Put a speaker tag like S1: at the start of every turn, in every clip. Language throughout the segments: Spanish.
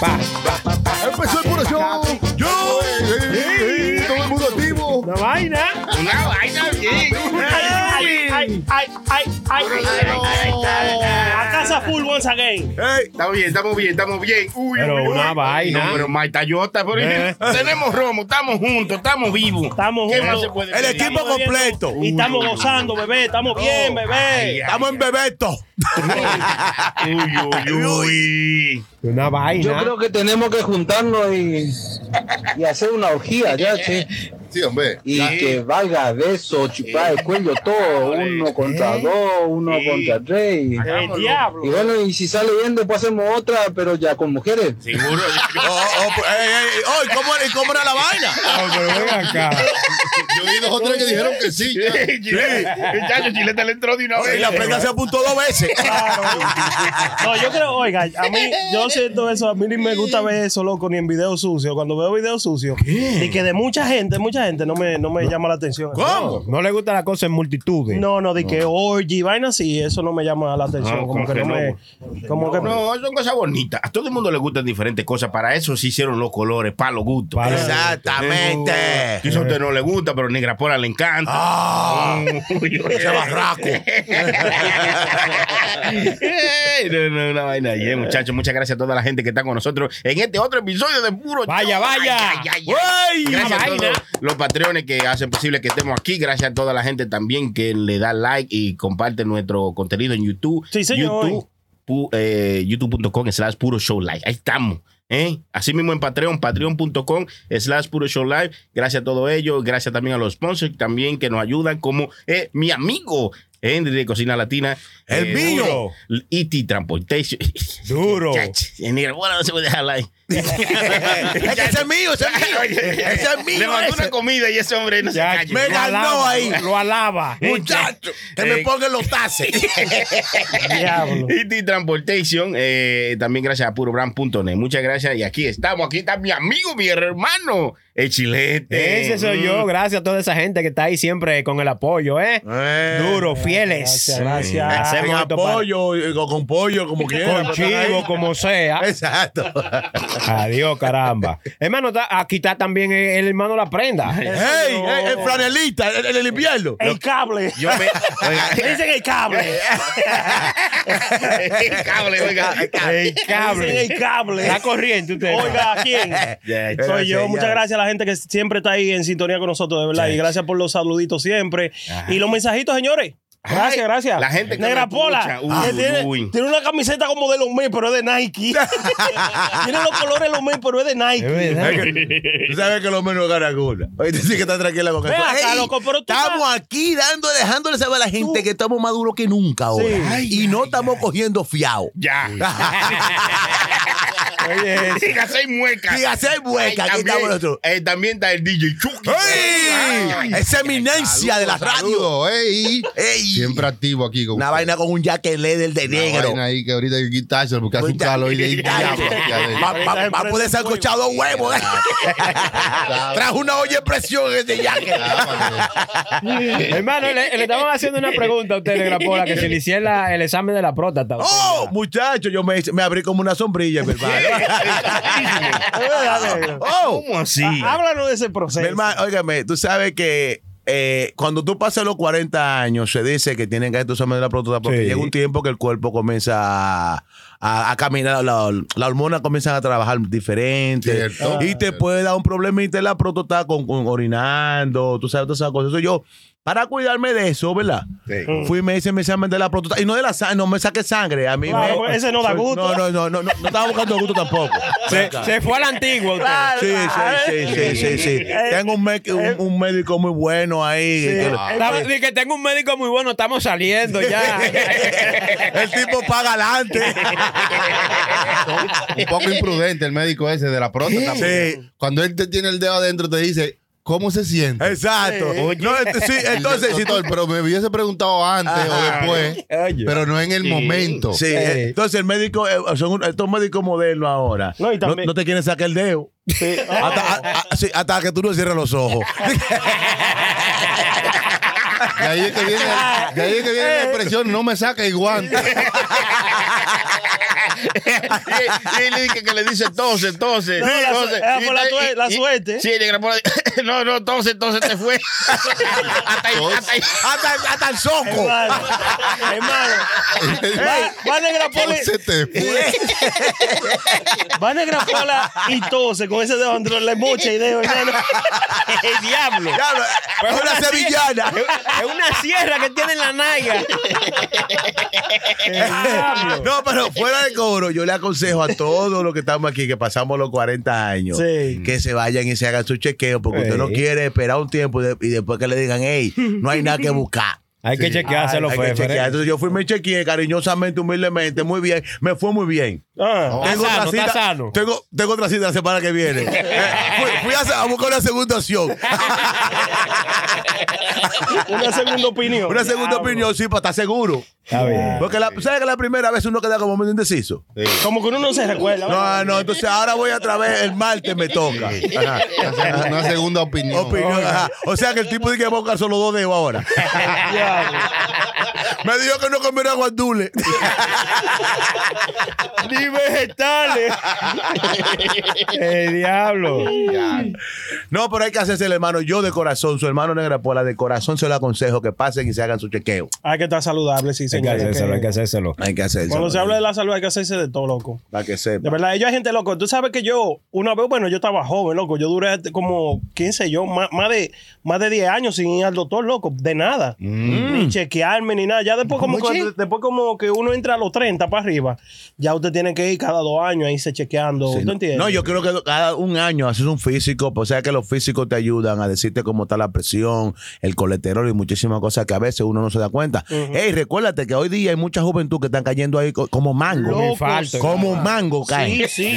S1: pa.
S2: Empezó el puro show. Yo, eh, eh, todo el mundo activo.
S1: Una vaina.
S3: Una vaina bien.
S1: Ay, ay, ay, ay, ay, A casa full once again.
S2: Ey,
S3: Estamos bien, estamos bien, estamos bien. Uy,
S1: Pero
S3: uy,
S1: una
S3: uy.
S1: vaina.
S3: No, pero Mike Tayota, por ejemplo.
S4: Eh.
S3: Tenemos romo, estamos juntos, estamos vivos.
S1: Estamos
S3: ¿Qué
S1: juntos.
S3: más se puede
S5: El
S3: pedir?
S5: equipo
S1: Estamos bebiendo
S5: completo.
S1: Y estamos gozando, bebé. Estamos bien,
S3: Ay,
S1: bebé.
S3: ay,
S5: Estamos en Bebeto.
S3: Uy, uy, uy.
S1: Una
S6: Yo
S1: vaina.
S6: creo que tenemos que juntarnos y, y hacer una orgía, ya, che.
S2: Sí, hombre.
S6: Y
S3: Sí.
S6: que valga de eso, chupar el cuello todo, uno contra dos, uno
S3: Sí.
S6: contra tres. Y,
S1: El
S3: Hagámoslo.
S6: y
S1: diablo.
S6: bueno, y si sale bien, después hacemos otra, pero ya con mujeres.
S3: Seguro.
S5: Oh, oh, pues, ey, ey, oh, ¿y ¿cómo, y cómo era la vaina?
S2: Yo vi dos o tres que dijeron que sí. ya.
S3: El chacho chilete le entró de una
S5: Y
S3: vez.
S5: la prenda se apuntó dos veces.
S1: No, yo creo, oiga, a mí, yo siento eso, a mí ni me gusta ver eso, loco, ni en video sucio. Cuando veo video sucio, y que de mucha gente, mucha gente, no me, no me llama la atención.
S5: ¿Cómo?
S4: No le gusta la cosa en multitudes.
S1: No, no, de que orgy, vaina sí, eso no me llama la atención.
S3: Ah, No,
S1: como que, no me. Como que
S3: No, son cosas bonitas. A todo el mundo le gustan diferentes cosas. Para eso se hicieron los colores, para los gustos.
S4: Para-
S5: Exactamente.
S3: Quizá a usted no le gusta, pero Negra Pola le encanta.
S5: Ah,
S3: Uy, uy,
S5: ese barraco.
S3: Ey, no, no, una vaina bien, muchachos. Muchas gracias a toda la gente que está con nosotros en este otro episodio de Puro
S4: Vaya,
S3: Show.
S4: vaya.
S3: Ay, ay, ay, ay.
S5: ¡Ey!
S3: Gracias a
S4: Una
S3: todos los patreones que hacen posible que estemos aquí. Gracias a toda la gente también que le da like y comparte nuestro contenido en YouTube.
S1: Sí, señor.
S3: YouTube, pu- eh, youtube.com slash puro show live. Ahí estamos. ¿eh? Así mismo en Patreon, patreon.com slash puro show live. Gracias a todo ello. Gracias también a los sponsors también que nos ayudan, como eh, mi amigo Henry de Cocina Latina.
S5: El
S3: eh,
S5: mío.
S3: duro, ET Transportation.
S4: Duro.
S3: Chach, en negro, bueno, no se puede dejar like.
S5: Es que ese es mío, ese es mío. Ese es
S3: Le
S5: mío.
S3: mandó
S5: ese.
S3: una comida y ese hombre no se
S4: Ya,
S3: calla.
S5: me
S4: lo
S5: ganó
S4: alaba,
S5: ahí.
S4: Lo alaba.
S5: Muchacho, que me
S3: Eh,
S5: pongan los tases.
S1: diablo.
S3: ET E Transportation, eh, también gracias a purobrand.net. Muchas gracias. Y aquí estamos. Aquí está mi amigo, mi hermano, el chilete. Mm.
S4: Ese soy yo. Gracias a toda esa gente que está ahí siempre con el apoyo, ¿eh? Duro, fieles.
S1: Gracias, gracias.
S4: Hacemos
S5: Con
S4: esto para-
S5: pollo, eh, con, con pollo, como quieran.
S4: Con chivo, como sea.
S5: Exacto.
S4: Adiós, caramba. hermano, está- aquí está también el, el hermano La Prenda.
S5: ¡Ey! ey, el franelita, el, el- el invierno.
S1: El cable.
S3: Yo me. Oiga,
S1: Le dicen el cable.
S3: el cable, oiga.
S4: El
S1: Le dicen
S4: cable.
S1: el cable.
S4: Está corriente usted.
S1: Oiga, ¿a quién?
S3: Ya,
S5: Gracias,
S1: Soy yo. Muchas
S5: ya.
S1: gracias a la gente que siempre está ahí en sintonía con nosotros, de verdad. Y gracias por los saluditos siempre. Y los mensajitos, señores. Gracias,
S3: Ay,
S1: gracias.
S3: la gente que
S1: Negra
S3: me
S1: Pola.
S3: escucha.
S1: que
S3: Uy,
S1: tiene,
S3: uy.
S1: tiene una camiseta como de los Mets, pero es de Nike. tiene los colores de los Mets, pero es de
S4: Es
S1: Nike.
S4: verdad.
S5: Es que- Tú sabes que lo menos caracula. Oye, tú sí que estás tranquila con
S1: Ve
S5: eso.
S1: acá,
S5: Ey,
S1: loco, pero tú
S5: estamos aquí dando, dejándole saber a la gente que estamos más duros que nunca ahora.
S1: Sí.
S5: y no estamos cogiendo fiado.
S3: Ya.
S4: Oye, eso.
S3: Diga seis muecas.
S5: Diga seis muecas, aquí estamos nosotros.
S3: eh, también está el DJ Chucky.
S5: ¡Ey! Esa eminencia de la radio.
S2: Saludos, ey.
S5: ¡Ey!
S2: Siempre activo aquí con
S5: Una
S2: ustedes.
S5: vaina con un jaque leather de
S2: Una
S5: negro.
S2: vaina ahí que ahorita hay que quitárselo porque hace un
S5: Ahorita-
S2: calor y de
S5: Ya,
S2: diablo. aquí adentro.
S5: Va, va- va a poder sancochar dos huevos. Trajo una olla de presión ese jaque.
S4: Hermano, le, le estaban haciendo una pregunta a usted, Negra Pola, que si le hiciera la- el examen de la próstata. usted.
S5: ¡Oh! Muchacho, yo me, me abrí como una sombrilla, mi hermano. ¡Oh!
S3: ¿Cómo así?
S4: Ah,
S1: Háblanos de ese proceso.
S5: Mi hermano, óigame, tú sabes que eh, cuando tú pasas los 40 años, se dice que tienen que hacer tu examen de la próstata porque
S4: Sí.
S5: llega un tiempo que el cuerpo comienza a, a- a caminar, la- las hormonas comienzan a trabajar diferente
S2: Cierto.
S5: y te puede dar un problemita en la próstata con, con orinando, tú sabes todas esas cosas. Eso yo, para cuidarme de eso, ¿verdad?
S4: Mm.
S5: Fui y me hice mi examen de la próstata y no de la sangre, no me saqué sangre. A mí
S1: Claro,
S5: me-
S1: porque ese no da
S5: soy-
S1: gusto.
S5: No, no, no, no, no, no estaba buscando gusto tampoco.
S4: Se, se fue a la antigua usted. Eh,
S5: Sí, sí, sí, sí, sí, sí. Tengo un, mec- un- un médico muy bueno ahí. que-
S4: Estaba- di que tengo un médico muy bueno, estamos saliendo ya.
S5: El tipo paga adelante.
S2: Un poco imprudente el médico ese de la próstata.
S5: Sí.
S2: porque Cuando él te tiene el dedo adentro, te dice, ¿cómo se siente? este,
S5: Exacto. No, ent- sí, entonces, si tú-
S2: Doctor, pero me hubiese preguntado antes
S5: Ajá.
S2: o después, pero no en el momento.
S5: sí, eh, entonces el médico, eh, son un- estos médicos modernos ahora,
S1: No,
S5: no,
S1: y también-
S5: no te quieren sacar el dedo. Hasta, a- a- sí, hasta que tú no cierres los ojos.
S2: De ahí es que viene, de ahí es que viene la expresión, no me saca el guante.
S3: y, y le dice que le dice tose, tose.
S1: No, la su-
S3: tose".
S1: era
S3: Y
S1: por la
S3: te-
S1: tue-
S3: y-
S1: la
S3: y-
S1: suerte.
S3: Sí, le grabó la- No, no, tose, entonces te fue. hasta ahí, hasta ahí.
S5: Hasta, hasta el soco.
S1: Hermano, hermano. Eh, Va, va Negra Pola,
S2: Se te fue.
S1: va Negra Pola y tose con ese dedo entre la mocha y dedo, hermano.
S4: El diablo.
S5: Diablo, es una sevillana.
S4: Es una sierra que tiene en la naiga.
S1: Eh.
S5: No, pero fuera de cobro, yo le aconsejo a todos los que estamos aquí, que pasamos los 40 años,
S1: Sí.
S5: que se vayan y se hagan su chequeo, porque usted no quiere esperar un tiempo y, de- y después que le digan, hey, no hay nada que buscar.
S4: Hay que chequearse los
S5: Hay que chequear.
S4: feferes.
S5: Entonces yo fui, me chequeé cariñosamente, humildemente, muy bien, me fue muy bien.
S1: Ah,
S4: Está
S5: otra
S4: sano, está
S5: cita-
S4: sano.
S5: Tengo, tengo otra cita la semana que viene. Eh, fui fui a, a buscar una segunda opción.
S1: una segunda opinión.
S5: Una segunda opinión, sí, para estar seguro.
S4: Está bien.
S5: Porque la, ¿sabes que la primera vez uno queda como medio indeciso?
S1: Como que uno no se recuerda. ¿verdad?
S5: No, no, entonces ahora voy a través, el martes me toca. Ajá.
S2: Una segunda opinión.
S5: Opinión, ajá. O sea que el tipo dice que va a buscar solo dos dedos ahora.
S1: Diablo.
S5: Me dijo que no comiera guandule.
S4: Ni vegetales. El diablo.
S5: No, pero hay que hacerse el hermano. Yo de corazón, su hermano Negra Pola, de corazón se lo aconsejo que pasen y se hagan su chequeo.
S1: Hay que estar saludable, sí,
S4: Hay que
S1: señor.
S4: hacérselo, hay que hacérselo.
S5: Hay que hacerse.
S1: Cuando se habla de la salud hay que hacerse de todo, loco.
S5: Para que
S1: De
S5: sepa.
S1: verdad, ellos hay gente loco. Tú sabes que yo, una vez, bueno, yo estaba joven, loco. Yo duré este como, quién sé yo, más, más de, más de 10 años sin ir al doctor, loco. De nada. Ni chequearme, ni nada. Ya después como, cuando- después como que uno entra a los 30 para arriba, ya usted tiene que ir cada dos años ahí se chequeando. ¿Tú entiendes?
S5: No, yo creo que cada un año haces un físico, pues, o sea que los físicos te ayudan a decirte cómo está la presión, el colesterol y muchísimas cosas que a veces uno no se da cuenta. Ey, recuérdate que hoy día hay mucha juventud que están cayendo ahí co- como mango.
S1: Loco,
S4: infarto.
S5: como mango caen.
S1: Sí, sí.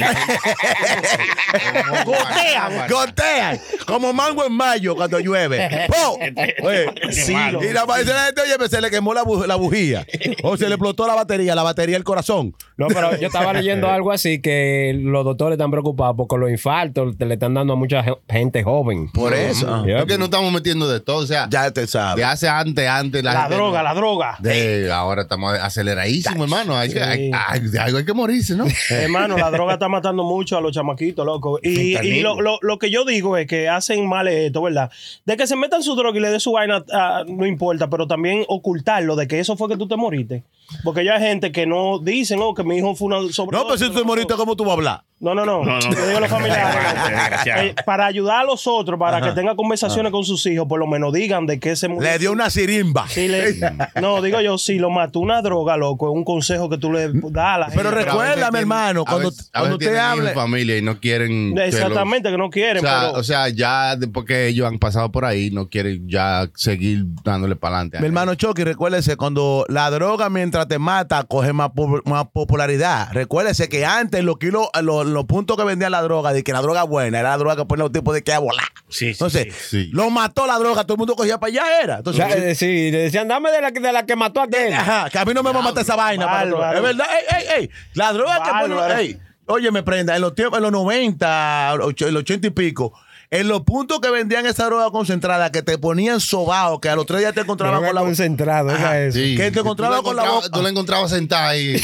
S1: Gotea.
S5: Gotean como mango en mayo cuando llueve. ¡Po! Oye,
S1: Sí, loco.
S5: y la dice la gente, oye, se le quemó la, bu- la bujía. O se le explotó la batería, la batería del corazón.
S4: No, pero yo estaba leyendo algo así que los doctores están preocupados porque los infartos te le están dando a mucha ge- gente joven.
S5: Por eso.
S4: Yep.
S2: Es que no estamos metiendo de todo. O sea,
S5: Ya te
S2: de
S5: sabes.
S2: hace antes, antes. La,
S1: La
S2: gente-
S1: droga, la droga.
S2: De, ahora estamos aceleradísimo, hermano. Hay que, hay- hay- de algo hay que morirse, ¿no?
S1: Hermano, la droga está matando mucho a los chamaquitos, loco. Y, y lo, lo- lo que yo digo es que hacen mal esto, ¿verdad? De que se metan su droga y le den su vaina, ah, no importa, pero también ocultarlo de que eso fue que tú te moriste. Porque ya hay gente que no dicen, oh, que mi hijo fue una
S5: No,
S1: sobredosis.
S5: pero si tú te moriste, ¿cómo tú vas a hablar?
S1: No, no, no.
S3: No, no,
S1: Yo digo a los
S3: Desgraciado,
S1: familiares.
S3: desgraciado.
S1: Eh, para ayudar a los otros, para que tengan conversaciones con sus hijos, por lo menos digan de qué se murió.
S5: Ah. Le dio una sirimba.
S1: Sí, le- no, digo yo, si lo mató una droga, loco, es un consejo que tú le das a la gente.
S5: Pero recuérdame, hermano,
S2: a
S5: cuando-
S2: veces- a
S5: cuando
S2: veces
S5: usted
S2: tienen hijos
S5: hable-
S2: en familia y no quieren. que los-
S1: Exactamente, que no quieren.
S2: o, sea,
S1: pero-
S2: o sea, ya después que ellos han pasado por ahí, no quieren ya seguir dándole para adelante.
S5: Mi hermano Chucky, recuérdese, cuando la droga mientras te mata coge más, po- más popularidad. Recuérdese que antes los kilos, los, los puntos que vendían la droga, de que la droga buena, era la droga que ponía los tipos de que a volar. Entonces,
S2: sí.
S5: lo mató la droga, todo el mundo cogía para allá, era.
S4: O
S5: Entonces,
S4: sea, eh, sí, le decían, dame de la, que- de la que mató a aquel.
S5: Ajá, que a mí no me va a matar esa vaina.
S1: Bárbaro.
S5: para es verdad, ey, ey, ey. La droga que
S1: Bárbaro.
S5: pone. Ey, oye, me prenda, en los tiempos, en los 90, och- en los 80 y pico. En los puntos que vendían esa droga concentrada, que te ponían sobao, que a los tres días te encontraban
S4: Droga
S5: con la
S4: concentrado, oiga eso.
S2: Sí.
S5: que te
S2: Tú la
S5: encontraba con la
S2: encontrabas-
S5: boca.
S2: Tú la encontrabas sentada ahí.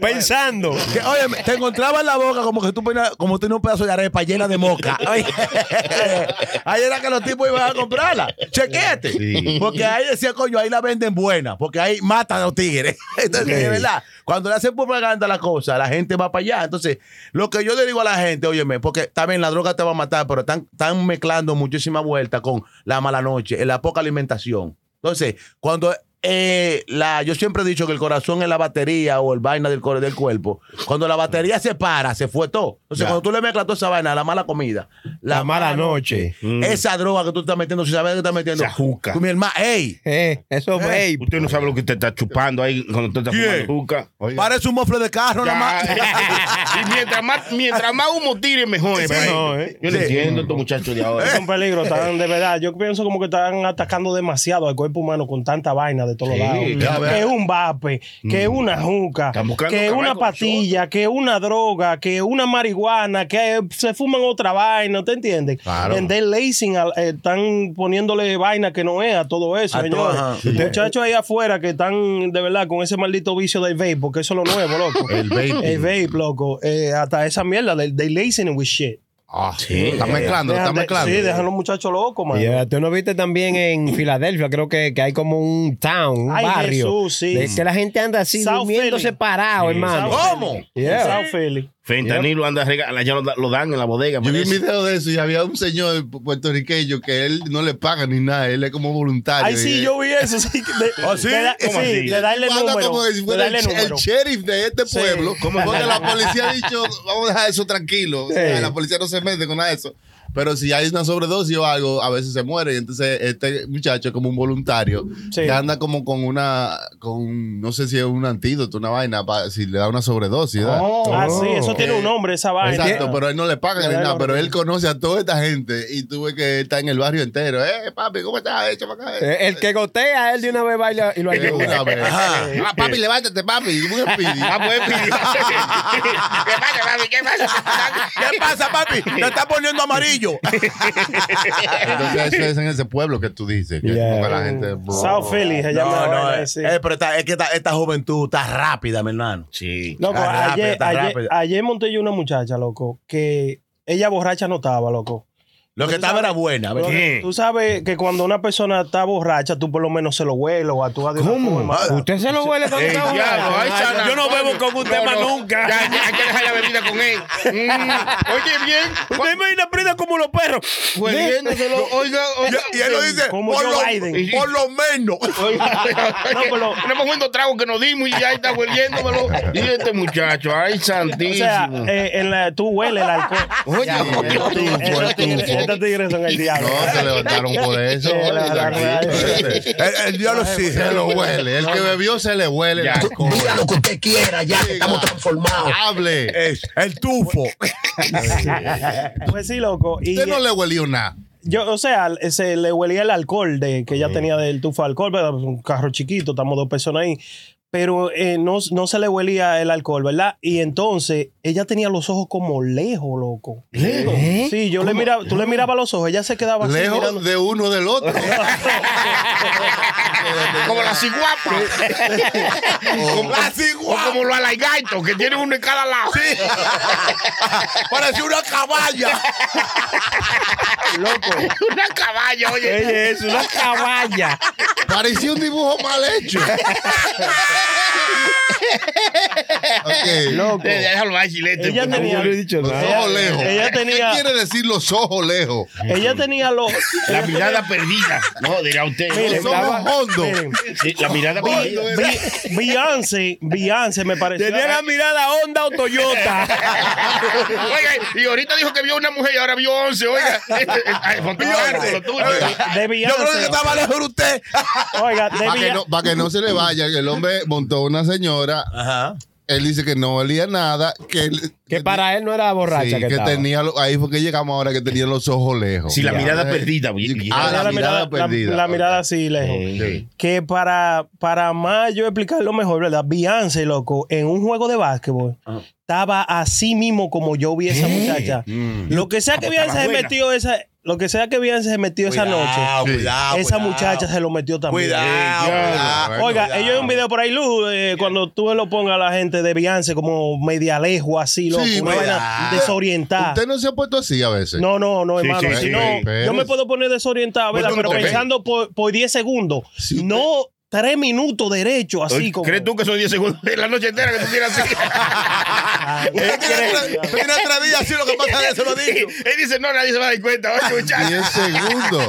S4: Pensando.
S5: Que, oye, te encontraba en la boca como que tú ponías- como tenía un pedazo de arepa llena de moca. Oye, ahí era que los tipos iban a comprarla. Chequete.
S2: Sí.
S5: Porque ahí decía, coño, ahí la venden buena, porque ahí matan a los tigres. Entonces, de verdad, cuando le hacen propaganda a la cosa, la gente va para allá. Entonces, lo que yo le digo a la gente, óyeme, porque también la droga te va a matar, pero están, están mezclando muchísima vuelta con la mala noche, la poca alimentación. Entonces, cuando eh, la, yo siempre he dicho que el corazón es la batería o el vaina del, core- del cuerpo. Cuando la batería se para, se fue todo. Entonces,
S2: Ya.
S5: cuando tú le mezclas toda esa vaina, la mala comida, la,
S4: La mala noche.
S5: esa droga que tú estás metiendo, si sabes que estás metiendo.
S3: Esa juca.
S5: Tú, Mi hermano, ¡ey!
S4: Eh, eso es vape.
S3: Usted no sabe lo que usted está chupando ahí cuando usted está
S5: ¿Quién?
S3: fumando juca.
S2: Oiga,
S5: Parece un mofle de carro, nada más.
S3: Ya. y mientras más, mientras más humo tire, mejor. ¿eh?
S4: no, ¿eh?
S3: Yo le entiendo a estos muchachos de ahora.
S1: Es un peligro, están de verdad. Yo pienso como que están atacando demasiado al cuerpo humano con tanta vaina de de todos
S3: Sí, Mm.
S1: lados.
S5: claro.
S1: Que es un vape, que es una juca,
S3: Están buscando
S1: que es una
S3: caballo con
S1: patilla, que es una droga, que es una marihuana, que se fuman otra vaina, ¿te entiendes?
S5: Claro.
S1: En del lacing al- eh, están poniéndole vaina que no es a todo eso,
S5: A
S1: señores.
S5: todo, ajá.
S1: Los Muchachos ahí afuera que están de verdad con ese maldito vicio del vape, porque eso es lo nuevo, loco.
S5: El vape.
S1: El vape, loco. Eh, hasta esa mierda, they, they lacing with shit.
S2: Ah,
S3: Sí.
S2: Está mezclando, está
S1: Dejan de-
S2: mezclando.
S1: Sí, dejan los muchachos locos, man.
S4: Yeah, Tú no viste también en Filadelfia, creo que, que hay como un town, un
S1: Ay,
S4: barrio.
S1: Jesús, sí.
S4: de que la gente anda así
S1: South
S4: durmiendo
S1: Philly.
S4: separado, hermano.
S1: South
S5: ¿Cómo?
S1: Philly.
S4: Yeah.
S1: South Philly.
S3: Fentanilo anda regalado, ya lo, da- lo dan en la bodega.
S2: Yo vi un
S3: parece.
S2: video de eso y había un señor pu- puertorriqueño que él no le paga ni nada, él es como voluntario.
S1: Ay, sí,
S2: Y-
S1: yo vi eso. Sí, de,
S5: ¿Oh, sí?
S1: de da-
S3: ¿Ah, ¿Cómo
S1: sí,
S3: así?
S1: de darle
S2: Manda
S1: número.
S2: Ah, como si
S1: de
S2: fuera el,
S1: darle
S2: che- el
S1: número.
S2: sheriff de este
S1: Sí.
S2: pueblo.
S3: ¿Cómo?
S2: Porque la policía ha dicho, vamos a dejar eso tranquilo. O sea,
S1: Sí.
S2: la policía no se mete con nada de eso. Pero si hay una sobredosis o algo, a veces se muere. Y entonces este muchacho es como un voluntario
S1: Sí.
S2: que anda como con una, con no sé si es un antídoto, una vaina, pa- si le da una sobredosis. ¿verdad?
S1: Ah, sí, eso tiene un nombre, esa vaina.
S2: Oh. Exacto, pero él no le paga ni
S1: Ya,
S2: nada,
S1: no,
S2: pero
S1: no.
S2: él conoce a toda esta gente y tuve que estar en el barrio entero. Eh, papi, ¿cómo estás? Echa para acá.
S4: Eh, El que gotea, él de una vez baila y lo
S2: Eh,
S4: ayuda.
S2: una vez.
S5: Ajá.
S2: Ah, papi, levántate, papi. Muy speedy.
S3: Ah, pues, ¿Qué pasa, papi? ¿Qué pasa?
S5: ¿Qué pasa, papi? Te está poniendo amarillo.
S2: Entonces, eso es en ese pueblo que tú dices. Que
S4: Yeah.
S2: como que la gente.
S1: South Philly se llama. la vaina,
S5: eh,
S1: sí.
S5: eh, pero está- es que esta, esta juventud está rápida, mi hermano.
S3: Sí.
S1: Loco,
S5: Está rápido,
S1: ayer,
S5: está
S1: ayer,
S5: rápido.
S1: ayer monté yo una muchacha, loco, que ella borracha no estaba, loco.
S5: Lo que
S1: Tú
S5: estaba
S1: sabes-
S5: era buena. ¿verdad?
S3: ¿Qué?
S1: Tú sabes que cuando una persona está borracha, tú por lo menos se lo hueles o actúas de una forma.
S4: Ah, Usted se lo huele cuando
S3: Ey,
S4: está
S3: diablo, ay,
S4: borracho.
S3: San
S4: Yo no
S3: Antonio.
S4: bebo con usted
S3: No,
S4: más
S3: no.
S4: nunca.
S3: Ya, ya, hay que dejar la bebida con él. Mm, Oye, bien.
S4: Usted me viene prenda como los perros.
S3: Hueliéndoselo. Oiga, oiga.
S5: Y, y él lo dice,
S1: Como
S5: por
S1: Joe
S5: lo,
S1: Biden.
S5: por lo menos.
S1: No, pero-
S3: Tenemos un trago que nos dimos y ya está hueliéndomelo. Y este muchacho, ay,
S1: O sea,
S3: santísimo.
S1: eh, en la, tú hueles el alcohol.
S2: Oye,
S1: Estos tigres- estos tigres- Estos tigres son el diablo.
S2: No, se levantaron por eso.
S1: Sí,
S2: oye,
S1: la- la-
S2: tranquilo,
S1: la-
S2: espérate.
S5: El, el diablo sí.
S2: Se lo huele. El que bebió se le huele. el
S3: Ya.
S2: alcohol.
S7: Diga lo que usted quiera, ya que estamos transformados.
S2: Hable.
S5: Es el tufo.
S1: Pues sí, loco. Y
S2: Usted no le huelió nada.
S1: yo, o sea, se le huelía el alcohol de que ya tenía del tufo de alcohol, ¿verdad? Pues un carro chiquito, estamos dos personas ahí. Pero eh, no, no se le huelía el alcohol, ¿verdad? Y entonces ella tenía los ojos como lejos, loco. ¿Lejos? Sí, yo le miraba, tú le mirabas los ojos, ella se quedaba así mirando.
S2: Lejos de uno del otro.
S3: Ah, Como la ciguapa.
S2: O-
S5: La
S3: O
S5: ciguapa.
S3: como los alaigaitos, que tienen uno en cada lado.
S5: Parecía una caballa.
S3: Una caballa, oye.
S4: Oye, es una caballa.
S2: Parecía un dibujo mal hecho. ok.
S1: Loco.
S3: Eh, Déjalo ahí, chilete.
S1: Ella
S3: porque
S1: tenía-
S3: no he dicho
S2: Los
S3: nada.
S1: Ella-
S2: ojos lejos.
S1: ella tenía-
S2: ¿Qué quiere decir los ojos lejos?
S1: Ella tenía los.
S3: La
S1: ella
S3: mirada perdida. No, dirá usted.
S1: Mire,
S2: Los ojos
S1: estaba-
S2: hondos.
S1: tenía- miren,
S3: Sí, la mirada
S2: Hondo
S3: perdida.
S2: era.
S1: Be- Beyoncé, Beyoncé me pareció.
S4: Tenía la mirada Honda o Toyota.
S3: Oiga, y ahorita dijo que vio una mujer y ahora vio 11. Oiga, ay, ponte
S5: Vio
S3: claro
S5: once.
S3: con lo tuyo.
S1: De
S5: Yo creo que
S1: Beyoncé.
S5: estaba lejos de usted.
S1: Oiga, de
S2: Para que,
S1: Beyoncé.
S2: no, pa' que no se le vaya, que el hombre montó una señora,
S5: Ajá.
S2: él dice que no olía nada, que, él-
S4: Que para él no era borracha.
S2: sí,
S4: que
S2: que,
S4: estaba.
S2: tenía, lo- ahí fue que llegamos ahora, que tenía los ojos lejos.
S3: Si la
S2: Ya.
S3: mirada perdida, vi- vi-
S2: Ah, la,
S1: Tenía
S2: mirada,
S1: la-
S2: perdida.
S1: La, mirada
S2: Ok.
S1: así lejos.
S2: Sí.
S1: que para, para más yo explicarlo mejor, ¿verdad? Beyoncé, loco, en un juego de básquetbol, estaba así mismo como yo vi a
S4: Eh.
S1: esa muchacha. Lo que sea que Beyoncé se
S3: buena.
S1: metió esa, lo que sea que Beyoncé se metió esa noche,
S5: cuidado.
S1: esa
S5: cuidado.
S1: muchacha se lo metió también.
S5: Cuidado,
S2: ya.
S5: cuidado.
S1: Oiga,
S5: cuidado.
S1: ellos hay un video por ahí, Luz, eh, cuando tú lo pongas a la gente de Beyoncé como media lejos, así, loco,
S2: Sí,
S1: una
S2: mira.
S1: vaina desorientada.
S2: Usted no se ha puesto así a veces.
S1: No, no, no,
S3: Sí,
S1: hermano.
S3: sí,
S1: si
S3: sí,
S1: no,
S2: sí.
S1: yo me puedo poner desorientado, ¿verdad?
S3: Pues tú no
S1: Pero
S3: te ves.
S1: pensando por, por 10 segundos.
S2: Sí, usted-
S1: No tres minutos derecho, así
S3: Oye,
S1: como.
S3: ¿Crees tú que son 10 segundos de la noche entera que tú tienes así?
S1: Ah, no,
S5: Usted tiene tres- tiene tres días así lo que pasa de eso lo digo.
S3: Él dice, no, nadie se va a dar cuenta. Oye, muchacho.
S2: 10 segundos.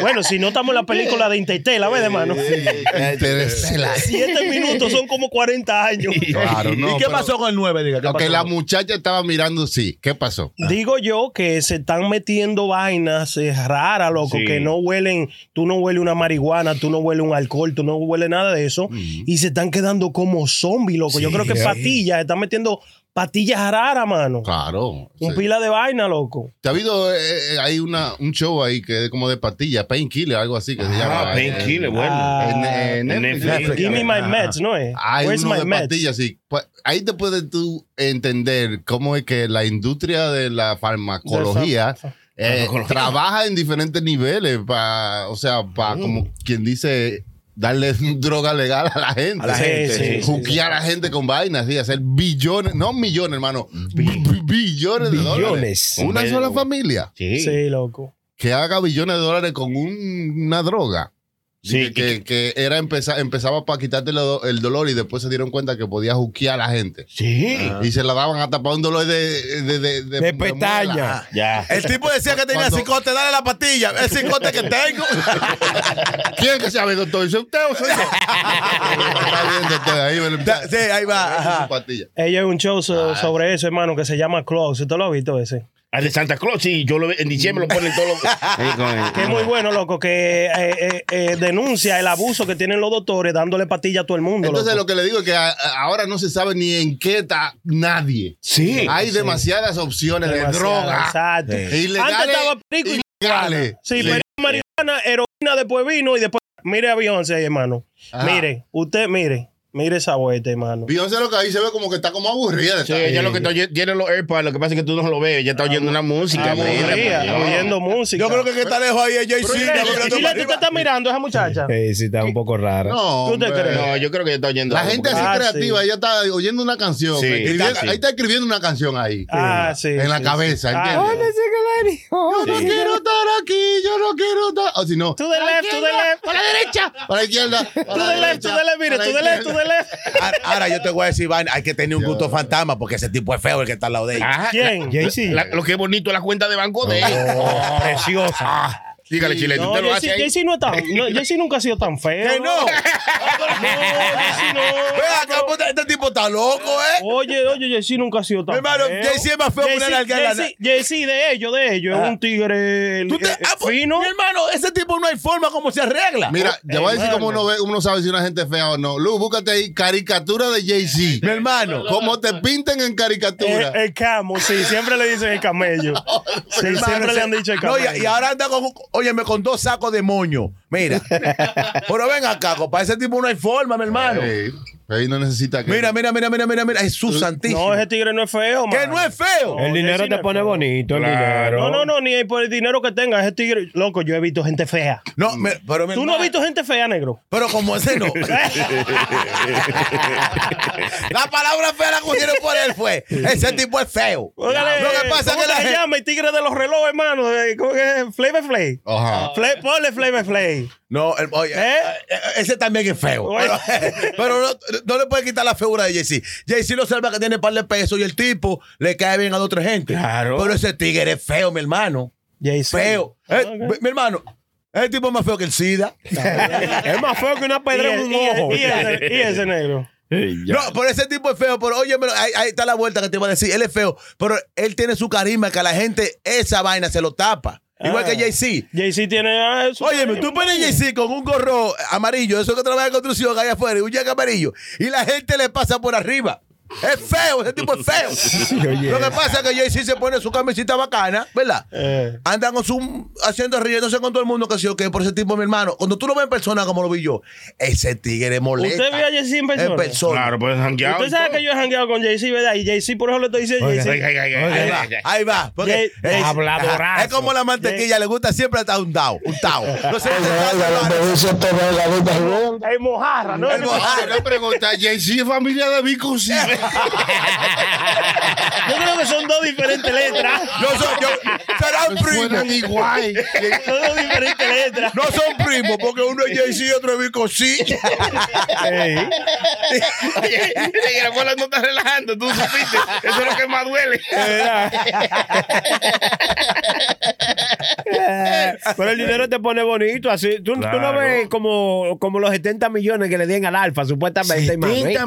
S1: bueno, si no estamos en la película de Intertela, ¿ves, hermano?
S2: Interestelar.
S1: Siete minutos son como 40 años.
S2: Claro, no.
S5: ¿Y qué
S2: pero-
S5: pasó con el 9? Diga, ¿qué
S2: Ok,
S5: pasó?
S2: la muchacha estaba mirando, sí. ¿Qué pasó?
S1: Digo yo que se están metiendo vainas eh, raras, loco,
S3: Sí.
S1: que no huelen, tú no hueles una marihuana, tú no hueles un alcohol, tú no
S2: Mm. eh.
S1: hueles nada de eso, y se están quedando como zombies, loco. Yo creo que patillas, están metiendo patillas raras, mano.
S2: Claro.
S1: Un
S2: sí.
S1: pila de vaina, loco.
S2: ¿Te ha habido, eh, eh, hay una, un show ahí que es como de pastillas, painkiller, algo así que se llama.
S3: Ah, painkiller, bueno.
S1: Ah,
S2: En, en Netflix. Ah,
S3: Netflix.
S1: Give me my meds, ¿no es?
S2: Hay
S1: Where's
S2: uno
S1: my
S2: de pastillas, sí. Pues, Ahí te puedes tú entender cómo es que la industria de la farmacología
S1: De fa-
S2: eh, trabaja en diferentes niveles para, o sea, para
S1: Mm.
S2: como quien dice, darle droga legal a la gente.
S5: A la
S1: Sí,
S5: gente.
S1: sí, sí.
S2: Juquear a la gente con vainas y hacer billones, no millones, hermano, bi- billones de dólares.
S4: Billones.
S2: Una
S3: Hombre,
S2: sola
S3: o-
S2: familia
S3: Sí.
S1: Sí, loco.
S2: que haga billones de dólares con un- una droga.
S3: Sí,
S2: que, que era empeza- empezaba para quitarte lo- el dolor y después se dieron cuenta que podía juquear a la gente.
S3: Sí.
S2: Y se la daban hasta para un dolor de... De, de, de- Ah.
S4: De
S2: de
S4: pestaña.
S3: Ya.
S5: El tipo decía que tenía
S2: Cuando-
S5: cicote, dale la pastilla. El cicote que tengo.
S2: muela. ¿Quién que sabe, doctor? ¿Dice usted o soy yo? Está bien, doctor. Ahí me lo-
S5: sí, ahí va.
S2: Ahí
S5: ajá.
S2: su pastilla. Ah,
S1: Ella es un show so- sobre eso, hermano, que se llama Close. ¿Tú lo has visto ese?
S3: Al de Santa Claus, sí. Yo lo, en diciembre lo ponen todos los. Eh, con-
S1: Que es muy bueno, loco, que eh, eh, eh, denuncia el abuso que tienen los doctores dándole patilla a todo el mundo.
S2: Entonces
S1: loco.
S2: lo que le digo es que a- a- ahora no se sabe ni en qué está nadie.
S3: Sí.
S2: Hay demasiadas opciones de
S1: Demasiado,
S2: droga.
S1: Ah, Exacto.
S2: Ilegales,
S1: Antes estaba perico y
S2: ilegales.
S1: Sí, pero marihuana, heroína, después vino y después. Mire a Beyoncé, ahí, hermano.
S2: Ajá.
S1: Mire, usted, mire. Mire esa vuelta, hermano.
S2: Beyoncé lo que ahí se ve como que está como aburrida. de
S3: Sí,
S2: estar.
S3: ella lo que está oye- tiene los AirPods, lo que pasa es que tú no lo ves. Ella está oyendo una música. mira, por
S1: Ah, Aburrida,
S3: Dios.
S1: oyendo música.
S5: Yo creo que el que está lejos ahí es
S1: Mire,
S5: Jay-Z. caminando
S1: Chile,
S5: para
S1: ¿tú te
S5: arriba.
S1: estás mirando a esa muchacha?
S4: Eh, sí, está un poco raro.
S2: No,
S1: ¿Tú te
S2: hombre.
S1: crees?
S3: No, yo creo que ella está oyendo.
S2: La
S3: algo,
S2: gente así
S1: Ah,
S2: creativa,
S1: sí.
S2: ella está oyendo una canción.
S3: Sí,
S2: escribiendo-
S3: está así.
S2: Ahí está escribiendo una canción ahí.
S1: Ah, sí.
S2: en la
S1: sí,
S2: cabeza,
S1: sí. Ah,
S2: ¿entiendes? Yo no
S3: Sí.
S2: quiero estar aquí, yo no quiero estar. O si no.
S1: To the
S2: para la
S1: left, to the
S2: izquierda,
S1: left.
S2: Para la derecha, para la izquierda. Para
S1: Tú
S2: la
S1: de left, tú
S2: derecha,
S1: de left, mire,
S2: para
S1: tú
S2: la
S1: de left, tú de left.
S5: Ahora- Ah, Ahora yo te voy a decir, Iván, hay que tener un
S2: Yo-
S5: gusto fantasma porque ese tipo es feo el que está al lado de ella.
S3: Ajá,
S1: ¿Quién?
S3: la- la- lo que es bonito es la cuenta de banco de ella.
S1: Oh, Preciosa.
S3: Dígale,
S2: sí,
S3: Chile,
S1: No,
S3: usted lo hace.
S1: Jay-Z
S3: ahí?
S1: Jay-Z no es tan- no, Jay-Z nunca ha sido tan feo.
S5: ¡Que no!
S1: No, Jay-Z
S5: Ve acá,
S1: no.
S5: puta, este tipo está loco, ¿eh?
S1: Oye, oye, Jay-Z nunca ha sido tan
S5: Mi hermano,
S1: feo.
S5: Jay-Z es más feo que una
S1: Jay-Z,
S5: nalga en la-
S1: Jay-Z, Jay-Z de ellos, de ellos, es un tigre
S5: Tú te-
S1: eh,
S5: ah, pues,
S1: fino.
S5: Mi hermano, ese tipo no hay forma como se
S1: Ah,
S5: arregla. Oh,
S2: Mira, te voy a decir
S1: hermano.
S2: cómo uno, ve, uno sabe si una gente es fea o no. Lu, búscate ahí caricatura de Jay-Z.
S5: Mi hermano.
S2: Como te pintan en
S1: Eh,
S2: caricatura.
S1: el camo, sí, siempre le dicen el camello. Sí,
S5: Mi hermano,
S1: siempre
S5: ese-
S1: le han dicho el
S5: No,
S1: camello.
S5: y, y ahora anda con, óyeme, con dos sacos de moño. Mira. Pero ven acá, para ese tipo no hay forma, mi hermano.
S2: Sí, ahí no necesita que.
S5: Mira, mira, mira, mira, mira, mira. Jesús santísimo.
S1: No, ese tigre no es feo,
S5: que
S1: mano.
S5: no es feo.
S1: No,
S4: el dinero
S1: Jay-Z
S4: te
S1: no es
S4: pone
S1: feo.
S4: bonito, el
S3: Claro.
S4: dinero.
S1: No, no, no, ni por el dinero que tenga, ese tigre. Loco, yo he visto gente fea.
S5: No, mi- pero mi
S1: Tú no has
S5: hermano-
S1: visto gente fea, negro.
S5: Pero como ese no. la palabra fea la cogieron por él fue. Ese tipo es feo.
S1: Óigale,
S5: Lo que pasa es
S1: Eh, ¿cómo
S5: que la
S1: se
S5: gente.
S1: llama el tigre de los relojes, hermano? Eh, ¿Cómo que es? Flavor Flay.
S2: Ajá.
S1: Fla- ponle Flavor Flay.
S5: No, el- oye,
S1: ¿Eh?
S5: eh, ese también es feo.
S1: Oye.
S5: Pero, pero no, no le puede quitar la figura de Jay-Z. Jay-Z lo salva que tiene un par de pesos y el tipo le cae bien a la otra gente.
S3: Claro.
S5: Pero ese tigre es feo, mi hermano.
S1: Jay-Z.
S5: Feo. Eh,
S1: Ok.
S5: mi- Mi hermano, ese tipo es más feo que el SIDA.
S4: Es más feo que una
S1: Y,
S4: pedra en
S1: el-
S4: un
S1: y el-
S4: ojo.
S1: y ese, y ese negro.
S5: No, pero ese tipo es feo, pero oye, ahí, ahí está la vuelta que te iba a decir. Él es feo, pero él tiene su carisma que a la gente esa vaina se lo tapa. Igual
S1: Ah.
S5: que Jay-Z.
S1: Jay-Z tiene. ah, eso.
S5: Óyeme, tú pones Jay-Z con un gorro amarillo, eso que trabaja en construcción allá afuera, y un jaque amarillo, y la gente le pasa por arriba. Es feo, ese tipo es feo.
S4: oye.
S5: Lo que pasa es que Jay-Z se pone su camisita bacana, ¿verdad?
S1: Eh,
S5: Andan con su haciendo riéndose con todo el mundo que sí o que por ese tipo, mi hermano. Cuando tú lo ves en persona como lo vi yo, ese tigre molesta.
S1: ¿Usted vio a Jay-Z en persona?
S5: En persona.
S3: Claro, pues jangueado.
S1: Usted sabe que yo he jangueado con Jay-Z, ¿verdad? Y Jay-Z, por eso le estoy diciendo
S4: Oiga,
S1: Jay-Z.
S3: Ay, ay, ay, ay,
S5: Ahí
S3: ay,
S5: va,
S3: ay, ay.
S5: ahí va. Porque
S1: Jay-
S5: es,
S4: Habladorazo.
S5: es como la mantequilla, le gusta siempre estar un tao, un tao. No sé,
S1: Es mojarra, ¿no?
S5: El mojarra.
S2: Ah, Una pregunta, Jay-Z es familia de Vico sí.
S1: Yo creo que son dos diferentes letras.
S5: no son, yo, serán primos.
S2: Suenan igual.
S1: Son dos diferentes letras.
S5: No son primos, porque uno es Jay-Z y otro es Vico sí.
S3: Oye, oye, la bola no está relajando, tú supiste. Eso es lo que más duele.
S4: Pero el dinero te pone bonito. así Tú, tú no
S3: Claro.
S4: ves como, como los 70 millones que le dieron al Alfa, supuestamente. hermano, ¿eh?
S5: 70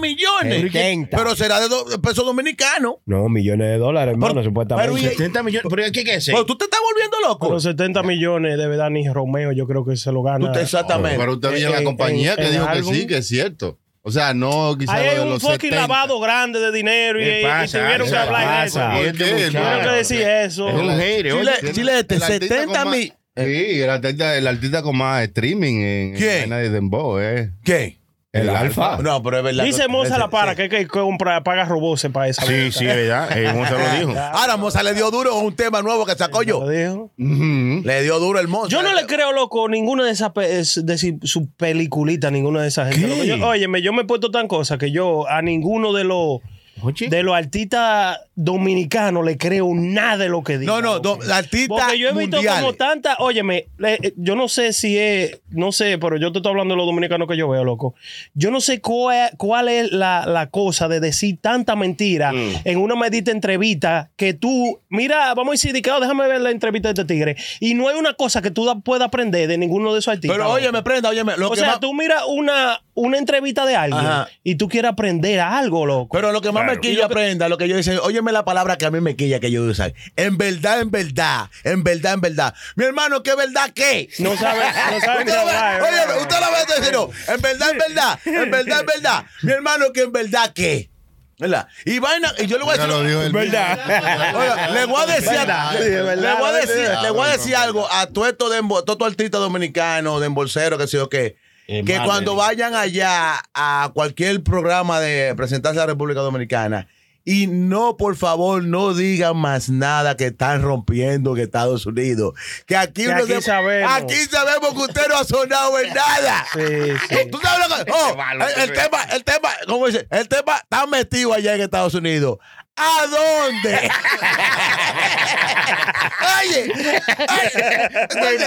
S5: millones.
S4: 70.
S5: Pero será de do- de peso dominicano.
S4: No, millones de dólares, hermano,
S5: Pero-
S4: supuestamente.
S5: pero y-
S3: 70 millones. ¿Pero qué qué es
S5: Pero
S3: eso?
S5: tú te estás volviendo loco.
S1: Los 70 millones, de verdad, ni Romeo, yo creo que se lo gana.
S5: Tú te- exactamente.
S2: Pero usted vio en la
S1: En-
S2: compañía
S1: Eh, en-
S2: que
S1: en
S2: dijo que
S1: álbum.
S2: sí, que es cierto. O sea, no quizás
S1: Ahí
S2: lo
S1: hay
S2: de
S1: un
S2: los
S1: fucking
S2: 70.
S1: lavado grande de dinero y,
S3: ¿Qué
S1: y
S3: pasa?
S1: tuvieron que
S3: ¿Qué
S1: hablar de eso.
S3: pasa?
S2: ¿Por
S3: Este
S2: qué?
S3: muchacho.
S1: Tuvieron que decir eh, eso.
S3: Es un hater, oye.
S5: Chile- Chilete,
S2: El artista
S5: 70
S2: con más-
S5: mil.
S2: Sí, el artista, el artista con más streaming en,
S5: ¿Quién?
S2: en la de Dembow, eh.
S5: ¿Qué?
S2: El, Alfa.
S5: No, pero es verdad.
S1: Dice Moza la para que hay que comprar, paga robots para eso.
S3: Sí, sí, es verdad. Eh, Gonzalo lo dijo.
S5: Ahora Moza le dio duro con un tema nuevo que
S1: Eh,
S5: sacó yo.
S2: Ujú.
S5: Le dio duro el Moza.
S1: Yo no le creo, loco, ninguna de esas pe- es- de si- sus peliculitas, ninguna de esas gente. Loco, yo- óyeme, yo me he puesto tan cosa que yo a ninguno de los
S3: Oye.
S1: de los artistas dominicanos le creo nada de lo que dice.
S5: No, no, do- artistas
S1: Porque yo he visto
S5: mundiales.
S1: como tantas, óyeme, le- eh, yo no sé si es, no sé, pero yo te estoy hablando de los dominicanos que yo veo, loco. Yo no sé cuál, cuál es la, la cosa de decir tanta mentira
S3: Mm.
S1: en una medita entrevista que tú, mira, vamos a ir sindicado, "Oh, déjame ver la entrevista de este tigre. Y no hay una cosa que tú da- puedas aprender de ninguno de esos artistas.
S5: Pero
S1: loco.
S5: óyeme, prenda, óyeme. Lo
S1: o
S5: que
S1: sea,
S5: más-
S1: tú miras una, una entrevista de alguien
S5: Ajá.
S1: y tú quieres aprender algo, loco.
S5: Pero lo que más
S3: Claro.
S5: me quilla, prenda, lo que yo dice, óyeme la palabra que a mí me quilla que yo uso. En verdad, en verdad, en verdad, en verdad. Mi hermano, ¿qué verdad qué?
S1: no sabes no sabe
S5: Usted
S1: ni
S5: lo ve-
S1: hablar.
S5: Oye, usted lo ve decir, no, en verdad, en verdad, en verdad, en verdad. Mi hermano, que en verdad qué. ¿Verdad? Y vaina, y yo le voy a
S2: Ya
S5: decir.
S2: lo dijo él.
S5: Oiga, le voy a decir,
S1: Verdad, sí,
S5: le,
S1: es verdad,
S5: voy a
S1: no es
S5: decir,
S2: verdad.
S5: le voy a
S2: Ah,
S5: decir
S2: bueno,
S5: algo a todo esto de embo- todo estos artistas dominicanos, de embolseros, que sé yo qué.
S3: Eh,
S5: Que
S3: madre.
S5: cuando vayan allá a cualquier programa de presentarse a la República Dominicana y no, por favor, no digan más nada que están rompiendo en Estados Unidos. Que aquí,
S1: Que
S5: uno
S1: aquí sabemos.
S5: aquí sabemos que usted no ha sonado en nada.
S1: Sí, sí.
S5: ¿Tú sabes lo que- oh,
S3: Qué malo,
S5: el, el
S3: qué
S5: tema, el tema, ¿cómo dice? El tema está metido allá en Estados Unidos. ¿A dónde? oye, oye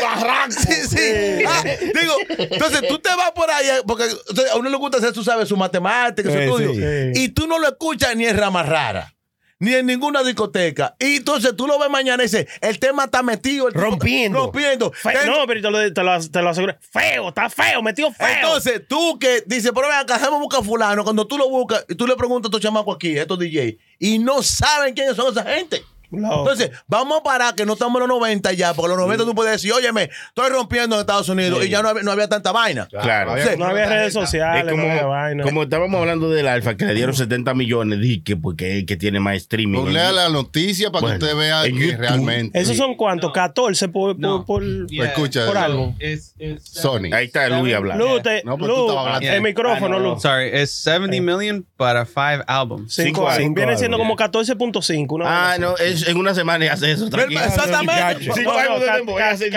S5: Sí, sí. Ah, digo, entonces tú te vas por ahí, eh, porque o sea, a uno le gusta hacer, tú sabes, su matemática, su
S4: Sí,
S5: estudio,
S1: Eh, sí.
S5: y tú no lo escuchas ni en ramas raras. Ni en ninguna discoteca. Y entonces tú lo ves mañana y dices, el tema está metido. el tipo-
S1: Rompiendo.
S5: Rompiendo.
S1: Fe-
S5: Ten-
S1: no, pero te lo, te, lo, te lo aseguro. Feo, está feo, metido feo.
S5: Entonces, tú que dices, pero ven acá, déjame buscar a fulano. Cuando tú lo buscas y tú le preguntas a estos chamacos aquí, a estos DJ, y no saben quiénes son esa gente.
S1: No.
S5: Entonces, vamos a parar que no estamos en los 90 ya, porque en los 90 tú puedes decir, óyeme, estoy rompiendo en Estados Unidos y ya no había, no había tanta vaina.
S3: Claro.
S5: O sea,
S1: no había redes sociales,
S3: Es como,
S1: no había vaina.
S3: como estábamos hablando del Alfa, que le dieron 70 millones, dije que porque es el que tiene más streaming.
S2: Googlea la noticia para
S3: Bueno,
S2: que usted vea que
S3: en YouTube.
S2: realmente.
S1: ¿Esos son cuántos? 14 por,
S8: No.
S1: por, por-
S8: Yeah.
S2: Escucha, eh,
S1: por algo.
S8: It's, it's
S2: Sony.
S3: Ahí está Luis hablando.
S1: Lu, te-
S2: No, pues
S1: Lu,
S2: tú estabas hablando.
S1: el micrófono,
S8: I know.
S1: Lu.
S8: Sorry, it's 70 million para five albums.
S1: Cinco
S3: Cinco
S1: años.
S3: años.
S1: Viene siendo como
S8: Yeah.
S1: 14.5. una vaina
S3: Ah,
S1: así.
S3: no, es, en una semana hace eso. tranquilo.
S5: Exactamente.
S3: Cinco
S1: No, no,
S3: años de
S1: ca-
S3: tiempo, ya
S1: ca-
S3: hace diez.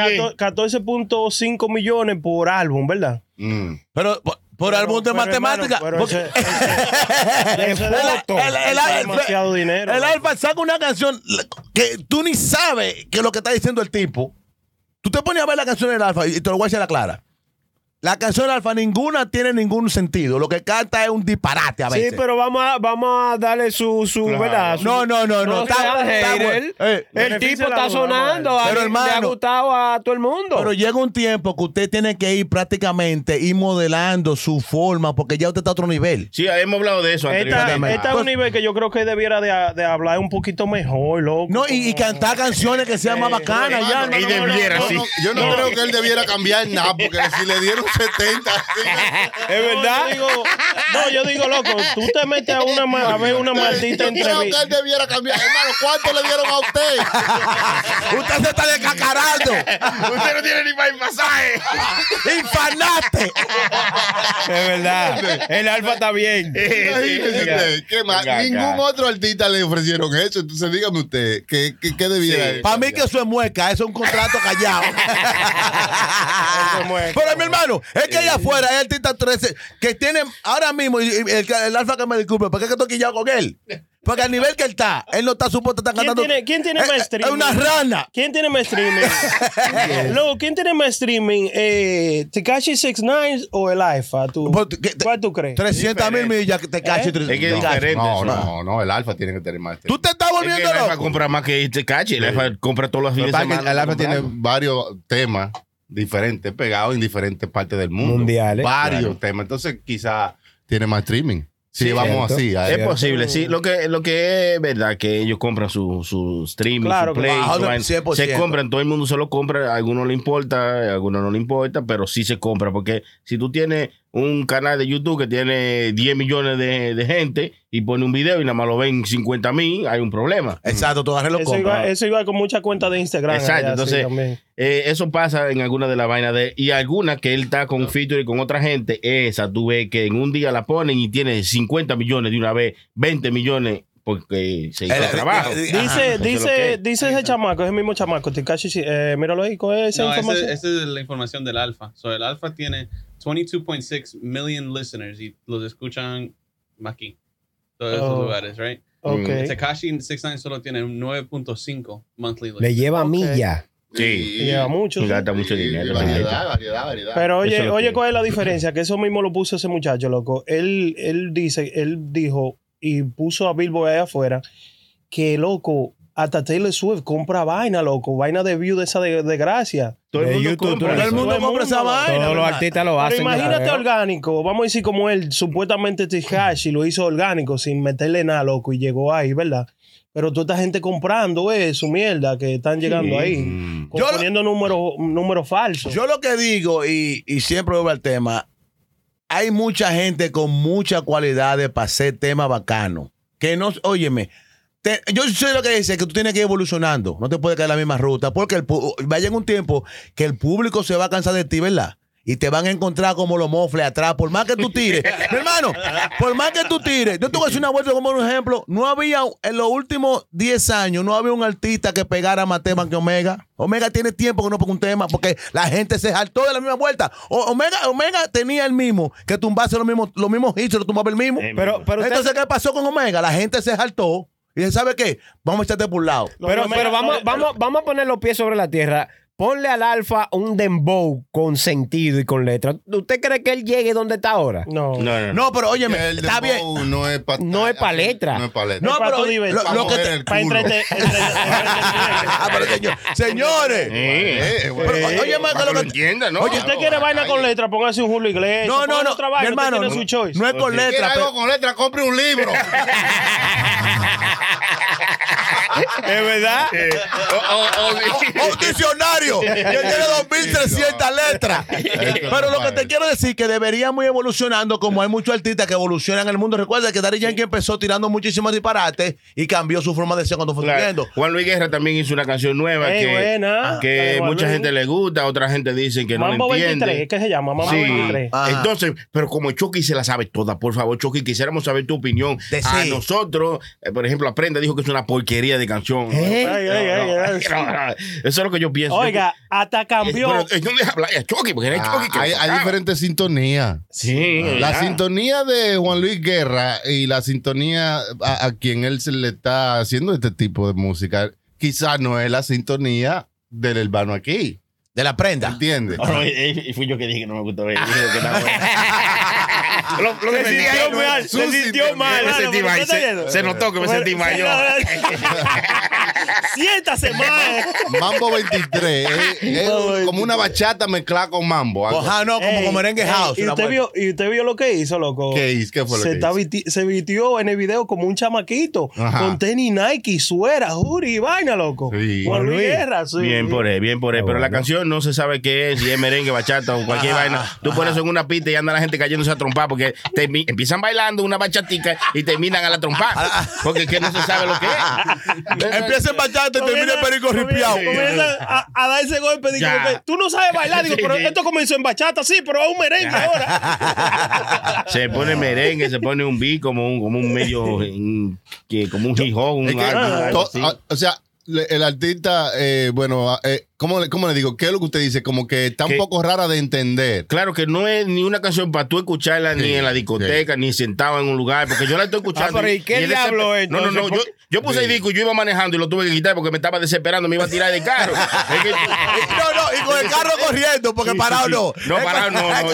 S1: 14.5 millones por álbum, ¿verdad?
S2: Mm.
S5: Pero por, por algún de
S1: Pero, hermano,
S5: matemática.
S1: pero
S5: porque-
S1: ese- ese- ese-
S5: El- el- el-
S1: ese es
S5: el-
S1: demasiado dinero.
S5: El Alfa saca una canción que tú ni sabes que lo que está diciendo el tipo. Tú te pones a ver la canción del Alfa y te lo voy a decir a la clara. La canción del Alfa ninguna tiene ningún sentido. Lo que canta es un disparate a veces.
S4: Sí, pero vamos a, vamos a darle su, su ¿verdad? Su-
S5: No, no, no, no.
S4: No sea
S5: está- está
S4: hater.
S5: bueno. Eh,
S4: El
S1: Beneficia
S4: tipo
S1: la
S4: está
S1: duda, vamos a ver.
S4: sonando, a-
S5: Pero,
S4: le ha
S5: hermano,
S4: gustado a todo el mundo.
S5: Pero llega un tiempo que usted tiene que ir prácticamente ir modelando su forma porque ya usted está a otro nivel.
S3: Sí, hemos hablado de eso
S1: Esta,
S3: anteriormente.
S1: esta es un nivel que yo creo que debiera de, de hablar un poquito mejor, loco.
S5: No, y, y
S1: Como-
S5: cantar canciones que sean más bacanas ya.
S2: Hermano,
S3: y
S2: no, no,
S3: debiera,
S2: no,
S3: sí.
S2: no, yo no,
S3: No.
S2: creo que él debiera cambiar nada, porque si le dieron 70, así,
S1: Es verdad. No yo, digo, no, yo digo, loco, tú te metes a, una, ma- a ver una
S2: yo
S1: maldita
S2: creo que
S1: entrevista.
S2: él debiera cambiar. Hermano, ¿cuánto le dieron a usted?
S5: Usted se está descacarando.
S3: Usted no tiene ni para el pasaje.
S5: ¡Infanate!
S4: Es verdad. El alfa está bien.
S2: Imagínese usted, ¿qué más?
S3: Venga acá.
S2: Ningún otro artista le ofrecieron eso. Entonces, dígame usted, ¿qué, qué, qué debiera?
S3: Sí.
S2: él
S5: Para mí que
S2: cambiar?
S5: eso es mueca, eso es un contrato callado.
S1: es mueca.
S5: Pero mi hermano, es que allá afuera hay artistas 13 que tienen ahora mismo, y- y el, que- el alfa que me disculpe, ¿por qué es que estoy quillado con él? Porque al nivel que él está, él no está supuesto estar
S1: ¿Quién
S5: cantando.
S1: tiene, quién tiene
S5: Eh,
S1: más
S5: eh,
S1: streaming?
S5: Es una rana.
S1: ¿Quién tiene más streaming? Luego, ¿quién tiene más streaming? Eh, ¿Tekashi 69 o el Alfa? ¿Tú,
S5: Pues, ¿qué- te-
S1: ¿Cuál tú crees? ¿Eh?
S5: 300 mil millas que te cacho. y te-
S3: Es que es
S5: te cacho.
S3: diferente.
S2: No,
S3: eso.
S2: no, no, el alfa tiene que tener más.
S5: Tú te estás
S3: Es que
S5: volviendo
S3: el Alfa
S5: loco.
S3: compra más que este cache. El Alfa compra todos los
S2: Lo
S3: fines
S2: que pasa
S3: de
S2: es
S3: semana.
S2: que el alfa
S3: comprando.
S2: tiene varios temas diferentes pegados en diferentes partes del mundo.
S4: Mundiales.
S2: Varios
S3: Claro.
S2: temas. Entonces, quizá tiene más streaming. Si
S3: Sí,
S2: vamos
S4: cierto.
S2: así. a-
S3: Es posible, sí. Lo que, lo que es verdad que ellos compran su, su streaming,
S1: Claro
S3: su
S1: que-
S3: play,
S5: Ah,
S3: su vaina.
S5: 100%.
S3: se compran, todo el mundo se lo compra, a algunos le importa, a algunos no le importa, pero sí se compra, porque si tú tienes un canal de YouTube que tiene 10 millones de, de gente y pone un video y nada más lo ven 50 mil, hay un problema.
S5: Exacto, tú agarras y lo
S1: Eso iba,
S5: compras.
S1: eso iba con muchas cuentas de Instagram.
S3: Exacto,
S1: allá, sí,
S3: entonces-
S1: también.
S3: Eh, eso pasa en algunas de las vainas de y algunas que él está con feature y con otra gente, esa tú ves que en un día la ponen y tiene 50 millones de una vez, 20 millones porque se hizo
S5: El-
S3: trabajo.
S5: el- el-
S3: Ajá,
S1: dice,
S3: entonces lo que
S1: dice,
S3: es.
S1: dice ese chamaco, ese mismo chamaco, Tekashi, Shi- eh, míralo ahí con esa
S8: No, esa
S1: información.
S8: esa es la información del Alfa. So, el Alfa tiene 22.6 million listeners y los escuchan aquí. Todos esos
S1: Oh.
S8: lugares, right?
S1: Ok.
S8: Takashi 69 solo tiene 9.5 monthly
S4: Le
S8: listeners.
S4: lleva
S1: Ok.
S4: milla.
S3: Sí.
S2: Y-
S1: Lleva mucho,
S3: Me
S1: sí.
S3: gasta mucho
S2: y-
S3: dinero. esa gente.
S2: Variedad, variedad, variedad.
S1: Pero
S3: Eso es
S1: oye,
S3: lo
S1: oye,
S3: que-
S1: ¿cuál es la diferencia? Que eso mismo lo puso ese muchacho, loco. Él, él dice, él dijo y puso a Billboard ahí afuera que, loco, hasta Taylor Swift compra vaina, loco, vaina de view de esa de, de gracia.
S3: Todo el
S4: De
S3: mundo
S4: YouTube,
S3: compra
S4: todo
S1: Todo
S5: el
S3: eso.
S5: mundo compra esa
S1: loco.
S5: vaina.
S4: Todos los
S5: ¿verdad?
S4: artistas lo
S1: Pero
S4: hacen.
S1: imagínate
S4: ya.
S1: orgánico, vamos a decir como él, supuestamente Tekashi lo hizo orgánico sin meterle nada, loco, y llegó ahí, ¿verdad? Pero toda esta gente comprando eh, su mierda que están llegando ahí,
S3: Mm.
S5: Yo lo-
S1: poniendo números números falsos.
S5: Yo lo que digo, y, y siempre vuelvo al tema, hay mucha gente con muchas cualidades para hacer temas bacanos. Que no, óyeme, te- yo sé lo que dice, que tú tienes que ir evolucionando, no te puedes caer en la misma ruta, porque el, pu- vaya en un tiempo que el público se va a cansar de ti, ¿verdad? Y te van a encontrar como los mofles atrás, por más que tú tires. Mi hermano, por más que tú tires. Yo te voy a decir una vuelta como un ejemplo. No había, en los últimos 10 años, no había un artista que pegara más temas que Omega. Omega tiene tiempo que no ponga un tema porque la gente se saltó de la misma vuelta. O- Omega, Omega tenía el mismo, que tumbase los mismos, los mismos hits, lo tumbaba el mismo.
S3: Eh,
S4: Pero, pero, usted-
S5: Entonces, ¿qué pasó con Omega? La gente se saltó y dice, ¿sabe qué? Vamos a echarte por un lado.
S1: Lo
S4: pero,
S1: de Omega-
S4: pero vamos,
S1: lo de-
S4: vamos, vamos a poner los pies sobre la tierra. Ponle al alfa un dembow con sentido y con letra. ¿Usted cree que él llegue donde está ahora?
S1: no.
S3: no, no, no.
S5: No, pero óyeme,
S2: Que el
S5: está bien.
S2: dembow No es para
S4: No es pa' letra.
S2: No es para letra.
S5: No,
S1: para
S5: pero
S1: tu diversión.
S5: lo- lo que te-
S2: el
S1: Para
S2: culo.
S1: entrete- entrete-
S5: Ah, pero señor- señores.
S3: Eh,
S2: Eh, bueno,
S5: Pero,
S2: eh,
S5: oye, más que
S2: para
S5: lo que-
S2: entienda, ¿no?
S1: Oye, usted
S2: Claro,
S1: quiere
S2: la
S1: vaina con
S2: calle.
S1: letra, póngase un Julio Iglesias.
S5: No, no, no.
S1: Trabajo,
S5: Mi hermano,
S1: tiene
S5: no,
S1: su choice.
S5: no es con
S2: Pues Si quiere
S5: letra.
S2: algo
S5: pero-
S2: con letra, compre un libro.
S4: Es verdad.
S5: O- un diccionario que tiene 2300 letras. Pero lo que te quiero decir que deberíamos ir evolucionando como hay muchos artistas que evolucionan en el mundo. Recuerda que Daddy Yankee empezó tirando muchísimos disparates y cambió su forma de ser cuando fue
S3: Claro.
S5: subiendo.
S3: Juan Luis Guerra también hizo una canción nueva
S1: Ey,
S3: que,
S1: buena.
S3: que
S1: Ay, Juan
S3: mucha
S1: Luis.
S3: gente le gusta, otra gente dice que
S1: Mambo
S3: no le
S1: 23,
S3: entiende.
S1: ¿qué se llama? Mambo
S3: Sí.
S1: 23.
S5: Ajá.
S3: Entonces, pero como Chucky se la sabe toda, por favor, Chucky, quisiéramos saber tu opinión.
S5: De
S3: a
S5: sí.
S3: nosotros, eh, por ejemplo, Aprenda dijo que es una porquería de canción.
S1: Ay,
S4: ¿Eh?
S1: ay,
S3: No,
S1: ay,
S3: no,
S1: ay.
S3: no, no, Eso es lo que yo pienso.
S1: Oiga, hasta
S3: Yo-
S1: cambió.
S3: Pero, eh, no deja hablar a Chucky, porque era
S2: Ah,
S3: Chucky que
S2: hay,
S3: lo
S2: hay
S3: sacaba.
S2: diferentes sintonías.
S3: Sí,
S5: Ah.
S2: La
S3: ya.
S2: sintonía de Juan Luis Guerra y la sintonía a, a quien él se le está haciendo este tipo de música, quizás no es la sintonía del hermano aquí.
S5: De la prenda.
S2: ¿Entiendes?
S3: No, no, eh, eh, fui yo que dije que no me gustó. eh, dije que estaba bueno. Lo- lo que sentí ahí, no,
S2: mal, se sintió
S3: me
S2: mal.
S3: sentí mal, se, se notó que me sentí mal yo.
S1: Siéntase más.
S2: Mambo 23 es, es como una bachata mezclada con mambo. algo
S5: Ojalá no, como
S1: Ey,
S5: con merengue
S1: ey,
S5: house.
S1: Y
S5: una
S1: usted,
S5: vuelta.
S1: vio, y usted vio lo que hizo, loco.
S2: ¿Qué hizo? ¿Qué fue lo
S1: se,
S2: que
S1: está
S2: hizo?
S1: viti- se vistió en el video como un chamaquito.
S2: Ajá.
S1: Con tenis Nike, suera, juri y vaina, loco.
S2: Sí.
S1: Juan Luis
S4: Luis.
S1: Guerra, sí.
S3: Bien por él, bien por
S5: Ah,
S3: él.
S4: Qué
S3: Pero la
S4: bueno.
S3: canción no se sabe qué es, si es merengue, bachata o cualquier vaina.
S5: ah,
S3: Tú pones eso en una pista y anda la gente cayéndose a trompar porque termi- empiezan bailando una bachatica y terminan a la trompar. Porque es que no se sabe lo que es.
S5: Ah, Empieza en bachata y termina en perico ripiado.
S1: Comienza a, a dar ese golpe. digo,
S3: Ya.
S1: golpe. Tú no sabes bailar. Digo,
S3: Sí,
S1: pero
S3: sí.
S1: esto comenzó en bachata, sí, pero es un merengue ahora.
S3: Se pone merengue, se pone un beat como un, como un medio, un- que, como un hip hop, un
S2: Es que ah,
S3: algo, algo
S2: to-
S3: así.
S2: a- o sea, le- el artista, eh, bueno, a- eh, ¿cómo, le- ¿cómo le digo? ¿Qué es lo que usted dice? Como que está
S3: Que-
S2: un poco rara de entender.
S3: Claro que no es ni una canción para tú escucharla
S2: Sí,
S3: ni en la discoteca, ni sentado en un lugar, porque yo la estoy escuchando.
S4: Ah, pero ¿y qué
S3: en ese-
S4: diablo es,
S3: No, no, no.
S4: entonces?
S3: Yo, yo puse el disco y yo iba manejando y lo tuve que quitar porque me estaba desesperando, me iba a tirar de carro. Es que-
S5: No, no, y con el carro corriendo, porque
S3: Sí, sí,
S5: parado
S3: sí.
S5: no.
S3: No, parado no. no.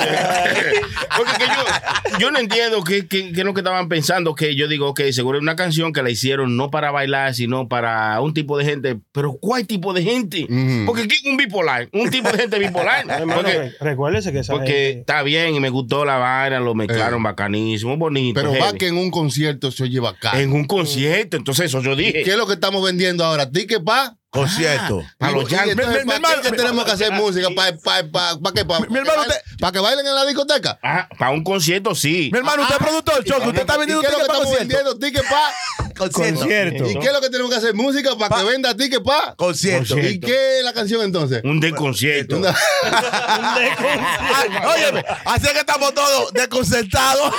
S3: Porque que yo, yo no entiendo qué, qué- qué es lo que estaban pensando. Que yo digo, ok, seguro es una canción que la hicieron no para bailar, sino para un tipo de gente. Pero ¿cuál tipo de gente?
S2: Ujú.
S3: Porque aquí un bipolar, un tipo de gente bipolar.
S1: Hermano,
S3: Porque,
S1: re- recuérdese que esa
S3: porque
S1: gente-
S3: está bien y me gustó la vaina, lo mezclaron
S2: Eh.
S3: bacanísimo, bonito.
S2: Pero va
S3: heavy.
S2: que en un concierto se oye bacán.
S3: en un concierto, entonces eso yo
S2: ¿Qué
S3: dije.
S2: es lo que estamos vendiendo ahora? ¿Ticket pa?
S5: Concierto.
S3: A
S2: Y-
S3: los
S2: y
S3: Yankees.
S2: entonces,
S5: Mi- mi- mi
S2: ¿Para
S5: hermano-
S2: qué que
S5: mi-
S2: tenemos que hacer música? ¿Para qué? ¿Para
S5: Mi hermano, usted-
S2: que bailen en la discoteca?
S3: para un concierto sí. Ah,
S5: Mi hermano, usted es productor, Choco. Usted está
S2: Ah, ¿Y qué es
S5: vendiendo
S2: lo que
S5: tickets para
S2: estamos
S5: concierto.
S2: vendiendo? ¿Ticket pa?
S5: Concierto.
S4: Concierto.
S2: ¿Y qué es lo que tenemos que hacer? ¿Música para
S5: Pa-
S2: que venda ticket pa?
S5: Concierto.
S2: ¿Y qué es la canción entonces?
S3: Un desconcierto.
S2: Una-
S5: Ay, Óyeme, así es que estamos todos desconcertados.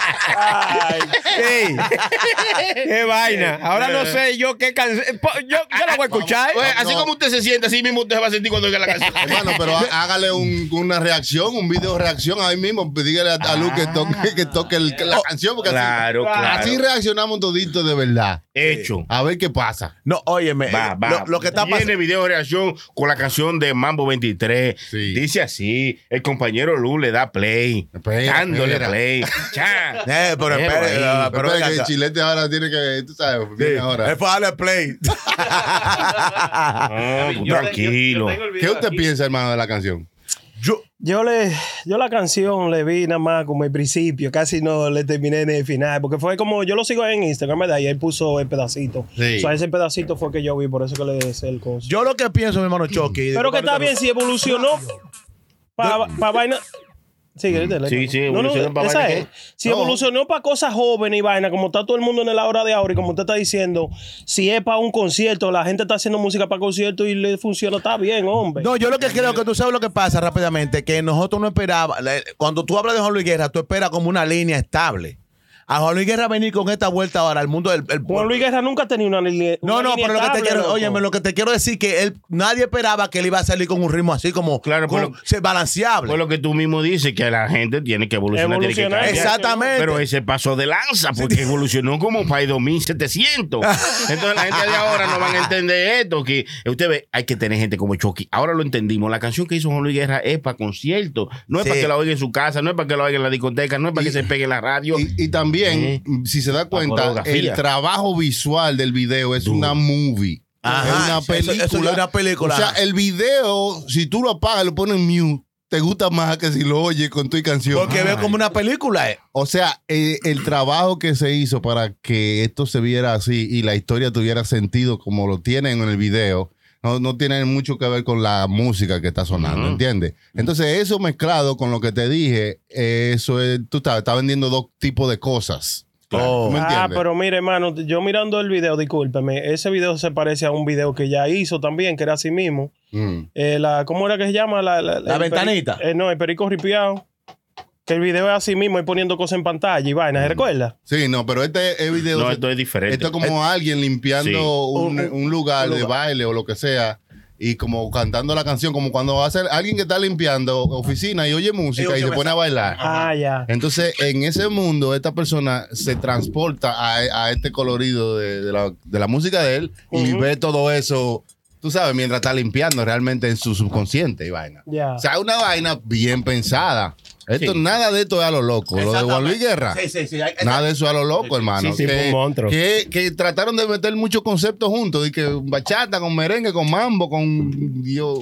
S4: Ey, ¡Qué vaina! Ahora no sé yo qué canción. Yo, yo la voy a escuchar.
S3: Eh. Oye, así como usted se siente, así mismo usted se va a sentir cuando oiga la canción.
S2: Hermano, pero há- hágale un- una reacción, un video reacción ahí mismo. Dígale a, a Lu que toque, que toque el- la canción, porque así-
S3: Ah. claro, claro.
S2: así, reaccionamos todito de verdad.
S3: Hecho.
S2: A ver qué pasa.
S5: No, óyeme.
S3: Va,
S5: eh,
S3: va.
S5: Lo, lo que está pasando.
S3: Tiene video de reacción con la canción de Mambo 23.
S2: Sí.
S3: Dice así: el compañero Lu le da play.
S2: Espera,
S3: dándole
S2: espera.
S3: play. Chan.
S5: Eh, pero
S3: Eh,
S5: espere,
S3: ahí.
S5: ah,
S2: Pero
S5: pero venga
S2: que el
S5: acá.
S2: chilete ahora tiene que, tú sabes, viene
S5: Sí,
S2: ahora. Ah,
S5: Es para darle play.
S3: No, tú
S8: Yo te-
S3: tranquilo.
S8: yo- yo tengo el video
S2: ¿Qué usted
S8: aquí.
S2: piensa, hermano, de la canción?
S5: Yo,
S1: Yo le, yo la canción le vi nada más como el principio, casi no le terminé en el final, porque fue como, yo lo sigo en Instagram, ¿verdad? Y él puso el pedacito.
S2: Sí.
S1: O sea, ese pedacito fue que yo vi, por eso que le deseo el coso.
S5: yo lo que pienso, mi hermano Chucky.
S1: Pero que está bien, si evolucionó para vaina. Sí, que dale.
S3: Sí, sí,
S1: No, no,
S3: evolucionó pa'
S1: esa
S3: vaina
S1: es.
S3: que-
S1: Si
S2: No.
S1: evolucionó para cosas jóvenes y vaina, como está todo el mundo en la hora de ahora y como usted está diciendo, si es para un concierto, la gente está haciendo música para conciertos y le funciona, está bien, hombre.
S5: No, yo lo que creo que tú sabes lo que pasa rápidamente, que nosotros no esperábamos, la- cuando tú hablas de Juan Luis Guerra, tú esperas como una línea estable. A Juan Luis Guerra venir con esta vuelta ahora al mundo del... el-
S1: Juan Luis Guerra nunca ha tenido una línea.
S5: no,
S1: una
S5: no,
S1: línea
S5: pero lo que te
S1: estable,
S5: quiero,
S1: loco.
S5: óyeme, lo que te quiero decir que él, nadie esperaba que él iba a salir con un ritmo así como
S3: Claro,
S5: con-
S3: pero-
S5: se- balanceable.
S3: Fue lo que tú mismo dices, que la gente tiene que evolucionar. tiene que
S1: Evolucionar.
S3: cambiar.
S5: Exactamente.
S3: Pero ese pasó de lanza, porque evolucionó como para el 2700. Entonces la gente de ahora no van a entender esto. Que usted ve, hay que tener gente como Chucky. Ahora lo entendimos. La canción que hizo Juan Luis Guerra es para conciertos. No es
S5: Sí.
S3: para que la oiga en su casa, no es para que la oiga en la discoteca, no es para que se pegue en la radio. Eh.
S2: Y, y
S5: Eh.
S2: también, si se da cuenta,
S3: coreografía.
S2: el trabajo visual del video es una movie.
S5: Ajá,
S2: es una
S5: eso- eso
S2: película.
S5: es una película.
S2: O sea, el video, si tú lo apagas, lo pones en mute, te gusta más que si lo oyes con tu canción.
S5: Porque veo como una película. eh.
S2: O sea, eh, el trabajo que se hizo para que esto se viera así y la historia tuviera sentido como lo tienen en el video, no, no tiene mucho que ver con la música que está sonando,
S3: Ujú.
S2: ¿entiendes? Entonces, eso mezclado con lo que te dije, eh, eso es, tú sabes, está vendiendo dos tipos de cosas. ¿Tú me entiendes?
S1: Ah, pero mire, hermano, yo mirando el video, discúlpeme, ese video se parece a un video que ya hizo también, que era así mismo.
S2: Mm.
S1: Eh, la, ¿Cómo era que se llama? La, la-
S5: La
S1: el peri-
S5: ventanita.
S1: eh, no, el perico ripiado. Que el video es así mismo, y poniendo cosas en pantalla y vaina, ¿se recuerda?
S2: Mm. Sí, no, pero este es video.
S3: No,
S2: esto,
S3: esto es diferente.
S2: es como alguien limpiando
S3: Sí.
S2: un,
S5: Un-
S2: un lugar de baile o lo que sea. Y como cantando la canción, como cuando va a ser alguien que está limpiando oficina y oye música y
S5: oye
S2: se pone a bailar.
S1: Ah, ya.
S2: Entonces, en ese mundo, esta persona se transporta a, a este colorido de, de la, de la música de él y ve todo eso, tú sabes, mientras está limpiando realmente en su subconsciente y vaina.
S1: Ya.
S2: O sea, una vaina bien pensada. Esto,
S3: Sí.
S2: Nada de esto es a lo loco. Lo de Juan Luis Guerra.
S5: Sí, sí, sí. hay-
S2: Nada de eso a lo loco, hermano.
S4: Sí, sí, fue un monstruo.
S2: Que, que trataron de meter muchos conceptos juntos. Y que bachata con merengue, con mambo, con Dios.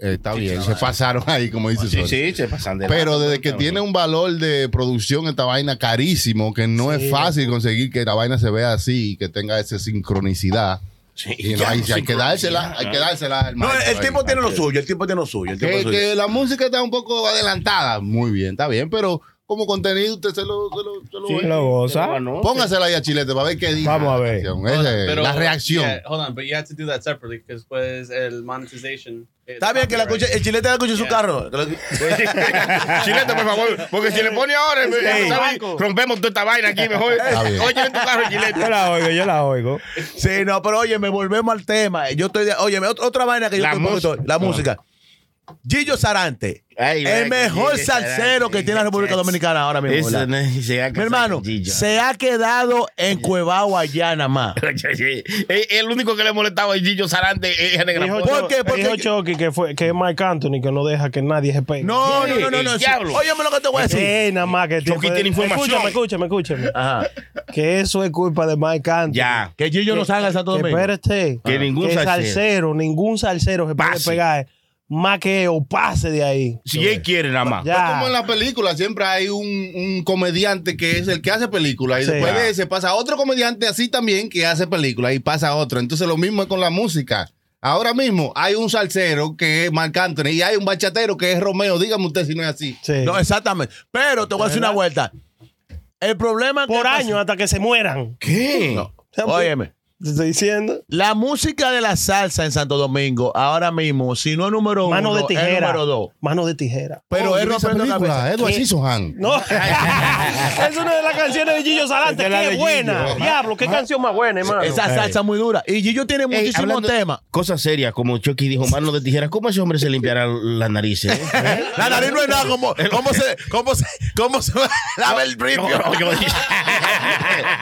S2: Eh, está bien, se pasaron ahí, como dice
S3: Sí,
S2: Sol.
S3: sí, se pasan de
S2: Pero
S3: lanza.
S2: desde que tiene un valor de producción esta vaina carísimo, que no es fácil conseguir que la vaina se vea así y que tenga esa sincronicidad.
S3: Sí,
S2: Y no,
S3: ya,
S2: hay,
S3: sí,
S2: hay que dársela, hay que dársela al
S5: No, el,
S2: maestro
S5: el
S2: ahí.
S5: tipo tiene lo suyo, el tipo tiene lo suyo. El tipo
S2: Que,
S5: tiene lo suyo.
S2: que la música está un poco adelantada. Muy bien, está bien, pero como contenido usted se lo... Se lo, se lo-
S3: Sí,
S4: Lo goza.
S3: pero no,
S2: Póngasela ahí a Chilete para ver qué dice.
S4: Vamos a
S2: la
S4: ver.
S2: canción.
S8: Hold
S2: Esa
S8: on,
S2: es
S8: pero-
S2: la reacción.
S5: eh,
S8: yeah, hold on, but you have to do that separately because pues el monetization. eh,
S5: Está bien que la
S8: copyright.
S5: escuche, el chilete la escuche en su
S8: Yeah.
S5: carro.
S3: Chilete, por favor, porque si le pone ahora, ¿sabes? rompemos toda esta vaina aquí mejor.
S2: bien.
S3: Oye, en tu carro, Chilete.
S4: Yo la oigo, yo la oigo.
S5: Sí, no, pero oye, me volvemos al tema. Yo estoy, de- óyeme, ot- otra vaina que yo
S3: La
S5: estoy un poquito-
S3: música.
S5: la música. Gillo Sarante,
S3: Ay,
S5: el
S3: vea,
S5: mejor
S3: Gillo
S5: salsero
S3: Sarante.
S5: que tiene la República Dominicana ahora mismo.
S3: Eso
S5: ¿verdad?
S3: no es- se ha
S5: Mi hermano,
S3: Gillo.
S5: se ha quedado encuevado allá nada más.
S3: Oye, sí. Eh, El único que le molestaba a Gillo Sarante es a Negra
S1: Dijo,
S3: Pola.
S5: ¿Por qué?
S1: Cho-
S5: Porque-
S1: dijo Chucky que, fue, que es Mike Anthony, que no deja que nadie se pegue.
S5: No,
S3: Sí,
S5: no, no, no,
S3: el
S5: no. sí.
S3: diablo.
S5: Óyeme lo que te voy a decir.
S1: Sí, nada más que
S3: Chucky tiene información.
S1: Escúchame, escúchame, escúchame.
S5: Ajá.
S1: que eso es culpa de Mike Anthony.
S3: Ya.
S5: Que Gillo no salga de Santo
S1: Que
S5: Domingo.
S1: espérate. Ah.
S3: Que ningún
S1: que
S3: salsero.
S1: Ningún salsero se puede
S3: Pase.
S1: pegar más que o pase de ahí.
S3: Si él quiere nada más.
S2: Es Pues como en
S1: Ya.
S2: la película, siempre hay un, un comediante que es el que hace películas y
S1: Sí.
S2: después
S1: Ah.
S2: de ese pasa otro comediante así también que hace películas y pasa otro. Entonces lo mismo es con la música. Ahora mismo hay un salsero que es Marc Anthony y hay un bachatero que es Romeo. Dígame usted si no es así.
S1: Sí.
S5: No, exactamente. Pero te voy a hacer una vuelta. El problema
S1: Por años
S5: año
S1: hasta que se mueran.
S3: ¿Qué?
S5: Óyeme.
S1: Te estoy diciendo.
S5: La música de la salsa en Santo Domingo, ahora mismo, si no es número uno,
S1: Mano de
S5: es
S1: tijera.
S5: número dos.
S1: Mano Ah, de tijera.
S5: Pero
S2: Oh,
S5: es
S2: yo vi esa
S5: rompiendo
S2: película,
S5: cabeza. Eh,
S2: Edward Scissorhands.
S1: No. es una de las canciones de Gillo Salante.
S3: Es la de
S1: Qué
S3: Gillo.
S1: buena. Diablo, qué canción más buena, hermano.
S5: Esa salsa muy dura. Y Gillo
S2: Eh,
S5: tiene
S3: Ey,
S5: muchísimos
S3: hablando-
S5: temas.
S3: Cosas serias, como Chucky dijo, mano de tijera. ¿Cómo ese hombre se limpiará las narices? eh?
S5: La nariz no es nada como cómo se cómo se cómo se lava el
S3: No,
S5: ripio.
S3: no, yo dije-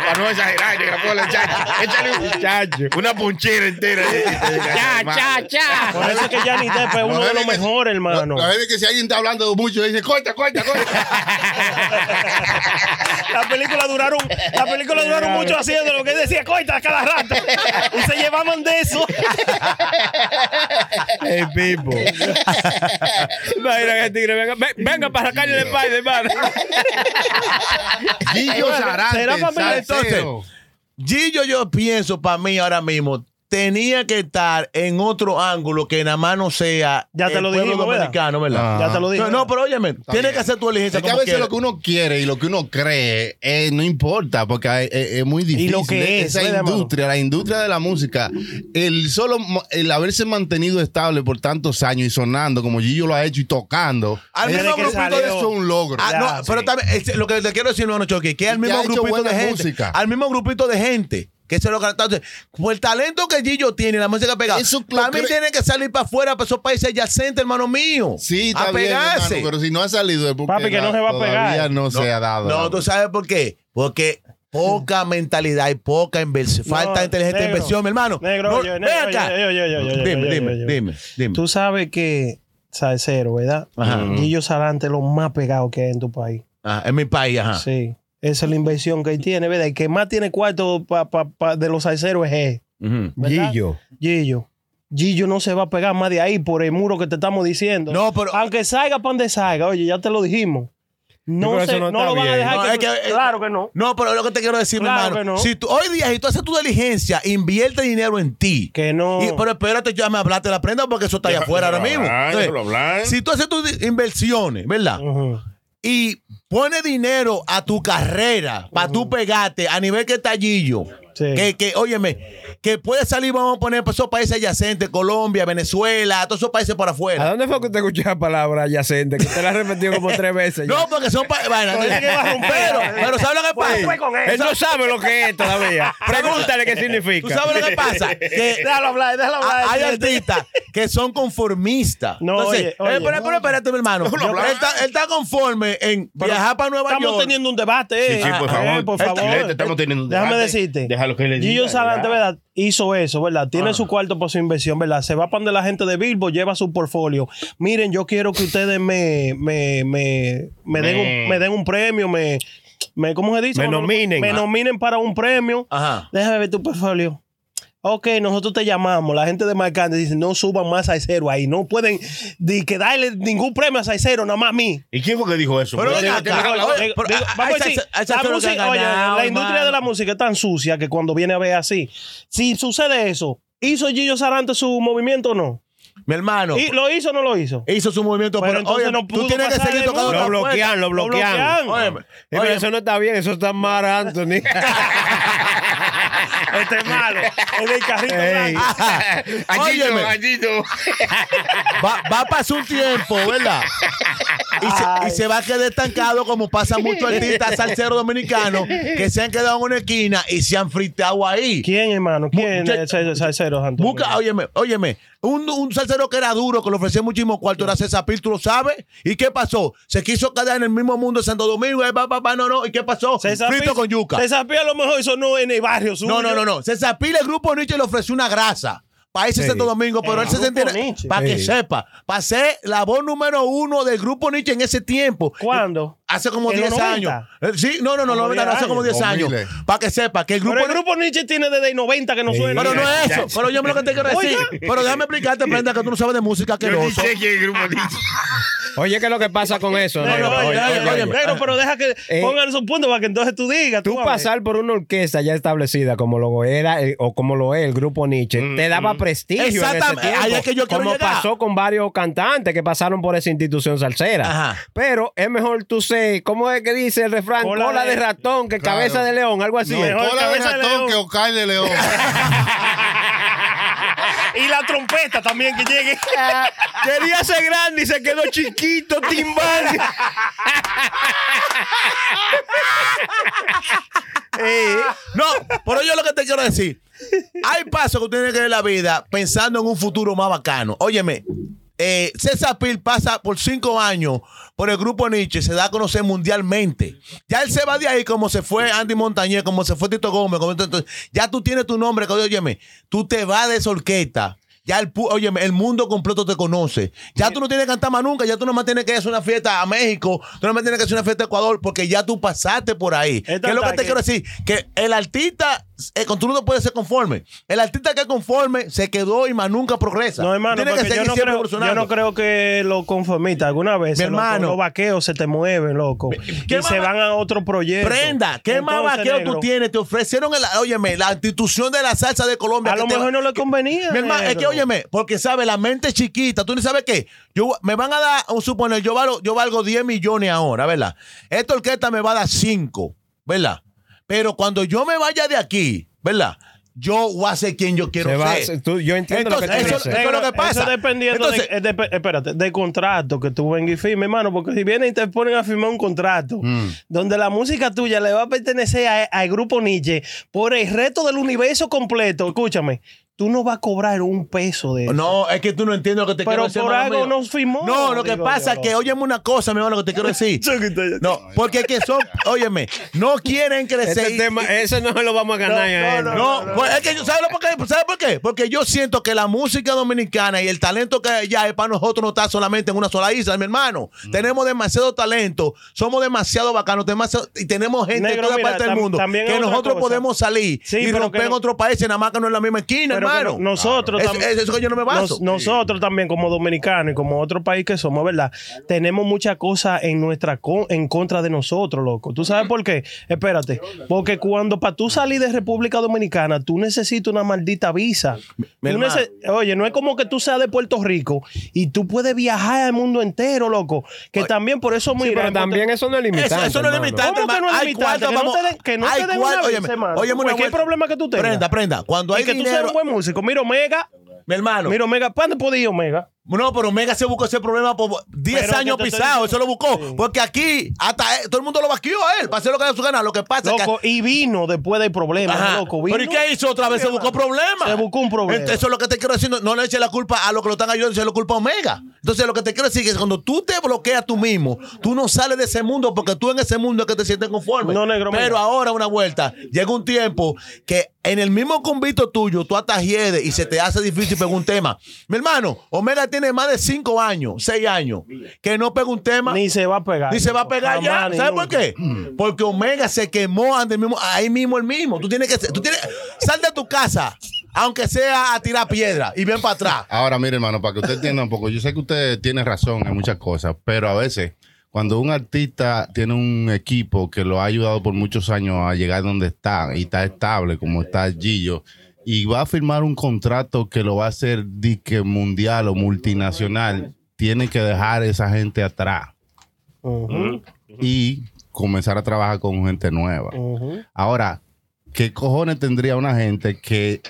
S3: Para no exagerar, yo la puedo echar- échale un Una punchera entera. eh.
S4: Ah, Cha, cha, cha.
S1: Por eso es que Johnny Depp es pues, uno de los mejores, hermano.
S2: La verdad es que si alguien está hablando mucho, dice, corta, corta, corta.
S1: La película duraron, la película duraron mucho haciendo lo que él decía coita cada rato. Y se llevaban de eso.
S4: El pipo. Imagina que el tigre venga, ve- venga para sacarle el espalda, hermano.
S2: Gillo
S1: será
S2: Sarante,
S1: familia,
S2: salsero.
S5: Gillo, yo pienso para mí ahora mismo tenía que estar en otro ángulo que nada más no sea
S1: Ya te
S5: el
S1: lo
S5: pueblo
S1: dijimos, ¿verdad?
S5: dominicano, ¿verdad?
S1: Ya te lo dije.
S5: No, no, pero óyeme, tienes
S2: Ah. bien.
S5: que hacer tu elegencia
S2: Es que a
S5: como
S2: veces
S5: quieras.
S2: lo que uno quiere y lo que uno cree eh, no importa, porque hay- eh, es, es muy difícil. eh,
S1: lo que es,
S2: Esa
S1: ¿verdad, hermano?
S2: industria, la industria de la música, el solo mo- el haberse mantenido estable por tantos años y sonando como Gillo lo ha hecho y tocando,
S5: Al
S2: es-
S5: mismo
S1: que
S5: grupito
S1: salió.
S5: de
S2: eso es un logro.
S5: Ah,
S1: Ya,
S5: no,
S1: sí.
S5: pero también este, lo que te quiero decir, hermano Choque, que al
S2: Y que
S5: mismo
S2: ha hecho
S5: grupito de
S2: buena
S5: gente,
S2: música.
S5: al mismo grupito de gente, que se lo canta. Entonces, por el talento que Gillo tiene, la música pegada,
S2: Eso lo
S5: para mí
S2: cre-
S5: tiene que salir para afuera, para esos países adyacentes, hermano mío.
S2: Sí,
S5: a
S2: está bien,
S5: pegarse.
S2: hermano, pero si no ha salido es porque
S1: Papi, que no
S2: la-
S1: se va a
S2: todavía
S1: pegar.
S2: no, se ha dado.
S5: no, tú sabes por qué. Porque poca mentalidad y poca inversión.
S1: No,
S5: Falta de inteligente
S1: negro.
S5: inversión, mi hermano.
S1: Negro,
S5: No,
S1: oye,
S5: ven
S1: negro,
S5: acá.
S1: oye, oye, oye, oye, oye,
S5: Dime,
S1: oye,
S5: dime,
S1: oye.
S5: dime, dime.
S1: Tú sabes que salsero, ¿verdad?
S5: Ajá.
S1: Gillo Sarante es lo más pegado que hay en tu país.
S5: Ah, en mi país, ajá.
S1: Sí. Esa es la inversión que él tiene, ¿verdad? El que más tiene cuarto pa- pa- pa- de los salseros es él.
S5: Ujú.
S1: ¿verdad?
S4: Gillo.
S1: Gillo. Gillo no se va a pegar más de ahí por el muro que te estamos diciendo.
S5: No, pero
S1: Aunque salga pan de salga, oye, ya te lo dijimos.
S4: Sí,
S1: No,
S4: pero
S1: se-
S4: eso no
S1: no,
S4: está
S1: lo van a
S4: bien.
S1: dejar
S5: No,
S1: que,
S5: es que- eh,
S1: Claro que no.
S5: No, pero es lo que te quiero decir,
S1: Claro
S5: hermano.
S1: que no.
S5: Si tú, hoy día, si tú haces tu diligencia, invierte dinero en ti.
S1: Que no.
S5: Y- pero espérate, ya me hablaste de la prenda porque eso está allá afuera ahora mismo. Entonces, si tú haces tus di- inversiones, ¿verdad?
S1: Ujú.
S5: Y pones dinero a tu carrera para tú pegarte a nivel que tallillo.
S1: Sí.
S5: Que, que, óyeme, que puede salir, vamos a poner, para esos países adyacentes, Colombia, Venezuela, todos esos países por
S4: ¿A
S5: afuera.
S4: dónde fue que usted escuchó la palabra yacente? Que usted la repetió como tres veces. ya.
S5: No, porque son países.
S1: Oye, que va a romper.
S5: pero, pero, ¿sabes lo que pasa?
S1: fue con
S4: Él no sabe lo que es todavía. Pregúntale qué significa.
S5: ¿Tú sabes lo que pasa? Que
S1: Déjalo hablar, déjalo hablar.
S5: Ah, Hay artistas que son conformistas.
S1: No,
S5: Entonces,
S1: oye, oye.
S5: eh, pero, pero espérate, mi hermano. él, está, él está conforme en viajar para Nueva
S1: Estamos
S5: York.
S1: teniendo un debate, eh.
S3: Sí, sí, por
S1: Ah,
S3: favor.
S1: eh, por
S3: Esta-
S1: favor.
S3: gente, estamos teniendo un
S1: Déjame
S3: debate.
S1: decirte.
S3: Déjalo que le diga,
S1: Gillo Sarante,
S3: ya.
S1: ¿verdad? Hizo eso, ¿verdad?
S3: Ah.
S1: Tiene su cuarto para su inversión, ¿verdad? Se va para donde la gente de Bilbo, lleva su portfolio. Miren, yo quiero que ustedes me, me, me, me den, un,
S3: Me-
S1: me den un premio, me, me, ¿cómo se dice?
S4: Me nominen.
S1: Me
S4: Ah.
S1: nominen para un premio.
S5: Ajá.
S1: Déjame ver tu portfolio. Ok, nosotros te llamamos. La gente de Marcante dice, no suban más a cero ahí. No pueden di, que darle ningún premio a Saicero, nada más a mí.
S3: ¿Y quién fue que dijo eso?
S5: Pero
S3: Porque
S5: ven
S1: Digo,
S3: yo-
S5: acá.
S1: digo,
S5: oye,
S1: digo,
S5: pero
S1: digo,
S5: a- a-
S1: vamos a
S5: esa-
S1: decir,
S5: esa
S1: la
S5: es lo que
S1: música-
S5: ha
S1: oye,
S5: ganado,
S1: la industria de la
S5: hermano.
S1: música es tan sucia que cuando viene a ver así, si sucede eso, ¿hizo Gillo Sarante su movimiento o no?
S5: Mi hermano
S1: ¿Y ¿Lo hizo o no lo hizo?
S5: hizo su movimiento,
S1: Pero
S5: pero,
S1: entonces
S5: oye,
S1: no
S5: tú
S1: pudo
S5: tienes que
S1: pasar
S5: seguir
S1: de
S5: tocando
S1: moda.
S5: la
S4: Lo bloquean, lo
S1: Lo
S4: bloquean.
S1: bloquean.
S5: Óyeme,
S4: Sí, pero
S5: óyeme.
S4: eso no está bien, eso está mal, Anthony.
S1: Este es malo. El del carrito
S4: Ey.
S1: blanco.
S3: Allí
S5: Óyeme.
S3: no, allí no.
S5: Va, va a pasar un tiempo, ¿verdad? Y se, y
S1: Ay.
S5: se va a quedar estancado como pasa muchos artistas salseros dominicanos que se han quedado en una esquina y se han fritado ahí.
S1: ¿Quién, hermano? ¿Quién?
S5: Muchacho-
S1: es el Salsero, Antonio?
S5: Busca, óyeme, óyeme, un, un salsero que era duro, que le ofrecía muchísimo cuarto, era César Pil, tú lo sabes. ¿Y qué pasó? Se quiso quedar en el mismo mundo de Santo Domingo, eh, pa, pa, pa, no, no. ¿Y qué pasó?
S1: César
S5: Frito
S1: Pi-
S5: con yuca.
S1: César Pi a lo mejor eso no en el barrio suyo.
S5: no, no, no, no. César Pil, el grupo Nietzsche le ofreció una grasa. Para ese
S4: Sí.
S5: Santo Domingo, pero él
S1: El
S5: se
S1: grupo
S5: sentía.
S1: Nietzsche.
S5: Para que
S4: Sí.
S5: sepa, para ser la voz número uno del grupo Nietzsche en ese tiempo.
S1: ¿Cuándo?
S5: Hace como
S1: ¿En los
S5: 10 años.
S1: 90?
S5: Eh, Sí, no, no, no,
S1: Como
S5: no,
S1: 10
S5: hace como 10 años.
S2: años.
S5: Para que sepa que el grupo.
S1: Pero el grupo Nietzsche tiene desde el 90 que no suena.
S5: Pero no es eso. Pero yo me lo que te quiero decir.
S1: Oiga.
S5: Pero déjame explicarte, Brenda, que tú no sabes de música que
S3: Yo
S5: no.
S3: ni sé quién el grupo dice.
S4: Oye, ¿qué es lo que pasa con eso?
S1: No,
S4: negro?
S1: no,
S4: Oye,
S1: ya,
S4: oye,
S1: ya,
S4: oye.
S1: ya, Pero, pero deja que
S4: Eh,
S1: pongan esos puntos para que entonces tú digas.
S4: Tú
S1: a ver.
S4: pasar por una orquesta ya establecida como lo era el- o como lo es el grupo Nietzsche
S3: Mm,
S4: te daba
S3: mm.
S4: prestigio en ese
S5: Exactamente,
S4: tiempo,
S5: ahí es que yo quiero
S4: como
S5: llegar.
S4: pasó con varios cantantes que pasaron por esa institución salsera.
S5: Ajá.
S4: Pero es mejor tú ser, ¿cómo es que dice el refrán? Cola,
S1: Cola
S4: de,
S1: de-
S4: ratón que
S2: Claro.
S4: cabeza de león, algo así.
S2: No,
S1: mejor
S2: cola de
S1: cabeza de
S2: ratón
S1: león.
S2: que Ocar de León.
S1: Y la trompeta también que llegue.
S4: Ah, Quería ser grande y se quedó chiquito, timbal.
S5: No, pero yo lo que te quiero decir. Hay pasos que tú tienes que ver en la vida pensando en un futuro más bacano. Óyeme, eh, César Pil pasa por cinco años por el grupo Nietzsche, se da a conocer mundialmente. Ya él se va de ahí como se fue Andy Montañez, como se fue Tito Gómez. Como, entonces, ya tú tienes tu nombre. que, Óyeme, tú te vas de esa orquesta. Ya el, pu- óyeme, el mundo completo te conoce. Ya tú no tienes que cantar más nunca. Ya tú nomás tienes que hacer una fiesta a México. Tú nomás tienes que hacer una fiesta a Ecuador porque ya tú pasaste por ahí. ¿Qué
S1: Es
S5: es lo que
S1: verdad
S5: te
S1: que-
S5: quiero decir? Que el artista, eh, con tú no puedes ser conforme. El artista que es conforme se quedó y más nunca progresa.
S1: No, hermano,
S5: Tiene que
S1: porque
S5: seguir
S1: yo no,
S5: siempre
S1: creo,
S5: evolucionando.
S1: yo no creo que los conformistas alguna vez
S5: Mi
S1: loco,
S5: hermano.
S1: los vaqueos se te mueven, loco.
S5: ¿qué
S1: Y
S5: más
S1: se
S5: va-
S1: van a otro proyecto.
S5: Prenda, ¿qué más
S1: Entonces,
S5: vaquero tú
S1: negro,
S5: tienes? Te ofrecieron, el, óyeme, la institución de la salsa de Colombia.
S1: A
S5: que
S1: lo
S5: te va-
S1: mejor no le convenía.
S5: Mi hermano, es que
S1: negro.
S5: óyeme, porque sabe, la mente es chiquita. Tú no sabes qué. Yo, me van a dar, un suponer, yo valgo, yo valgo 10 millones ahora, ¿verdad? Esta orquesta me va a dar 5, ¿verdad? Pero cuando yo me vaya de aquí, ¿verdad? Yo voy a ser quien yo quiero
S4: Se va-
S5: ser.
S4: se- tú- yo entiendo lo que
S5: Entonces,
S4: tú
S5: eso-
S4: dices.
S5: es lo que pasa.
S1: Eso dependiendo
S5: Entonces-
S1: de, es de- espérate, del contrato que tú vengas y firmes, hermano, porque si vienen y te ponen a firmar un contrato donde la música tuya le va a pertenecer a- al grupo Nietzsche por el resto del universo completo, escúchame, tú no vas a cobrar un peso de eso.
S5: No, es que tú no entiendes lo que te
S1: Pero
S5: quiero decir.
S1: por
S5: hermano
S1: algo
S5: mío.
S1: no firmó,
S5: No, lo que
S1: digo
S5: pasa es
S1: yo.
S5: que, óyeme una cosa, mi hermano, lo que te quiero decir. No, porque es que son, óyeme, no quieren crecer.
S4: Ese
S5: y-
S4: Este tema, ese no lo vamos a ganar. ya, eh.
S5: No, pues es que yo, ¿sabes, lo por qué? ¿Sabes por qué? Porque yo siento que la música dominicana y el talento que hay allá es para nosotros no está solamente en una sola isla, mi hermano.
S1: Mm.
S5: Tenemos demasiado talento, somos demasiado bacanos, demasiado- y tenemos gente en
S1: Negro,
S5: toda
S1: mira,
S5: parte del
S1: tam-
S5: mundo
S1: también es
S5: que
S1: otra
S5: nosotros
S1: cosa.
S5: podemos salir
S1: Sí,
S5: y
S1: pero
S5: romper
S1: que
S5: en
S1: no-
S5: otro país, en nada más que no es la misma esquina,
S1: Pero que
S5: hermano.
S1: no- nosotros
S5: Es-
S1: tam-
S5: es- eso que yo no me baso.
S1: nos- nosotros también como dominicanos y como otro país que somos, ¿verdad? Tenemos muchas cosas en nuestra con- en contra de nosotros, loco. ¿Tú sabes por qué? Espérate, porque cuando para tú salir de República Dominicana, tú necesitas una maldita visa.
S5: Mi
S1: Tú
S5: hermano.
S1: nece- Oye, no es como que tú seas de Puerto Rico y tú puedes viajar al mundo entero, loco. Que también por eso
S4: Sí,
S1: mira,
S4: pero
S1: encontré-
S4: también eso no es limitante.
S5: Eso, eso no es
S4: hermano.
S5: limitante.
S1: ¿Cómo que no es
S5: hermano? Hay
S1: limitante?
S5: cuarto,
S1: Que no te
S5: vamos-
S1: den- que no
S5: hay
S1: te den
S5: cuarto,
S1: una
S5: óyeme,
S1: visa, hermano.
S5: óyeme una
S1: Cualquier
S5: vuelta.
S1: problema que tú tengas.
S5: Prenda, prenda. Cuando hay
S1: Y que tú seas
S5: dinero,
S1: un buen músico. Mira, Omega.
S5: mi hermano.
S1: Mira, Omega. pues, ¿Para dónde podía ir Omega?
S5: No, pero Omega se buscó ese problema por 10
S1: Pero
S5: años
S1: que te estoy
S5: pisado.
S1: diciendo-
S5: Eso lo buscó.
S1: Sí.
S5: Porque aquí, hasta él- todo el mundo lo vaqueó a él para hacer lo que le da su gana. Lo que pasa
S1: Loco,
S5: es que.
S1: y vino después del problema,
S5: Ajá.
S1: loco. Vino.
S5: Pero ¿y qué hizo otra vez? Se buscó problemas.
S1: Se buscó un problema.
S5: Entonces, Eso es lo que te quiero decir. No, no le eches la culpa a los que lo están ayudando, se lo culpa a Omega. Entonces, lo que te quiero decir es que cuando tú te bloqueas tú mismo, tú no sales de ese mundo porque tú en ese mundo es que te sientes conforme.
S1: No, negro,
S5: Pero
S1: mira.
S5: ahora, una vuelta, llega un tiempo que en el mismo convito tuyo tú hasta hiedes y se te hace difícil pegar un tema. Mi hermano, Omega tiene más de 5 años, 6 anos, que no pega un tema.
S1: Ni se va a pegar.
S5: Ni se va a pegar ya.
S1: Jamás, Mm. ni
S5: ¿Sabes por
S1: nunca.
S5: qué? Porque Omega se quemó ante el mismo, ahí mismo el mismo. Tú tienes que tú tienes, sal de tu casa, aunque sea a tirar piedra y ven para atrás.
S2: Ahora, mire, hermano, para que usted entienda un poco, yo sé que usted tiene razón en muchas cosas, pero a veces, cuando un artista tiene un equipo que lo ha ayudado por muchos años a llegar donde está y está estable, como está Gillo, y va a firmar un contrato que lo va a hacer dique mundial o multinacional, tiene que dejar esa gente atrás
S1: Ujú,
S2: y comenzar a trabajar con gente nueva.
S1: ujú.
S2: Ahora, ¿qué cojones tendría una gente que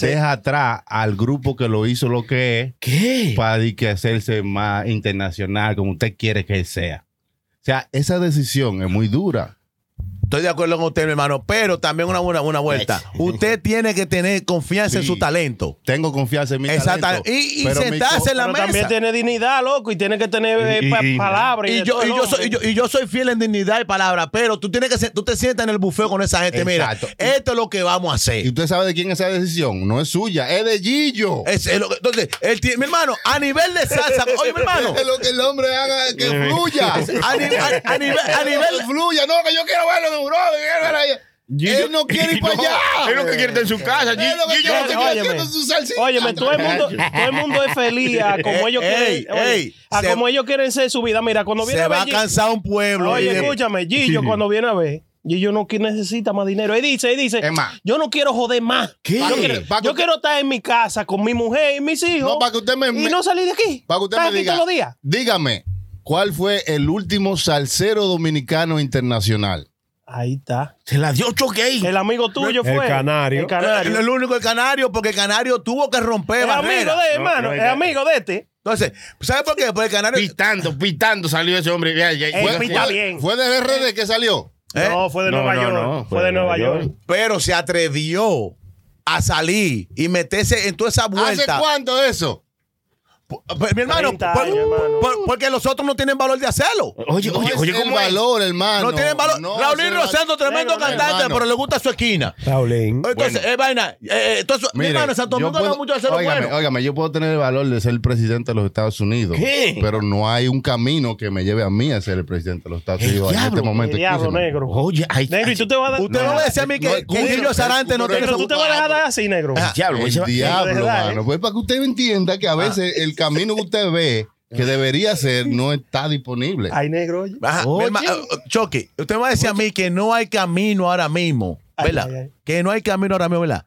S2: deja atrás al grupo que lo hizo lo que es
S4: ¿Qué?
S2: para di que hacerse más internacional como usted quiere que él sea? O sea, esa decisión es muy dura.
S5: Estoy de acuerdo con usted, mi hermano, pero también una buena, una vuelta. Usted tiene que tener confianza en
S2: Sí.
S5: su talento.
S2: Tengo confianza en mi
S5: Exacta-
S2: talento.
S5: y- y
S2: pero mi
S5: sentarse
S2: co-
S5: en la
S1: Pero
S5: mesa.
S1: también tiene dignidad, loco, y tiene que tener eh, pa-
S2: Y- y-
S1: palabras.
S5: Y
S1: de
S5: yo,
S1: todo,
S5: y, yo
S1: loco.
S5: soy, y yo- y yo soy fiel en dignidad y palabra, pero tú tienes que ser- tú te sientas en el bufeo con esa gente. Este,
S2: Exacto.
S5: Mira, esto es lo que vamos a
S2: ¿Y
S5: hacer.
S2: usted sabe de quién es esa decisión? No es suya, es de Gillo.
S5: Es- es lo que- entonces, él tiene- mi hermano, a nivel de salsa, oye, mi hermano,
S2: Es lo que el hombre haga, que fluya.
S5: a, ni- a- a nivel, a
S2: Que
S5: nivel,
S2: fluya. No, que yo quiero verlo en Europa. que quiero verlo allá. Él no quiere ir para allá.
S3: Es lo que quiere estar en
S1: Eh,
S3: su casa.
S2: Es lo que
S3: Gillo
S2: quiere estar
S3: no te-
S1: Óyeme.
S2: haciendo su salsita.
S1: Óyeme, todo el mundo, todo el mundo es feliz a como ellos
S5: Eh, Ey,
S1: quieren, oye,
S5: ey,
S1: a
S5: se-
S1: como ellos quieren ser su vida. Mira, cuando viene
S5: se
S1: a ver
S5: va a
S1: Gi-
S5: cansar un pueblo. eh.
S1: Oye,
S5: Y de-
S1: escúchame, Gillo, cuando viene a ver, Gillo no que- necesita más dinero. Él dice, él dice,
S2: Es más.
S1: yo no quiero joder más.
S2: ¿Qué?
S1: Yo, quiero,
S2: Paco,
S1: yo
S2: Paco-
S1: quiero estar en mi casa con mi mujer y mis hijos.
S2: No, para que usted me-
S1: y
S2: me-
S1: no salir de aquí.
S2: Para que usted
S1: Estar
S2: me
S1: aquí
S2: diga,
S1: todos los días.
S2: dígame, ¿cuál fue el último salsero dominicano internacional?
S1: Ahí está.
S3: Se la dio choque ahí.
S1: El amigo tuyo
S4: El
S1: fue.
S4: canario.
S1: El
S5: Eh,
S1: canario.
S5: El único el canario, porque el canario tuvo que romper
S1: Es amigo
S5: barreras.
S1: de, hermano.
S3: no,
S1: Es
S3: no,
S1: amigo de este.
S5: Entonces, ¿sabes por qué? Porque el canario.
S3: Pitando, pitando salió ese hombre. Ya, ya,
S1: Eh,
S3: ya.
S1: Fue- pita- Está bien.
S2: ¿Fue del RD que salió?
S5: ¿eh?
S1: No, fue de
S3: No,
S1: Nueva
S3: no,
S1: York.
S3: no,
S1: fue de Nueva York.
S5: pero se atrevió a salir y meterse en toda esa
S2: ¿Hace
S5: vuelta.
S2: cuánto de eso?
S5: P- Mi hermano,
S1: 30
S5: por-
S1: años, hermano.
S5: por- porque los otros no tienen valor de hacerlo.
S3: Oye,
S2: No
S3: oye,
S2: es
S3: oye,
S2: el
S3: ¿cómo es?
S2: valor, hermano.
S5: No tienen valor.
S2: No,
S5: Raulín
S2: ese val-
S5: Rosendo, tremendo
S1: Negro,
S5: cantante,
S2: hermano.
S5: pero le gusta su esquina.
S4: Raulín.
S5: Entonces, es vaina. eh, eh, entonces, mi
S2: Mire,
S5: hermano, Santo
S2: yo
S5: Domingo no
S2: puedo-
S5: mucho de hacer lo
S2: óigame,
S5: bueno.
S2: óigame, yo puedo tener el valor de ser el presidente de los Estados Unidos.
S3: ¿Qué?
S2: Pero no hay un camino que me lleve a mí a ser el presidente de los Estados Unidos en
S3: diablo,
S2: este momento.
S1: El diablo
S2: Escúcheme.
S1: negro.
S3: Oye, ay,
S1: Negro, y tú te vas a dar.
S5: Usted
S1: No, eh,
S5: no me decía a mí
S2: no,
S5: que, que
S2: escucha,
S5: Gillo Sarante no
S2: escucha,
S5: tiene
S1: Pero
S5: su
S1: tú te vas a dejar dar así, negro.
S3: ay, diablo,
S2: El
S3: ese-
S2: diablo,
S1: verdad,
S2: mano.
S1: ¿eh?
S2: Pues para que usted entienda
S5: Ah.
S2: que a veces el camino que usted ve que debería ser no está disponible. Oh,
S1: Ay, negro, oye.
S5: Ajá, mi
S3: Oye.
S5: herma- eh, eh, Choque, usted me va a decir a mí que no hay camino ahora mismo,
S1: Ay,
S5: ¿verdad?
S1: ay, ay.
S5: Que no hay camino ahora mismo, ¿verdad?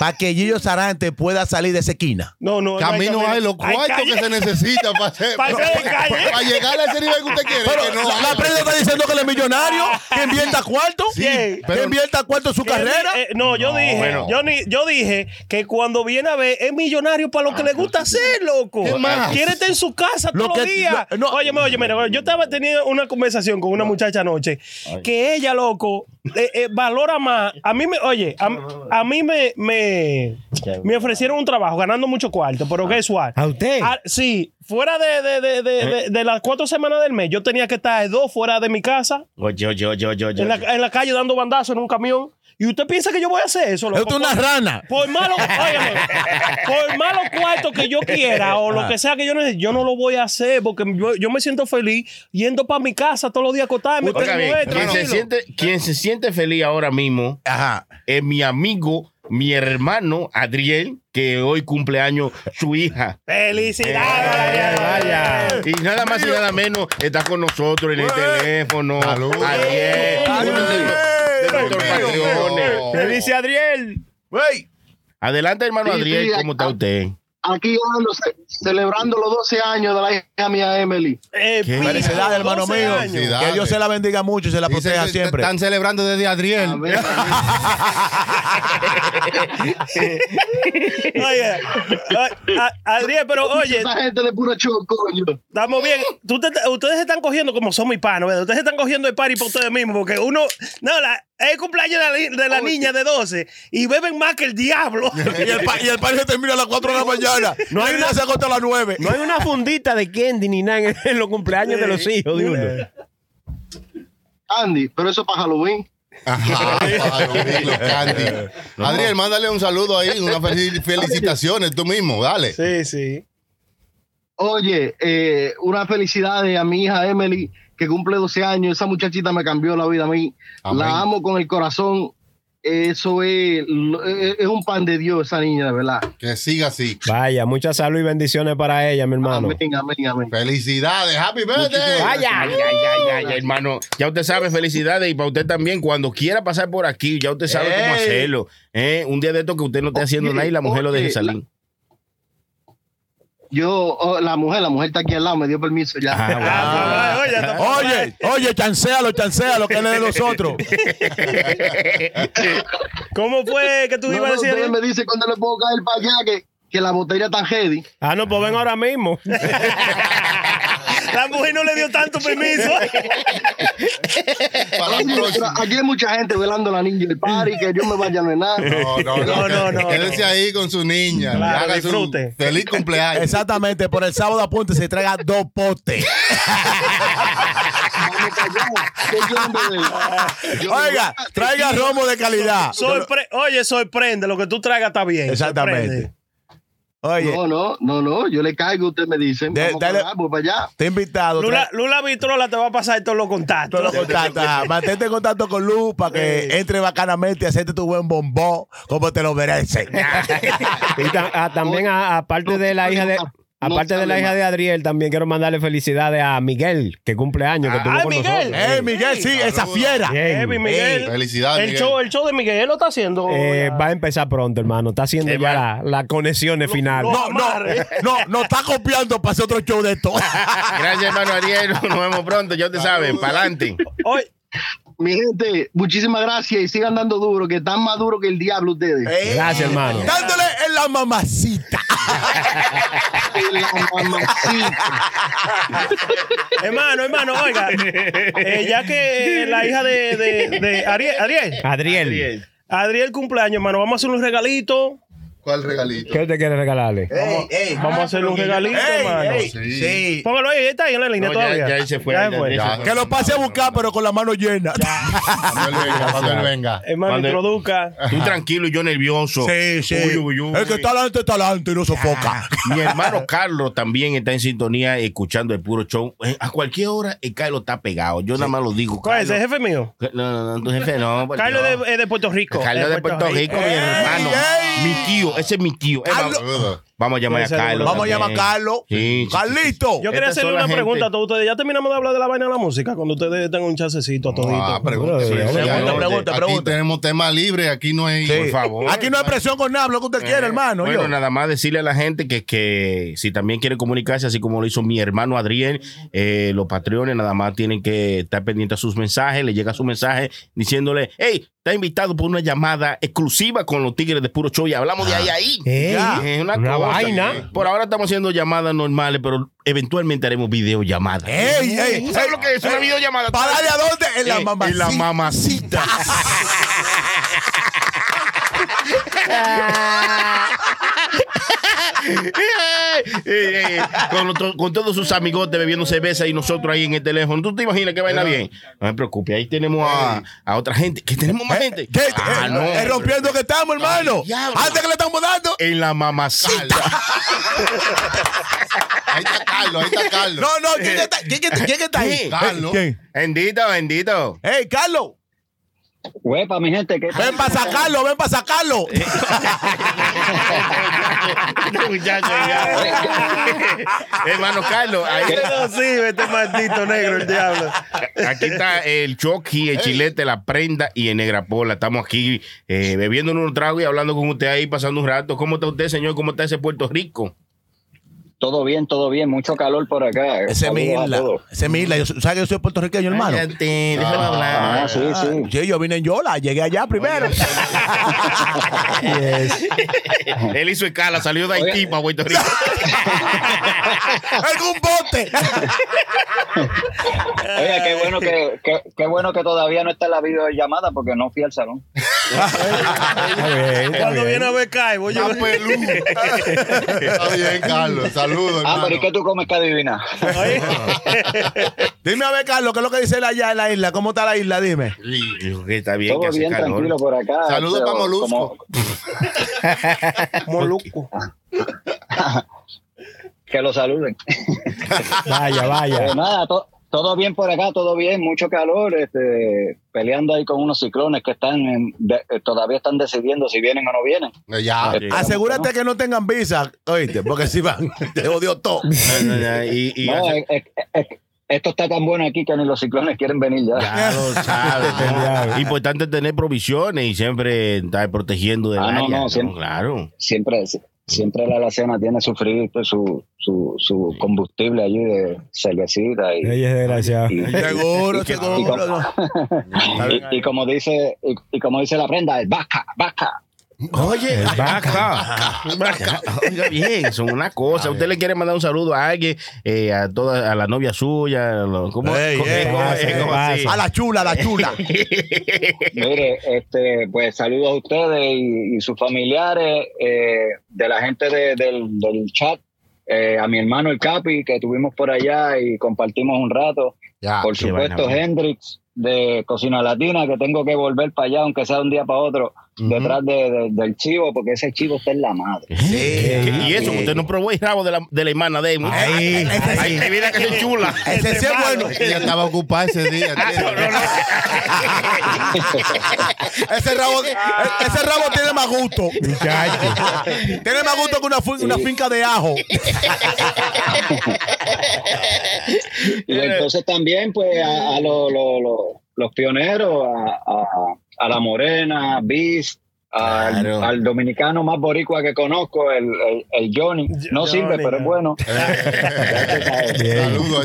S5: Para que Gillo Sarante pueda salir de esa esquina.
S1: No, no. no
S2: Camino hay los
S1: Ay,
S2: cuartos
S1: calle.
S2: que se necesita para hacer-
S1: Pa' hacer de calle.
S2: para llegar a ese nivel que usted quiere. que no
S5: la,
S2: hay.
S5: la prensa está diciendo que él es millonario, que invierta cuarto,
S2: Sí,
S1: Bien.
S5: que
S2: pero-
S5: invierta cuarto en su
S1: eh, Que
S5: carrera.
S1: di- eh, no, yo dije,
S2: bueno.
S1: yo, ni- yo dije que cuando viene a ver es millonario para lo que le gusta hacer, loco.
S2: ¿Qué más?
S1: Quiere estar en su casa
S5: Lo
S1: todos los
S5: que-
S1: días.
S5: lo- no.
S1: Óyeme, óyeme, no, yo estaba teniendo una conversación con una muchacha anoche que ella, loco, eh, eh, valora más. A mí me, oye, a, a mí me, me, me ofrecieron un trabajo ganando mucho cuarto, pero que es
S4: ¿A usted?
S1: Ah, sí, fuera de, de, de, de, de- de las cuatro semanas del mes, yo tenía que estar dos fuera de mi casa
S3: Oye, oye, oye, oye, oye.
S1: en la, en la calle dando bandazos en un camión. ¿Y usted piensa que yo voy a hacer eso?
S5: Es
S1: loco?
S5: usted una rana.
S1: Por malo, óigame, por malo cuarto que yo quiera o
S3: Ah.
S1: lo que sea que yo necesite, yo no lo voy a hacer porque yo, yo me siento feliz yendo para mi casa todos los días acostarme.
S3: Oiga
S1: tengo
S3: bien,
S1: esto,
S3: quien, se
S1: tranquilo.
S3: siente, quien se siente feliz ahora mismo
S5: Ajá.
S3: es mi amigo, mi hermano Adriel, que hoy cumpleaños su hija. Eh,
S1: ¡Felicidades!
S4: Vaya.
S3: Y nada más y nada menos está con nosotros en el teléfono.
S2: Salud.
S3: Adriel,
S2: Salud.
S3: uno de los- de nuestros
S2: Dios mío.
S3: patrones.
S4: ¿Qué dice Adriel?
S5: Wey.
S3: Adelante, hermano
S9: Sí, sí,
S3: Adriel, ¿cómo está
S9: acá.
S3: usted?
S9: Aquí ando ce- celebrando los 12 años de la hija mía Emily.
S1: Eh,
S3: Qué
S1: pico,
S5: Felicidades, hermano
S1: 12
S5: mío.
S1: años.
S2: Felicidades.
S5: Que Dios se la bendiga mucho y se la
S2: Dicen
S5: proteja
S2: que
S5: siempre.
S2: Están celebrando desde Adriel.
S9: A ver, a ver.
S1: Oye, a- a- Adriel, pero oye,
S9: esa gente de puro choco, coño.
S1: Estamos bien. Tú te- ustedes están cogiendo como son mis panos, ¿verdad? Ustedes están cogiendo el party por ustedes mismos, porque uno. No, la, es el cumpleaños de la, li- de la niña de 12 y beben más que el diablo.
S5: Y el, pa- y el padre termina a las 4 de la mañana. No hay una se acostó a las 9.
S4: No hay una fundita de candy ni nada en- en los cumpleaños de los hijos de uno.
S9: Andy, pero eso es para Halloween.
S2: Ajá, Adriel, los Candy.
S5: Eh,
S2: Adriel, mándale un saludo ahí, unas fel- felicitaciones tú mismo, dale.
S1: Sí, sí.
S9: Oye, eh, una felicidades a mi hija Emily, que cumple 12 años. Esa muchachita me cambió la vida a mí.
S2: Amén.
S9: La amo con el corazón. Eso es, lo- eh, es un pan de Dios, esa niña, de verdad.
S2: Que siga así.
S4: Vaya, mucha salud y bendiciones para ella, mi hermano.
S9: Amén, amén, amén.
S2: Felicidades, happy birthday.
S4: Vaya.
S3: Ay, ay, ay, ay, ay, hermano. Ya usted sabe, felicidades. Y para usted también, cuando quiera pasar por aquí, ya usted sabe cómo
S5: Ey.
S3: hacerlo. ¿eh? Un día de esto que usted no esté haciendo nada y la mujer lo deje
S9: oye,
S3: salir.
S9: Yo, oh, la mujer, la mujer está aquí al lado, me dio permiso ya.
S3: Ah, bueno.
S1: Ah, oye, está-
S5: Oye, oye, chancealo, chancealo, que él es de los otros.
S1: ¿Cómo fue que tú
S9: No,
S1: ibas a
S9: no,
S1: decir?
S9: ustedes me dice cuando le puedo caer para allá que, que la botella está heavy.
S4: Ah, no, pues ven ahora mismo.
S1: La mujer no le dio tanto permiso.
S2: Para al próximo.
S9: Aquí hay mucha gente velando la niña el party, que yo me vaya no es nada.
S2: No, no,
S1: No, no, no,
S2: Quédese
S1: no.
S2: ahí con su niña.
S1: Claro,
S2: Haga su
S1: disfrute.
S2: Feliz cumpleaños.
S5: Exactamente, por el sábado apunte se traiga dos potes.
S9: Vamos para allá. ¿Qué yo ando de- yo-
S5: Oiga,
S1: "Ah,
S5: traiga romo de calidad.
S1: Sorpre- Oye, sorprende, lo que tú traigas está bien.
S5: Exactamente.
S1: sorprende.
S5: Oye,
S9: No, no, no, no, yo le caigo, usted me dice.
S5: De-
S9: Vamos
S5: dale-
S9: para allá, voy para allá.
S5: te he invitado.
S1: Lula,
S5: tra-
S1: Lula Vitrola te va a pasar todos los contactos.
S5: Todos los contactos. Ah, Mantente en contacto con Luz para que entre bacanamente y hacerte tu buen bombón como te lo mereces.
S4: Y ta- ah, también, a- aparte de la hija de. Aparte de la hija de Adriel, también quiero mandarle felicidades a Miguel, que cumple años, que estuvo
S1: Ah, ¡Ay,
S4: con
S1: Miguel!
S4: nosotros.
S5: ¡Eh, Miguel, sí, esa fiera!
S4: Bien.
S1: Heavy, Miguel.
S2: Felicidades,
S1: el,
S2: Miguel.
S1: show, el show de Miguel lo está haciendo.
S4: Eh, va a empezar pronto, hermano. Está haciendo
S3: Eh,
S4: ya
S3: va.
S4: la- las conexiones finales.
S1: lo-
S5: No, no, no, no está copiando para hacer otro show de esto.
S3: Gracias, hermano Ariel. Nos vemos pronto. Ya te sabes. Para adelante.
S1: Hoy,
S9: Mi gente, muchísimas gracias y sigan dando duro, que están más duros que el diablo ustedes.
S4: Gracias, hermano.
S5: Dándole en la mamacita.
S9: La mamacita.
S1: hermano, hermano, oiga. eh, ya que eh, la hija de, de- de Ariel, Ariel,
S4: Adriel,
S3: Ariel.
S1: Adriel cumpleaños, hermano. Vamos a hacer un regalito.
S2: ¿Cuál regalito?
S4: ¿qué te quieres regalarle?
S9: Eh.
S1: Vamos, vamos a hacer un regalito, hermano.
S5: Ey,
S2: Sí.
S5: sí.
S1: Póngalo ahí, está ahí en la línea
S3: No, ya-
S1: todavía.
S3: ya ahí se fue, ya-
S1: Ya
S3: ya se
S5: Que lo pase a buscar, pero con la mano llena.
S2: Cuando él venga, cuando él venga.
S1: Hermano,
S3: Mande.
S1: introduzca.
S3: Tú tranquilo y yo nervioso.
S5: Sí, sí.
S3: Uy, uy, uy.
S5: El que está adelante está adelante y no sofoca.
S3: Mi hermano Carlos también está en sintonía escuchando el puro show. Eh, A cualquier hora el Carlos está pegado. Yo nada más lo digo.
S1: ¿Cuál es? ¿Es
S3: Carlos-
S1: jefe mío?
S3: No, no, no, tu jefe no. por
S1: Carlos
S3: Dios.
S1: de, eh, de Puerto Rico.
S3: Carlos de Puerto Rico, mi hermano.
S5: ey.
S3: Mi tío, ese es mi tío. Eh,
S5: Carlos-
S2: Saludos.
S3: Vamos a llamar a
S1: Ese seguro.
S3: Carlos.
S5: Vamos a llamar a
S3: también.
S5: Carlos.
S3: Sí, sí,
S5: Carlito.
S1: Yo
S3: Estas
S1: quería
S3: son
S1: hacerle
S3: la
S1: una
S3: gente.
S1: pregunta a todos ustedes. Ya terminamos de hablar de la vaina de la música. Cuando ustedes tengan un chancecito a toditos.
S2: Ah, pregunta,
S4: Brother,
S2: sí, sí,
S5: pregunta,
S2: adelante.
S5: pregunta,
S2: Aquí
S5: pregunta.
S2: tenemos tema libre, aquí no hay. Eh,
S5: Sí.
S3: Por favor.
S5: Aquí no hay presión con nada, lo que usted quiere, hermano.
S3: Bueno,
S5: yo.
S3: nada más decirle a la gente que, que si también quiere comunicarse, así como lo hizo mi hermano Adriel, eh, los patrones nada más tienen que estar pendientes a sus mensajes. Le llega su mensaje diciéndole, hey, está invitado por una llamada exclusiva con los Tigres de Puro Show y hablamos de ahí a
S5: Ah.
S3: ahí.
S4: Ey,
S5: Ya.
S3: Es
S4: una vaina.
S3: eh. Por ahora estamos haciendo llamadas normales, pero eventualmente haremos videollamadas.
S5: Ey, ey,
S3: ¿Sabes
S5: ey.
S3: lo que es una
S5: Ey.
S3: videollamada?
S5: ¿Para darle a dónde? En la
S3: Eh,
S5: mamacita.
S3: en la
S5: mamacita.
S3: Eh, eh, con, to- con todos sus amigotes bebiendo cerveza y nosotros ahí en el teléfono. ¿Tú te imaginas que vaina bien? No se preocupe, ahí tenemos a, a otra gente. Que tenemos más gente.
S5: ¿Qué?
S3: Ah,
S5: Eh,
S3: no.
S5: eh, rompiendo que estamos, hermano.
S3: diablo.
S5: Antes que le estamos dando.
S3: En la mamacita.
S2: Ahí está Carlos, ahí está Carlos.
S5: No, no, ¿quién está, quién está- Eh. quién está ahí?
S3: Sí.
S2: Carlos.
S5: ¿Quién?
S3: bendito, bendito.
S5: Ey, Carlos,
S6: Huepa, mi gente, que
S5: ven para sacarlo, ven para sacarlo.
S3: Este muchacho ya. Hermano Carlos, ahí-
S1: No sirve este maldito negro, el diablo.
S3: Aquí está el Chucky, el Chilete, la Prenda y el Negra Pola. Estamos aquí eh, bebiendo unos tragos y hablando con usted ahí, pasando un rato. ¿Cómo está usted, señor? ¿Cómo está ese Puerto Rico?
S6: todo bien, todo bien, mucho calor por acá.
S5: Ese es mi
S6: Saludos a
S5: isla.
S6: todos.
S5: Ese es mi isla. Yo soy- ¿Sabes que yo soy puertorriqueño, hermano?
S3: Cállate, déjame hablar.
S6: Ah, sí, sí.
S5: Sí, yo vine en Yola, llegué allá primero.
S3: Él hizo escala, salió de Haití para Puerto Rico.
S5: ¡Algún bote!
S6: Oye, qué bueno que, que- qué bueno que todavía no está la videollamada porque no fui al salón.
S4: está bien, está
S1: Cuando
S4: bien.
S1: viene a ver Caibo, yo.
S2: Está pelú. Está bien, Carlos. Saludos,
S6: Ah, pero ¿y qué
S2: hermano.
S6: tú comes que adivina?
S1: Oye,
S5: Dime a ver, Carlos, ¿qué es lo que dice él allá en la isla? ¿Cómo está la isla? Dime.
S3: Dijo que está bien, que
S6: todo
S3: hace
S6: bien,
S3: calor.
S6: tranquilo por acá.
S2: Saludos
S6: Pero
S2: pa' Molusco.
S6: como-
S1: Moluco.
S6: que lo saluden.
S4: Vaya,
S6: Pero
S4: vaya.
S6: nada, to- todo bien por acá, todo bien, mucho calor, este, peleando ahí con unos ciclones que están en- de- eh, todavía están decidiendo si vienen o no vienen.
S3: Ah,
S2: Ya.
S6: Este,
S5: Asegúrate que no tengan visa, oíste, porque si van, te odio todo.
S3: No, no, no, y- y
S6: No,
S3: hace-
S6: eh, eh, eh, esto está tan bueno aquí que ni los ciclones quieren venir ya.
S3: Ya lo sabes. ¿no? Importante tener provisiones y siempre estar protegiendo del
S6: Ah, no,
S3: área.
S6: no,
S3: ¿no?
S6: siempre.
S3: Claro.
S6: Siempre, siempre la alacena tiene su frito, su, su, su combustible allí de cervecita y,
S4: Ella es desgraciada.
S6: y-
S5: Seguro,
S6: y- y como-
S5: seguro.
S6: Y, y como dice y, y como dice la prenda, es vaca, vaca.
S3: Oye, vaca. Oiga bien, son una cosa. Usted le quiere mandar un saludo a alguien, eh, a toda, a la novia suya, a lo- ¿cómo?
S5: Ey,
S3: ¿Cómo-
S5: ey,
S3: cómo-
S4: pasa,
S3: cómo
S4: pasa.
S3: así?
S5: A la chula, a la chula.
S6: Mire, este, pues saludos a ustedes y, y sus familiares, eh, de la gente de- del, del chat, eh, a mi hermano el Capi, que estuvimos por allá y compartimos un rato.
S2: Ya.
S6: por
S3: qué
S6: supuesto,
S3: vaina,
S6: Hendrix de Cocina Latina, que tengo que volver para allá, aunque sea un día para otro, detrás de- de- del chivo, porque ese chivo está en la madre.
S3: Eh,
S5: Eh,
S3: Y eso, usted no probó el rabo de la, de la hermana de él.
S5: Ay, ese
S3: Ay,
S5: sí.
S3: mira qué chula. Ah,
S5: Ese sí es bueno.
S2: Ella estaba ocupada ese día.
S3: No, no, no.
S5: Ese rabo, e-, ese rabo tiene más gusto. tiene más gusto que una, fu- una finca de ajo.
S6: Y
S1: Eh,
S6: entonces también, pues, a, a lo- lo- lo- los pioneros, a, a- a la morena, a Beast, al-
S3: Claro.
S6: al, dominicano más boricua que conozco, el, el- el Johnny. No
S1: Johnny,
S6: sirve, pero
S1: eh.
S6: es bueno.
S2: Saludos a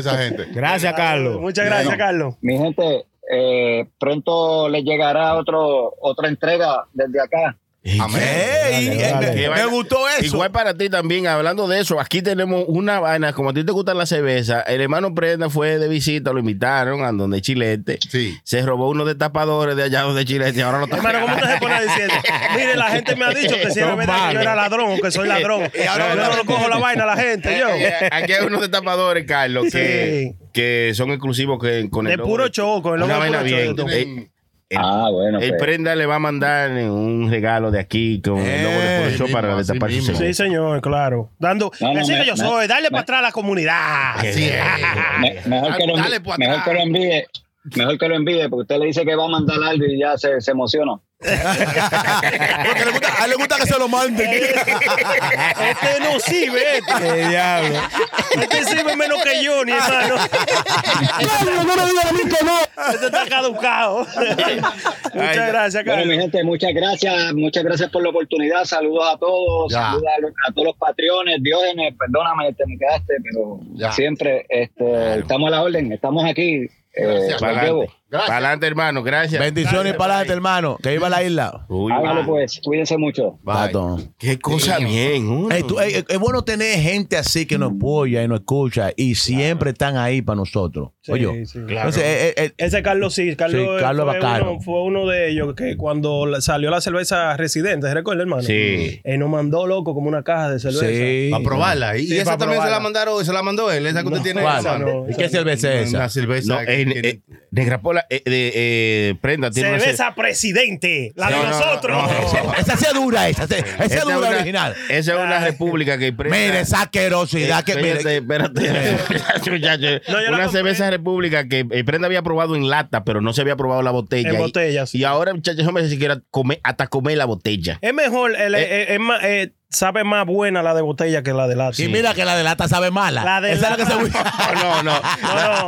S2: esa gente.
S4: Gracias, Carlos.
S1: Muchas gracias,
S6: Bueno.
S1: Carlos.
S6: Mi gente, eh, pronto les llegará otro, otra entrega desde acá.
S2: Amén.
S5: Ey,
S4: Dale,
S5: eh,
S4: dale.
S5: me-
S3: Qué
S5: Me
S3: vaina.
S5: gustó eso.
S3: Igual para ti también, hablando de eso, aquí tenemos una vaina, como a ti te gusta la cerveza, el hermano Prenda fue de visita, lo invitaron a donde Chilete,
S2: Sí.
S3: se robó uno de tapadores de allá donde Chilete, ahora lo está
S1: Hermano, ¿cómo usted se pone diciendo? Mire, la gente me ha dicho que si
S4: Son
S1: era verdad que yo
S4: malos.
S1: era ladrón o que soy ladrón.
S5: Y ahora
S1: yo no
S5: verdad.
S1: le cojo la vaina a la gente, yo.
S3: Eh, eh, Aquí hay unos destapadores, Carlos, que, que son exclusivos que con el
S1: De
S3: logo
S1: puro
S3: de-
S1: choco, el logo
S3: Una
S1: de
S3: vaina
S1: puro
S3: bien.
S1: choco.
S3: Eh, El-
S6: ah, bueno.
S3: El
S6: pues.
S3: prenda le va a mandar un regalo de aquí con el logo de
S5: Eh,
S3: puro choco para
S2: mismo, así
S3: destapar su
S2: mismo.
S1: Sí,
S3: cerveza.
S1: señor, claro. Dando,
S6: No, no,
S1: así
S6: me-
S1: que yo
S6: me-
S1: soy, darle
S6: me-
S1: para atrás a la comunidad.
S2: Así es.
S6: Me- mejor, que lo,
S2: Dale, pues,
S6: mejor
S2: atrás.
S6: que lo envíe. Mejor que lo envíe, porque usted le dice que va a mandar algo y ya se, se emociona.
S5: Porque le gusta- a él le gusta que se lo manden.
S1: Este no sirve, este.
S4: Qué diablo.
S1: Este sirve menos que yo, ni hermano. Este está caducado. Muchas gracias,
S6: Bueno, mi
S1: Carlos.
S6: gente, muchas gracias. Muchas gracias por la oportunidad. Saludos a todos.
S2: Ya.
S6: Saludos a, los- a todos los patriones. Diógenes, perdóname, te me quedaste, pero
S2: Ya.
S6: siempre este, estamos a la orden. Estamos aquí. Eh,
S2: Gracias.
S6: los llevo.
S3: Pa'lante. Pa'lante, hermano, gracias.
S5: Bendiciones para adelante, hermano. Que viva la isla.
S3: Uy,
S6: Hágalo
S3: va.
S6: pues. Cuídense mucho.
S5: Pato.
S3: Qué cosa bien. uno.
S5: Ey, tú- ey, es bueno tener gente así que nos apoya y nos escucha y siempre están ahí para nosotros. Oye,
S1: Sí, sí.
S5: entonces, eh, eh, eh,
S1: Ese Carlos sí, Carlos,
S5: Sí, Carlos
S1: fue,
S5: Bacaro.
S1: uno, fue uno de ellos que cuando la- salió la cerveza residente, ¿se recuerda, hermano?
S3: Sí.
S1: Eh, nos mandó loco como una caja de cerveza.
S5: sí.
S2: Para probarla. Y
S1: Sí,
S2: esa
S1: pa'
S2: también se
S1: probarla.
S2: la mandaron, se la mandó él, esa que usted tiene.
S5: ¿Cuál?
S2: en la mano.
S1: no,
S5: ¿Y qué cerveza es
S2: Una
S5: esa?
S2: cerveza.
S3: No,
S2: que
S3: eh,
S2: tiene-
S3: eh, Negra Pola, eh, de, eh, prenda, tiene una
S1: Cerveza presidente, la
S3: No,
S1: de
S3: no, no,
S1: nosotros.
S3: no.
S5: Esa sea dura, esa, esa, esa
S3: Esa
S5: es dura
S3: una-
S5: original.
S3: Esa es una república que prenda.
S5: Mire, esa asquerosidad que eh. mire.
S3: Espérate, espérate. Muchacho,
S1: No, yo la
S3: una
S1: compré.
S3: cerveza república que eh, Prenda había probado en lata, pero no se había probado la botella.
S1: En
S3: Y-
S1: botella, sí.
S3: Y ahora, muchachos, no me siquiera comer, hasta comer la botella.
S1: Es mejor, el- eh, es más, eh, sabe más buena la de botella que la de lata.
S5: Y mira que la de lata sabe mala.
S1: La de
S5: esa es la que se
S1: lata.
S3: No, no, no.
S1: No,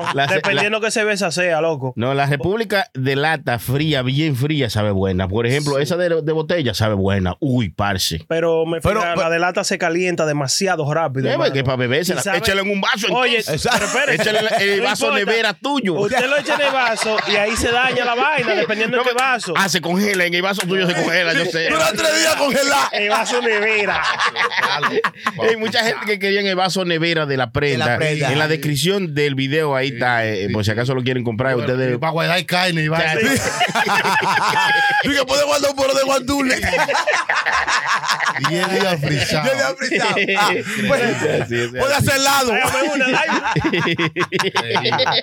S1: no,
S3: La- la-
S1: dependiendo que cerveza sea, loco.
S3: No, la República de lata fría, bien fría, sabe buena. Por ejemplo, esa de, de botella sabe buena. Uy, parce.
S1: Pero me
S5: Pero- pues
S1: fija,
S5: pero-
S1: la de lata se calienta demasiado rápido.
S3: Eh,
S1: hermano.
S3: que para beberse,
S1: Y sabe-
S3: échale en un vaso.
S1: Oye,
S3: entonces.
S1: pero espérese.
S3: échale el, el
S1: No
S3: vaso
S1: importa.
S3: nevera tuyo.
S1: Usted lo echa en el vaso y ahí se daña la vaina, dependiendo de qué vaso.
S3: Ah, se congela, en el vaso tuyo se congela, yo sé.
S5: Dura tres días congelada.
S1: El vaso nevera.
S3: Hay mucha gente que quería en el vaso nevera de la prenda.
S5: De la prenda.
S3: En la descripción del video ahí está, eh, por si acaso lo quieren comprar, ustedes...
S2: Para guardar Pues carne y va.
S5: Dije, puede guardar un poro de guandule.
S2: Y él iba
S5: Yo
S2: frisado.
S5: le he fritado. Ah,
S3: Sí,
S5: puede,
S3: sí, sí.
S5: puede hacer helado.
S1: Hágame una, dame.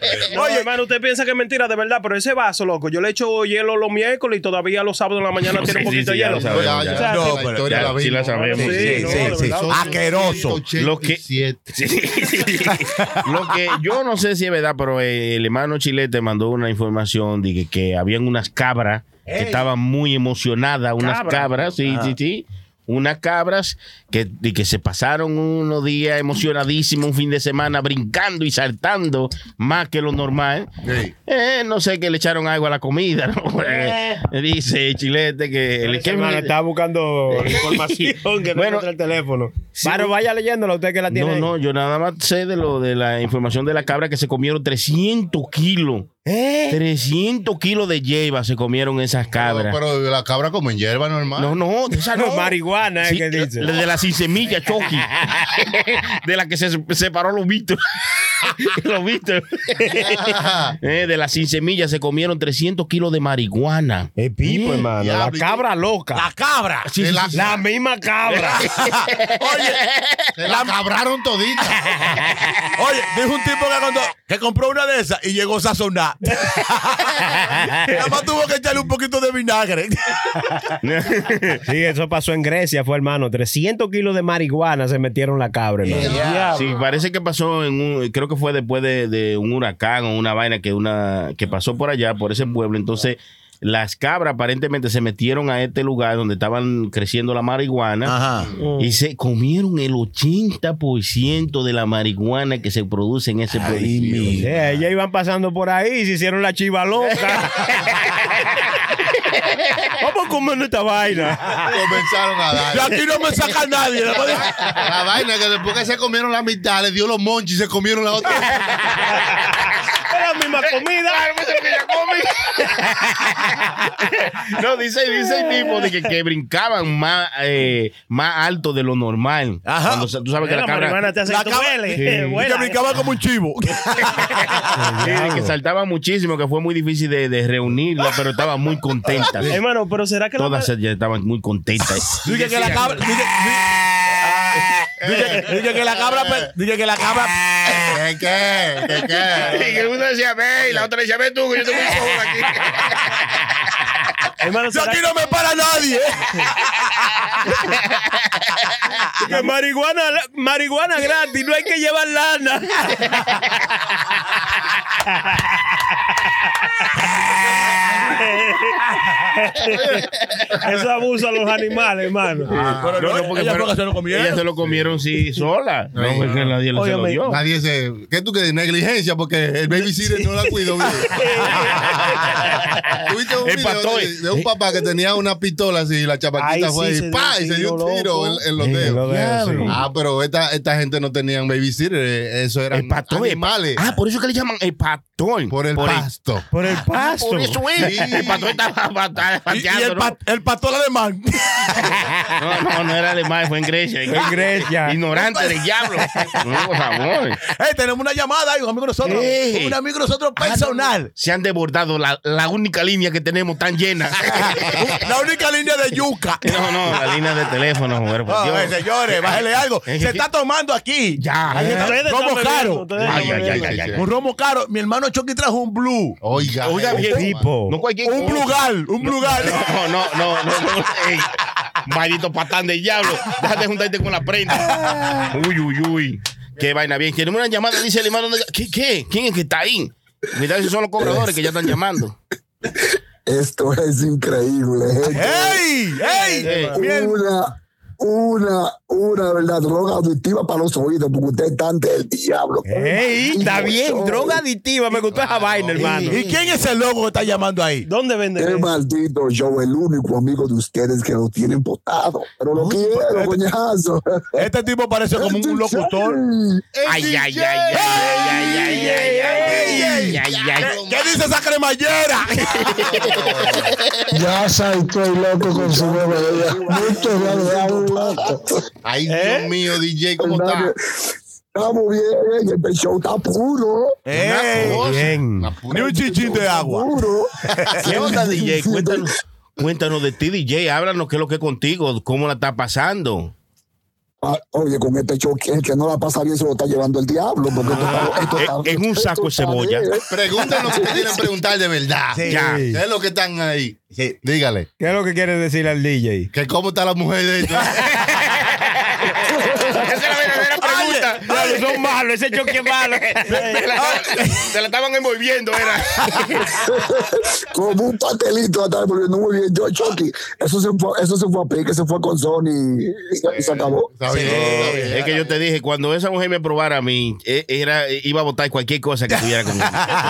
S1: No,
S5: Oye.
S1: hermano, usted piensa que es mentira, de verdad, pero ese vaso, loco, yo le echo hielo los miércoles y todavía los sábados en la mañana tiene
S3: Sí,
S1: un poquito
S3: sí, sí, ya
S1: de
S3: lo
S1: hielo.
S3: sabemos,
S2: Ya,
S3: ya.
S2: ya,
S1: sea,
S2: no,
S5: no,
S2: la
S5: pero-
S2: historia
S3: ya,
S2: la
S3: sí la
S2: vimos.
S3: sabemos.
S1: Sí,
S5: Sí,
S1: no,
S5: sí,
S1: de
S5: sí.
S1: verdad.
S5: Asqueroso.
S3: Lo que-
S2: 187.
S3: Sí. Lo que yo no sé si es verdad, pero eh, el hermano Chilete mandó una información de que, que habían unas cabras que
S5: Ey.
S3: estaban muy emocionadas, unas
S1: Cabra.
S3: cabras, sí, sí, sí. Unas cabras que, y que se pasaron unos días emocionadísimos, un fin de semana brincando y saltando más que lo normal.
S2: Sí.
S3: Eh, no sé que le echaron algo a la comida. ¿no? Eh, dice Chilete que
S4: Ese hermano estaba buscando información que no
S3: Bueno.
S4: encuentra el teléfono. Pero vaya leyéndola usted que la Ah, tiene.
S3: No, no, yo nada más sé de lo de la información de la cabra que se comieron 300 kilos
S4: ¿Eh?
S3: 300 kilos de hierba se comieron esas cabras.
S2: Pero, pero la cabra comen hierba normal.
S3: no, no, de esa no.
S4: marihuana,
S3: Sí,
S4: es que
S3: la-
S4: dice.
S3: la de la sin semilla, Chucky. de la que se separó los vistos. los vistos. Eh, de la sin semilla se comieron 300 kilos de marihuana. Eh.
S4: Es pipo, hermano.
S2: ya,
S4: La
S2: ¿y qué?
S4: cabra loca.
S5: La cabra.
S2: Se la,
S4: La misma cabra.
S2: se la cabraron todita.
S5: Oye, dijo un tipo que, cuando- que compró una de esas y llegó sazonada. Nada más tuvo que echarle un poquito de vinagre.
S4: Sí, eso pasó en Grecia, fue hermano. 300 kilos de marihuana se metieron la cabra, hermano.
S3: Sí, parece que pasó en un, creo que fue después de, de un huracán o una vaina que una que pasó por allá, por ese pueblo. Entonces, las cabras aparentemente se metieron a este lugar donde estaban creciendo la marihuana
S5: Ajá.
S3: y se comieron el 80% de la marihuana que se produce en ese pueblo.
S4: Sí, ellas iban pasando por ahí y se hicieron la chiva loca. Vamos a comer esta vaina.
S2: Comenzaron a dar.
S5: Ah. De aquí no me saca nadie. nada más de-
S2: La vaina que después que se comieron la mitad, le dio los monchis y se comieron la otra.
S4: Es la misma comida.
S3: No, dice, dice el tipo de que, que brincaban más, eh, más alto de lo normal.
S5: Ajá.
S3: Cuando se- tú sabes que la,
S1: La
S3: cabra
S1: marihuana te hace
S5: la
S1: que tú
S5: cabra-
S1: hueles,
S3: Sí.
S1: eh,
S3: Y que
S5: Y que
S1: huela.
S5: brincaba como un chivo.
S3: sí, de que saltaba muchísimo, que fue muy difícil de, de reunirla, pero estaba muy contenta.
S1: Hermano, pero será que la
S3: Todas
S1: madre-
S3: ellas estaban muy contentas.
S5: Dije que la cabra. Dije, dije- dije- dije que la cabra. pe- Dije que la cabra.
S2: ¿Qué qué? ¿Qué qué?
S3: una decía, ve, y la otra decía, ve tú, que yo tengo un solo aquí.
S1: hermano,
S5: De
S1: será
S5: aquí no me para nadie.
S4: Que marihuana, marihuana gratis, no hay que llevar lana.
S1: que eso abusa a los animales, hermano.
S2: Ah,
S5: Pero no, ella fue que se lo comieron.
S3: Ellas se lo comieron, sí, sola. No,
S2: Sí.
S3: porque nadie se lo
S1: Óyeme.
S3: dio.
S2: Nadie se. ¿Qué tú que negligencia? Porque el babysitter no la cuidó bien. Tuviste un
S3: El eh,
S2: video
S3: patoy.
S2: de, de un papá que tenía una pistola así y la chapaquita
S1: Ay,
S2: fue y
S1: sí, se dio
S2: ¡pa!
S1: un
S2: y se dio un
S1: tiro,
S2: tiro en,
S1: loco.
S2: en los
S4: Sí,
S2: dedos.
S4: los dedos, sí.
S2: Ah, pero esta, esta gente no tenían babysitter, eh, eso eran
S3: El patoy.
S2: animales.
S3: Ah, por eso que le llaman el patoy.
S2: por el pasto.
S4: Por el pasto.
S3: Por eso es.
S2: Sí.
S3: El patoy estaba bat-
S5: Y, y
S3: bateando,
S5: el,
S3: ¿no?
S5: pa- el pastor alemán.
S3: No, no, no era alemán, fue en Grecia.
S4: En Grecia.
S3: Ignorante del diablo. No, por favor.
S5: Ey, tenemos una llamada, hay un amigo de nosotros.
S3: Ey.
S5: Un amigo de nosotros personal.
S3: Se han desbordado la, la única línea que tenemos tan llena.
S5: La única línea de yuca.
S3: No, no, la línea de teléfono, mujer, por
S5: Ah,
S3: Dios.
S5: eh, señores, bájele algo.
S3: Eh,
S5: Se está tomando aquí.
S3: Ya.
S5: Ay,
S3: Eh,
S1: Ustedes
S5: romo
S1: están bebiendo,
S5: caro.
S1: ustedes
S3: Ay, ay,
S1: están
S3: ay,
S1: bebiendo.
S3: ay, ay.
S5: Un romo caro. Mi hermano Chucky trajo un blue.
S2: Oiga,
S3: Oiga,
S2: eh,
S3: bien.
S4: Pipo.
S3: No cualquier
S5: Un plugal. Un plugal.
S3: No, no, no, no. no. Ey, maldito patán del diablo. Déjate juntarte con la prenda. Uy, uy, uy. Qué vaina bien. Tenemos una llamada, dice el hermano. ¿Qué, qué? ¿Quién es que está ahí? Cuidado, esos son los cobradores que ya están llamando.
S7: Esto es increíble, gente.
S5: ¡Ey! ¡Ey!
S3: Ey.
S5: Mi hermano.
S7: Una, una, una verdad droga auditiva para los oídos, porque ustedes están del diablo. pues,
S4: Ey, está
S5: Oh.
S4: bien, droga adictiva. Me gustó esa vaina, hermano.
S5: ¿Y quién es el loco que está llamando ahí?
S1: ¿Dónde
S7: Qué
S1: venden?
S7: maldito yo, el único amigo de ustedes que lo tienen votado. Pero lo quiero, coñazo.
S5: pues, Este tipo parece como un locutor.
S3: Ay, ay, ay, ay, ay, ay, ay, ay, ay, ay, ay, ay.
S5: ¿Qué dice esa cremallera?
S7: Ya estoy loco con su bebé. Mucho
S2: Ay, Dios mío, DJ, ¿cómo está?
S7: Estamos bien, el show está puro.
S5: ¡Ey!
S4: Bien.
S2: Una pura-
S5: Ni un chichín de agua.
S7: Puro.
S3: ¿Qué onda, DJ? Cuéntanos, cuéntanos de ti, DJ. Háblanos qué es lo que es contigo, cómo la está pasando.
S7: Ah, Oye, con este choque, el que no la pasa bien se lo está llevando el diablo. Porque esto está- esto está-
S3: en- en un
S7: esto
S3: saco de
S7: está
S3: cebolla.
S7: bien.
S2: Pregunten lo que quieren preguntar de verdad.
S5: Sí.
S2: Ya. Es lo que están ahí. Dígale.
S4: ¿Qué es lo que quieres decir al DJ?
S2: Que cómo está la mujer de esto.
S3: Esa es la verdadera pregunta.
S4: Claro, son malos, ese choque es malo.
S3: Se la, se la estaban envolviendo, era.
S7: Como un pastelito la estaba volviendo muy bien. Yo, Chucky, eso se fue, eso se fue a pique, se fue con Sony y, y- y se acabó.
S2: Eh, Está bien, está
S5: Eh,
S2: bien.
S3: Es que yo te dije, cuando esa mujer me probara a mí, eh, era, iba a votar cualquier cosa que tuviera conmigo.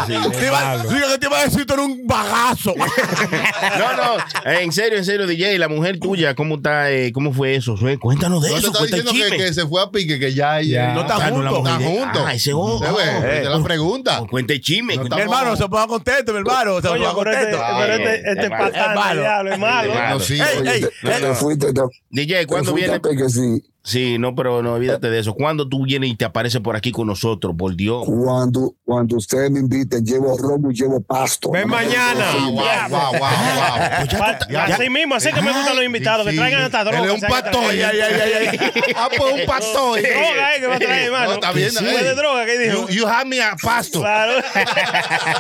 S3: Sí.
S5: Te iba- Diga que te iba a decir, tú eres un bagazo.
S3: No, no, eh, en serio, en serio, DJ, la mujer tuya, ¿cómo está? eh, ¿Cómo fue eso? Sue? Cuéntanos de
S2: No te
S3: eso,
S2: estaba
S3: cuéntanos
S2: diciendo que, que se fue a pique, que ya ella.
S4: Ya.
S5: No está
S3: Ah, no con la mujer.
S2: Están
S3: de-
S2: juntos.
S3: Ah, ese ojo.
S2: Se ve,
S5: eh.
S2: te la pregunta.
S3: No cuente chisme.
S2: No
S3: cuente-
S5: Mi hermano, se ponga contento, mi hermano. Se
S1: Oye,
S5: ponga
S1: pero este,
S5: contento.
S2: Ah,
S1: pero este,
S3: es
S1: este
S3: malo.
S1: patán
S5: Es malo.
S1: de diablo, es malo.
S3: malo.
S2: No, sí.
S5: Ey,
S2: oye.
S5: ey,
S3: no,
S5: ey.
S3: no.
S7: Te fuiste, te, te
S3: DJ, ¿cuándo
S7: fuiste
S3: viene?
S7: a peque, sí.
S3: Sí, no, pero no, olvídate de eso. ¿Cuándo tú vienes y te apareces por aquí con nosotros? Por Dios.
S7: Cuando, cuando ustedes me inviten, llevo romo y llevo pasto.
S4: Ven mañana.
S2: Ah, Wow, wow,
S1: diablo.
S2: wow, wow, wow.
S1: Pat-
S2: ya.
S1: así mismo, así que me gustan los invitados,
S2: Sí,
S1: que traigan
S2: sí.
S1: hasta droga.
S2: Él es un
S1: o sea, que
S2: pato,
S1: traigan-
S2: ya, ya, ya, ya. Ah, pues un pato. eh.
S1: Droga, eh, que va a traer, hermano.
S2: No, está bien,
S1: Sí.
S2: eh.
S4: Pues
S1: Fue de droga, ¿qué
S2: You,
S1: dijo?
S2: you have me a pasto.
S1: Claro.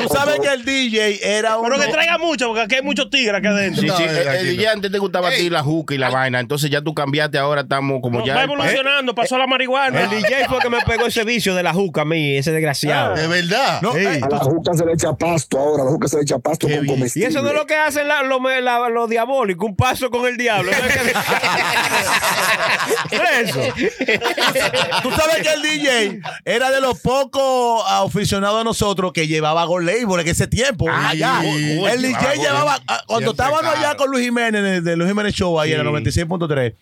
S5: Tú sabes que el DJ era un.
S1: Pero que traiga mucho, porque aquí hay muchos tigres acá adentro.
S3: Sí,
S2: No,
S3: sí,
S2: no,
S3: eh, eh,
S2: tranquilo.
S3: ya antes te gustaba a ti
S2: Ey.
S3: la juca y la vaina, entonces ya tú cambiaste, ahora estamos como
S1: No,
S3: ya...
S1: va
S3: el pa- ¿Eh?
S1: evolucionando, pasó
S2: eh,
S1: a la marihuana.
S4: El DJ fue que me pegó ese vicio de la juca a mí, ese desgraciado.
S2: De verdad.
S5: No, eh, ey,
S7: A la juca se le echa pasto ahora, a la juca se le echa pasto con
S4: Y
S7: comestible.
S4: eso no es lo que hacen la- los me- la- los diabólicos, un paso con el diablo. ¿No es eso?
S5: Tú sabes que el DJ era de los pocos aficionados a nosotros que llevaba Gold Label en ese tiempo.
S3: Ay,
S5: allá.
S3: uy, uy,
S5: el
S3: llevaba
S5: DJ
S3: Gold
S5: llevaba,
S2: Label.
S5: ah, cuando
S2: Siempre,
S5: estábamos allá
S2: claro.
S5: con Luis Jiménez de, de Luis Jiménez Show ahí en el 96.3.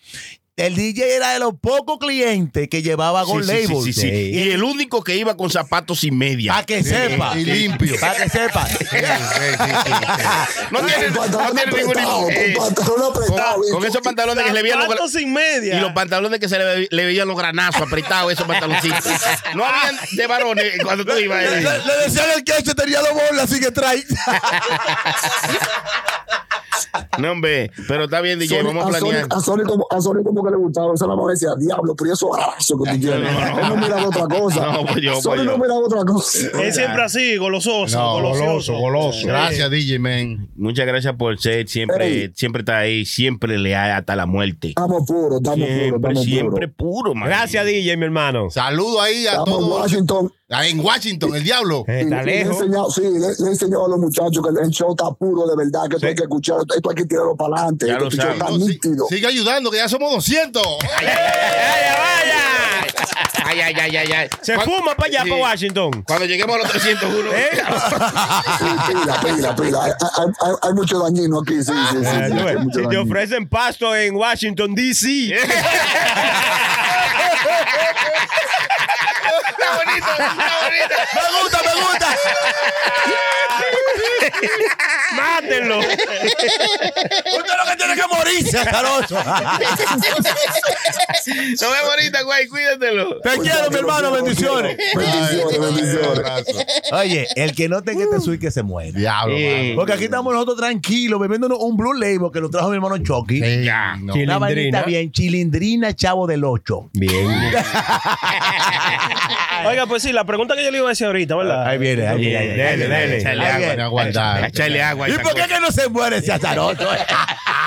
S5: El DJ era de los pocos clientes que llevaba
S3: Sí,
S5: Gold
S3: sí, sí,
S5: Label.
S3: sí, sí.
S4: Sí.
S3: Y el único que iba con zapatos y media.
S5: Para que sepa.
S2: Y limpio.
S5: Para que sepa.
S2: Sí, sí, sí, sí.
S3: No tiene,
S7: Con
S3: no
S7: pantalón
S3: tiene ningún...
S7: apretado,
S3: eh,
S7: con pantalón apretado.
S3: con, con
S7: bicho.
S3: esos pantalones que se le veían los... gra-
S1: Zapatos sin media.
S3: Y los pantalones que se le, ve- le veían los granazos apretados, esos pantaloncitos. No habían de varones cuando tú ibas.
S5: Le,
S3: eh.
S5: le decían el queche, tenía dos bolas, así que trae.
S3: No, hombre, pero está bien, DJ,
S7: Sony-
S3: vamos a
S7: a Sony-
S3: planear.
S7: A Sony como, a Sony como que le gustaba. Esa la mamá decía, diablo, pero eso graso que tú tienes. Él no miraba otra cosa.
S3: No, pues yo, pues
S7: Sony
S3: yo.
S7: no miraba otra cosa.
S1: Es siempre así, golososo,
S2: No,
S1: goloso,
S2: goloso, goloso. Gracias, DJ, man.
S3: Muchas gracias por ser, siempre,
S7: Ey.
S3: siempre está ahí, siempre leal hasta la muerte.
S7: Estamos puros, estamos puros,
S3: Siempre,
S7: estamos
S3: siempre
S7: puros.
S3: puro, man.
S4: Gracias, DJ, mi hermano.
S2: Saludo ahí a
S7: Estamos en
S2: todos.
S7: Washington.
S2: Ah, En Washington, el diablo.
S4: Eh, Está
S7: Y le- le he
S4: lejos.
S7: enseñado- sí, le, le he enseñado a los muchachos que el show está puro de verdad, que esto hay que escuchar, esto hay que tirarlo para adelante.
S3: Ya
S7: que
S3: lo
S7: tu show
S3: saben.
S7: está
S2: No, sí-
S7: nítido.
S2: sigue ayudando, que ya somos 200.
S3: Ay, ay, ay, ay, ay.
S4: Se
S3: Cuando-
S4: fuma para allá,
S3: Sí.
S4: para Washington. ¿Eh?
S3: Cuando lleguemos a los 301.
S7: Sí, pila, pila, pila. Hay, hay- hay- hay mucho dañino aquí, sí, sí, sí. sí,
S4: Eh, tú
S7: hay
S4: ves,
S7: mucho
S4: Si te
S7: dañino.
S4: ofrecen pasto en Washington, D.C.
S3: está bonito, está bonito.
S5: Me gusta, me gusta.
S4: Mátenlo.
S5: Usted lo que tiene que morirse, azaroso.
S3: Nos vemos ahorita, güey, cuídatelo.
S5: Te quiero, mi hermano. Bendiciones.
S7: Bendiciones, bendiciones.
S5: Oye, el que no tenga este suite que se muere.
S2: Diablo,
S3: Sí.
S2: mano.
S5: Porque aquí estamos nosotros tranquilos, bebiéndonos un Blue Label que nos trajo mi hermano Chucky.
S2: Sí,
S3: Ya.
S2: no.
S4: Sí.
S5: Una
S4: Chilindrina.
S5: vainita bien, chilindrina, chavo del 8.
S4: Bien.
S1: Oiga, pues sí, la pregunta que yo le iba a decir ahorita, ¿verdad?
S5: Ahí viene, ahí viene.
S4: Bien, dele, dele.
S3: Echale agua,
S2: Para aguantar.
S3: Echale agua.
S5: ¿Y por qué que no se muere ese azaroso?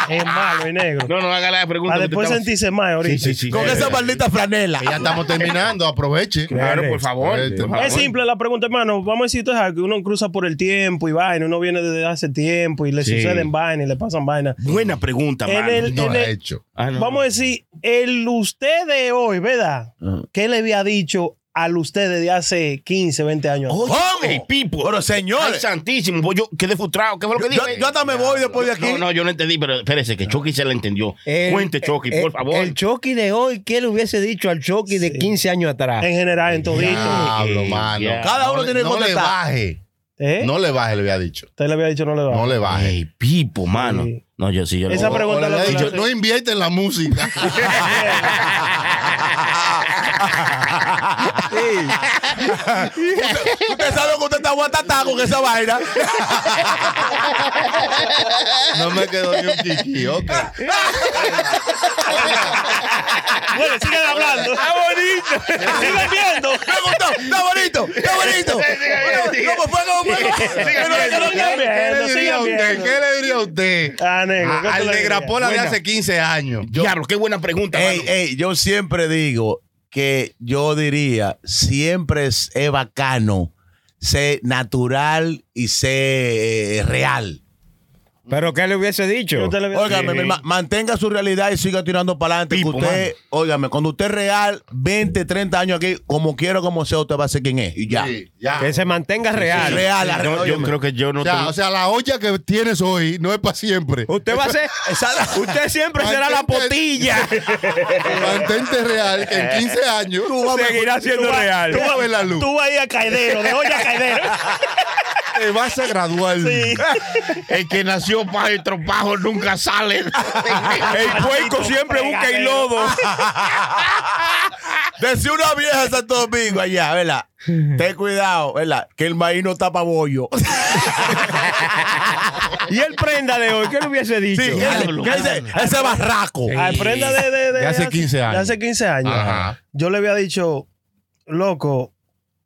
S1: Es malo y negro.
S3: No, no, haga la pregunta.
S1: Para
S3: que
S1: después
S3: te estaba-
S1: sentirse mal ahorita.
S3: Sí, sí, sí.
S5: Con esa maldita franela.
S2: Que Ya estamos terminando, aproveche.
S3: Claro, por favor.
S2: Este,
S3: por
S1: Es
S3: favor.
S1: simple la pregunta, hermano. Vamos a decir tú sabes, que uno cruza por el tiempo y vaina, uno viene desde hace tiempo y le
S3: Sí.
S1: suceden vainas y le pasan vainas.
S3: Buena pregunta,
S1: En
S3: mano.
S1: el-
S2: No lo
S1: en
S2: ha
S1: el-
S2: hecho.
S3: Ah, no.
S1: Vamos a decir, el usted de hoy, ¿verdad? ¿Qué le había dicho al usted de hace 15, 20 años?
S3: Oye,
S5: ¿Cómo?
S3: hey, Pipo.
S5: Pero,
S3: Ay,
S5: señores,
S3: santísimo. pues Yo quedé frustrado. ¿Qué fue lo que
S5: yo,
S3: dije?
S5: yo hasta me voy después de aquí.
S3: No, no, yo no entendí, pero espérese, que Chucky se la entendió. Cuente, Chucky, por favor.
S4: El Chucky de hoy, ¿qué le hubiese dicho al Chucky de 15 años atrás?
S1: En general, en todito.
S2: Diablo,
S3: Eh,
S2: mano.
S3: ya.
S5: Cada uno
S2: No le-
S5: tiene que
S2: No le
S5: contestar.
S2: baje.
S1: ¿Eh?
S2: No le baje, le había dicho.
S1: Usted le había dicho no le va.
S2: No le baje.
S3: Ay, Pipo, mano.
S1: Sí.
S3: No, yo sí, yo
S1: Esa
S3: no.
S1: pregunta-
S2: O le había
S1: la-
S2: dicho,
S1: la-
S2: no invierte en la música.
S5: usted, usted sabe que usted está guatatá con esa vaina.
S2: no me quedó ni un chiqui. ok.
S1: Bueno, sigan hablando. Está bonito. Sigan viendo.
S5: Me gustó, está bonito, está bonito. Bueno, ¿Cómo fue? ¿Cómo fue? Pero
S1: bien,
S5: yo no quiero-
S1: sigan
S2: ¿Qué
S1: viendo,
S2: le diría
S1: sigan
S2: a usted?
S1: viendo.
S2: ¿Qué le diría a usted?
S1: Ah, negro, ¿qué
S2: A-
S1: tú
S2: Al
S1: le dirías?
S2: Negrapola de
S3: Buena.
S2: hace 15 años.
S3: Yo- Diablo, qué buena pregunta,
S5: Ey,
S3: mano.
S5: ey, yo siempre digo que yo diría, siempre es, es bacano ser natural y ser eh, real.
S4: Pero ¿qué le hubiese dicho?
S1: Yo te le voy a decir.
S5: Óigame, mi hermano, mantenga su realidad y siga tirando para adelante. que
S3: Pipo,
S5: usted, óigame, cuando usted es real, 20, 30 años aquí, como quiera, como sea, usted va a ser quien es. Y ya.
S2: Sí, ya.
S4: Que se mantenga real.
S5: Real,
S3: No,
S5: real.
S3: yo
S5: óigame.
S3: creo que yo no
S2: O sea,
S3: tengo-
S2: o sea, la olla que tienes hoy no es para siempre.
S4: Usted va a ser. Usted siempre será la potilla.
S2: Mantente real que en
S1: Eh.
S2: 15 años.
S4: Seguirá siendo
S2: tú vas-
S4: real.
S2: Tú vas a ver la luz.
S1: Tú vas a ir a caidero, de olla a caidero.
S5: Eh,
S2: Te vas a graduar.
S3: El que nació para el tropajo nunca sale.
S5: El puerco siempre busca el lodo. Decía una vieja de Santo Domingo allá, ¿verdad? Ten cuidado, ¿verdad? Que el maíz no tapa bollo. Sí,
S4: y el prenda de hoy, ¿qué le hubiese dicho?
S5: ¿qué dice? ¿Qué dice? Ese barraco.
S1: Al prenda de, de- de-
S2: De hace 15 años.
S1: de hace 15 años.
S2: Ajá.
S1: Yo le había dicho, loco,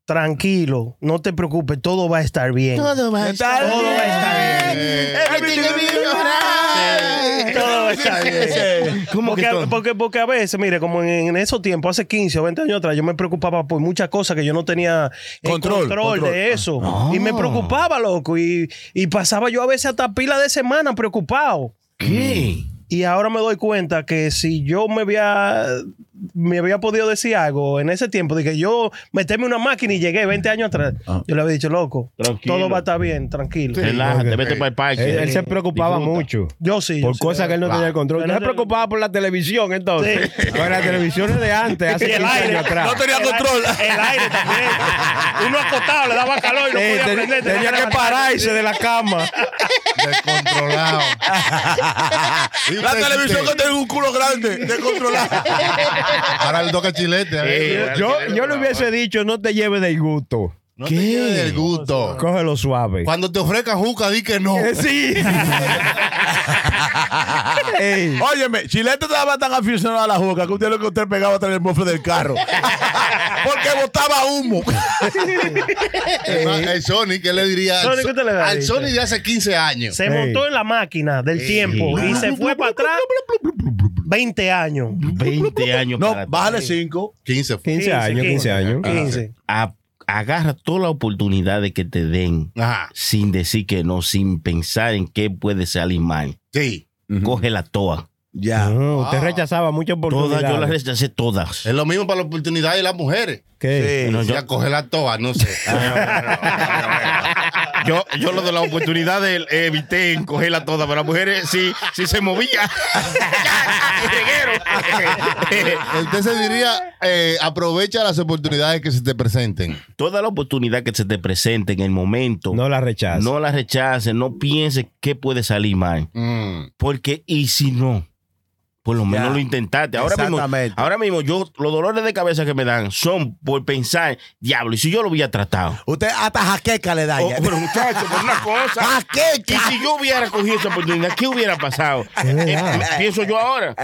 S1: tranquilo, no te preocupes, todo va a estar bien. Todo va a estar bien. Todo va a estar bien. Todo va a estar bien. Porque, porque, porque a veces, mire, como en, en esos tiempos, hace 15 o 20 años atrás, yo me preocupaba por muchas cosas que yo no tenía eh,
S5: Control, control.
S1: de eso.
S4: Ah.
S1: Y me preocupaba, loco. Y, y pasaba yo a veces hasta pila de semana preocupado.
S3: ¿Qué?
S1: Y ahora me doy cuenta que si yo me había, me había podido decir algo en ese tiempo, de que yo meterme una máquina y llegué 20 años atrás,
S4: Ah.
S1: yo le había dicho, loco,
S3: Tranquilo.
S1: todo va a estar bien, tranquilo.
S3: Relájate,
S4: ok.
S3: vete para el parque.
S4: Él, él se preocupaba
S3: Disfruta.
S4: mucho.
S1: Yo sí. yo
S4: Por
S1: sí.
S4: cosas que él no tenía el control.
S1: Yo
S4: Usted
S1: no
S4: se
S1: tenía-
S4: preocupaba por la televisión, entonces. Por la televisión de antes, hace
S1: Y
S4: 15
S1: el aire.
S4: años atrás.
S5: No tenía
S1: El aire-
S5: control.
S1: El aire también. Uno acotado le daba calor y no
S4: Sí,
S1: podía
S4: ten-
S1: prender.
S4: tenía que pararse de la cama.
S2: Descontrolado. Y
S5: La
S2: usted
S5: televisión
S4: este.
S5: que
S2: existe.
S5: tiene un culo grande, descontrolado.
S2: Ahora le toca chilete. a ver.
S3: Eh,
S4: Yo, yo le hubiese dicho, no te lleves del gusto.
S2: No te lleves del gusto.
S4: Cógelo suave.
S2: Cuando te ofrezca juca, di que no.
S4: Eh, Sí. Ey,
S5: Óyeme, Chilete estaba tan aficionado a la juca que usted lo que usted pegaba atrás el mofle del carro. Porque botaba humo.
S2: El, ma- el Sony, ¿qué le diría? al
S1: Sony,
S2: So-
S1: ¿qué te le da?
S2: Al Sony de hace 15 años.
S1: Se
S4: Ey.
S1: montó en la máquina del tiempo y se fue para atrás 20 años.
S3: 20 años.
S5: No,
S3: para atrás.
S5: bájale cinco.
S2: 15 fue.
S4: 15 años, 15 años.
S1: 15.
S3: A- Ah, agarra toda la oportunidad de que te den
S2: Ajá.
S3: sin decir que no, sin pensar en qué puede salir mal.
S2: Sí.
S3: Coge la toa.
S5: Ya.
S4: No, usted
S2: Ah.
S4: rechazaba muchas
S3: Todas, yo las
S4: oportunidades.
S3: rechacé todas.
S2: Es lo mismo para la oportunidad de las mujeres.
S4: ¿Qué?
S5: Sí.
S3: No, yo-
S2: Ya coge la toa, no sé.
S3: Yo, yo lo de la oportunidad de- eh, evité en cogerla toda, pero las mujeres sí, sí se movía. Reguero.
S2: Entonces diría, eh, aprovecha las oportunidades que se te presenten.
S3: toda la oportunidad que se te presente en el momento,
S4: No
S3: no,
S4: la rechazas.
S3: la rechaces, no pienses que puede salir mal.
S2: Mm.
S3: Porque, y si no, por lo menos lo intentaste. Ahora mismo,
S5: Exactamente.
S3: ahora mismo, yo, los dolores de cabeza que me dan son por pensar, diablo, y si yo lo hubiera tratado.
S5: Usted hasta jaqueca le da
S3: Oh,
S5: ya.
S3: pero muchacho, por una cosa.
S5: ¡Jaqueca!
S3: Y si yo hubiera cogido esa oportunidad, ¿qué hubiera pasado? Eh, pienso yo ahora.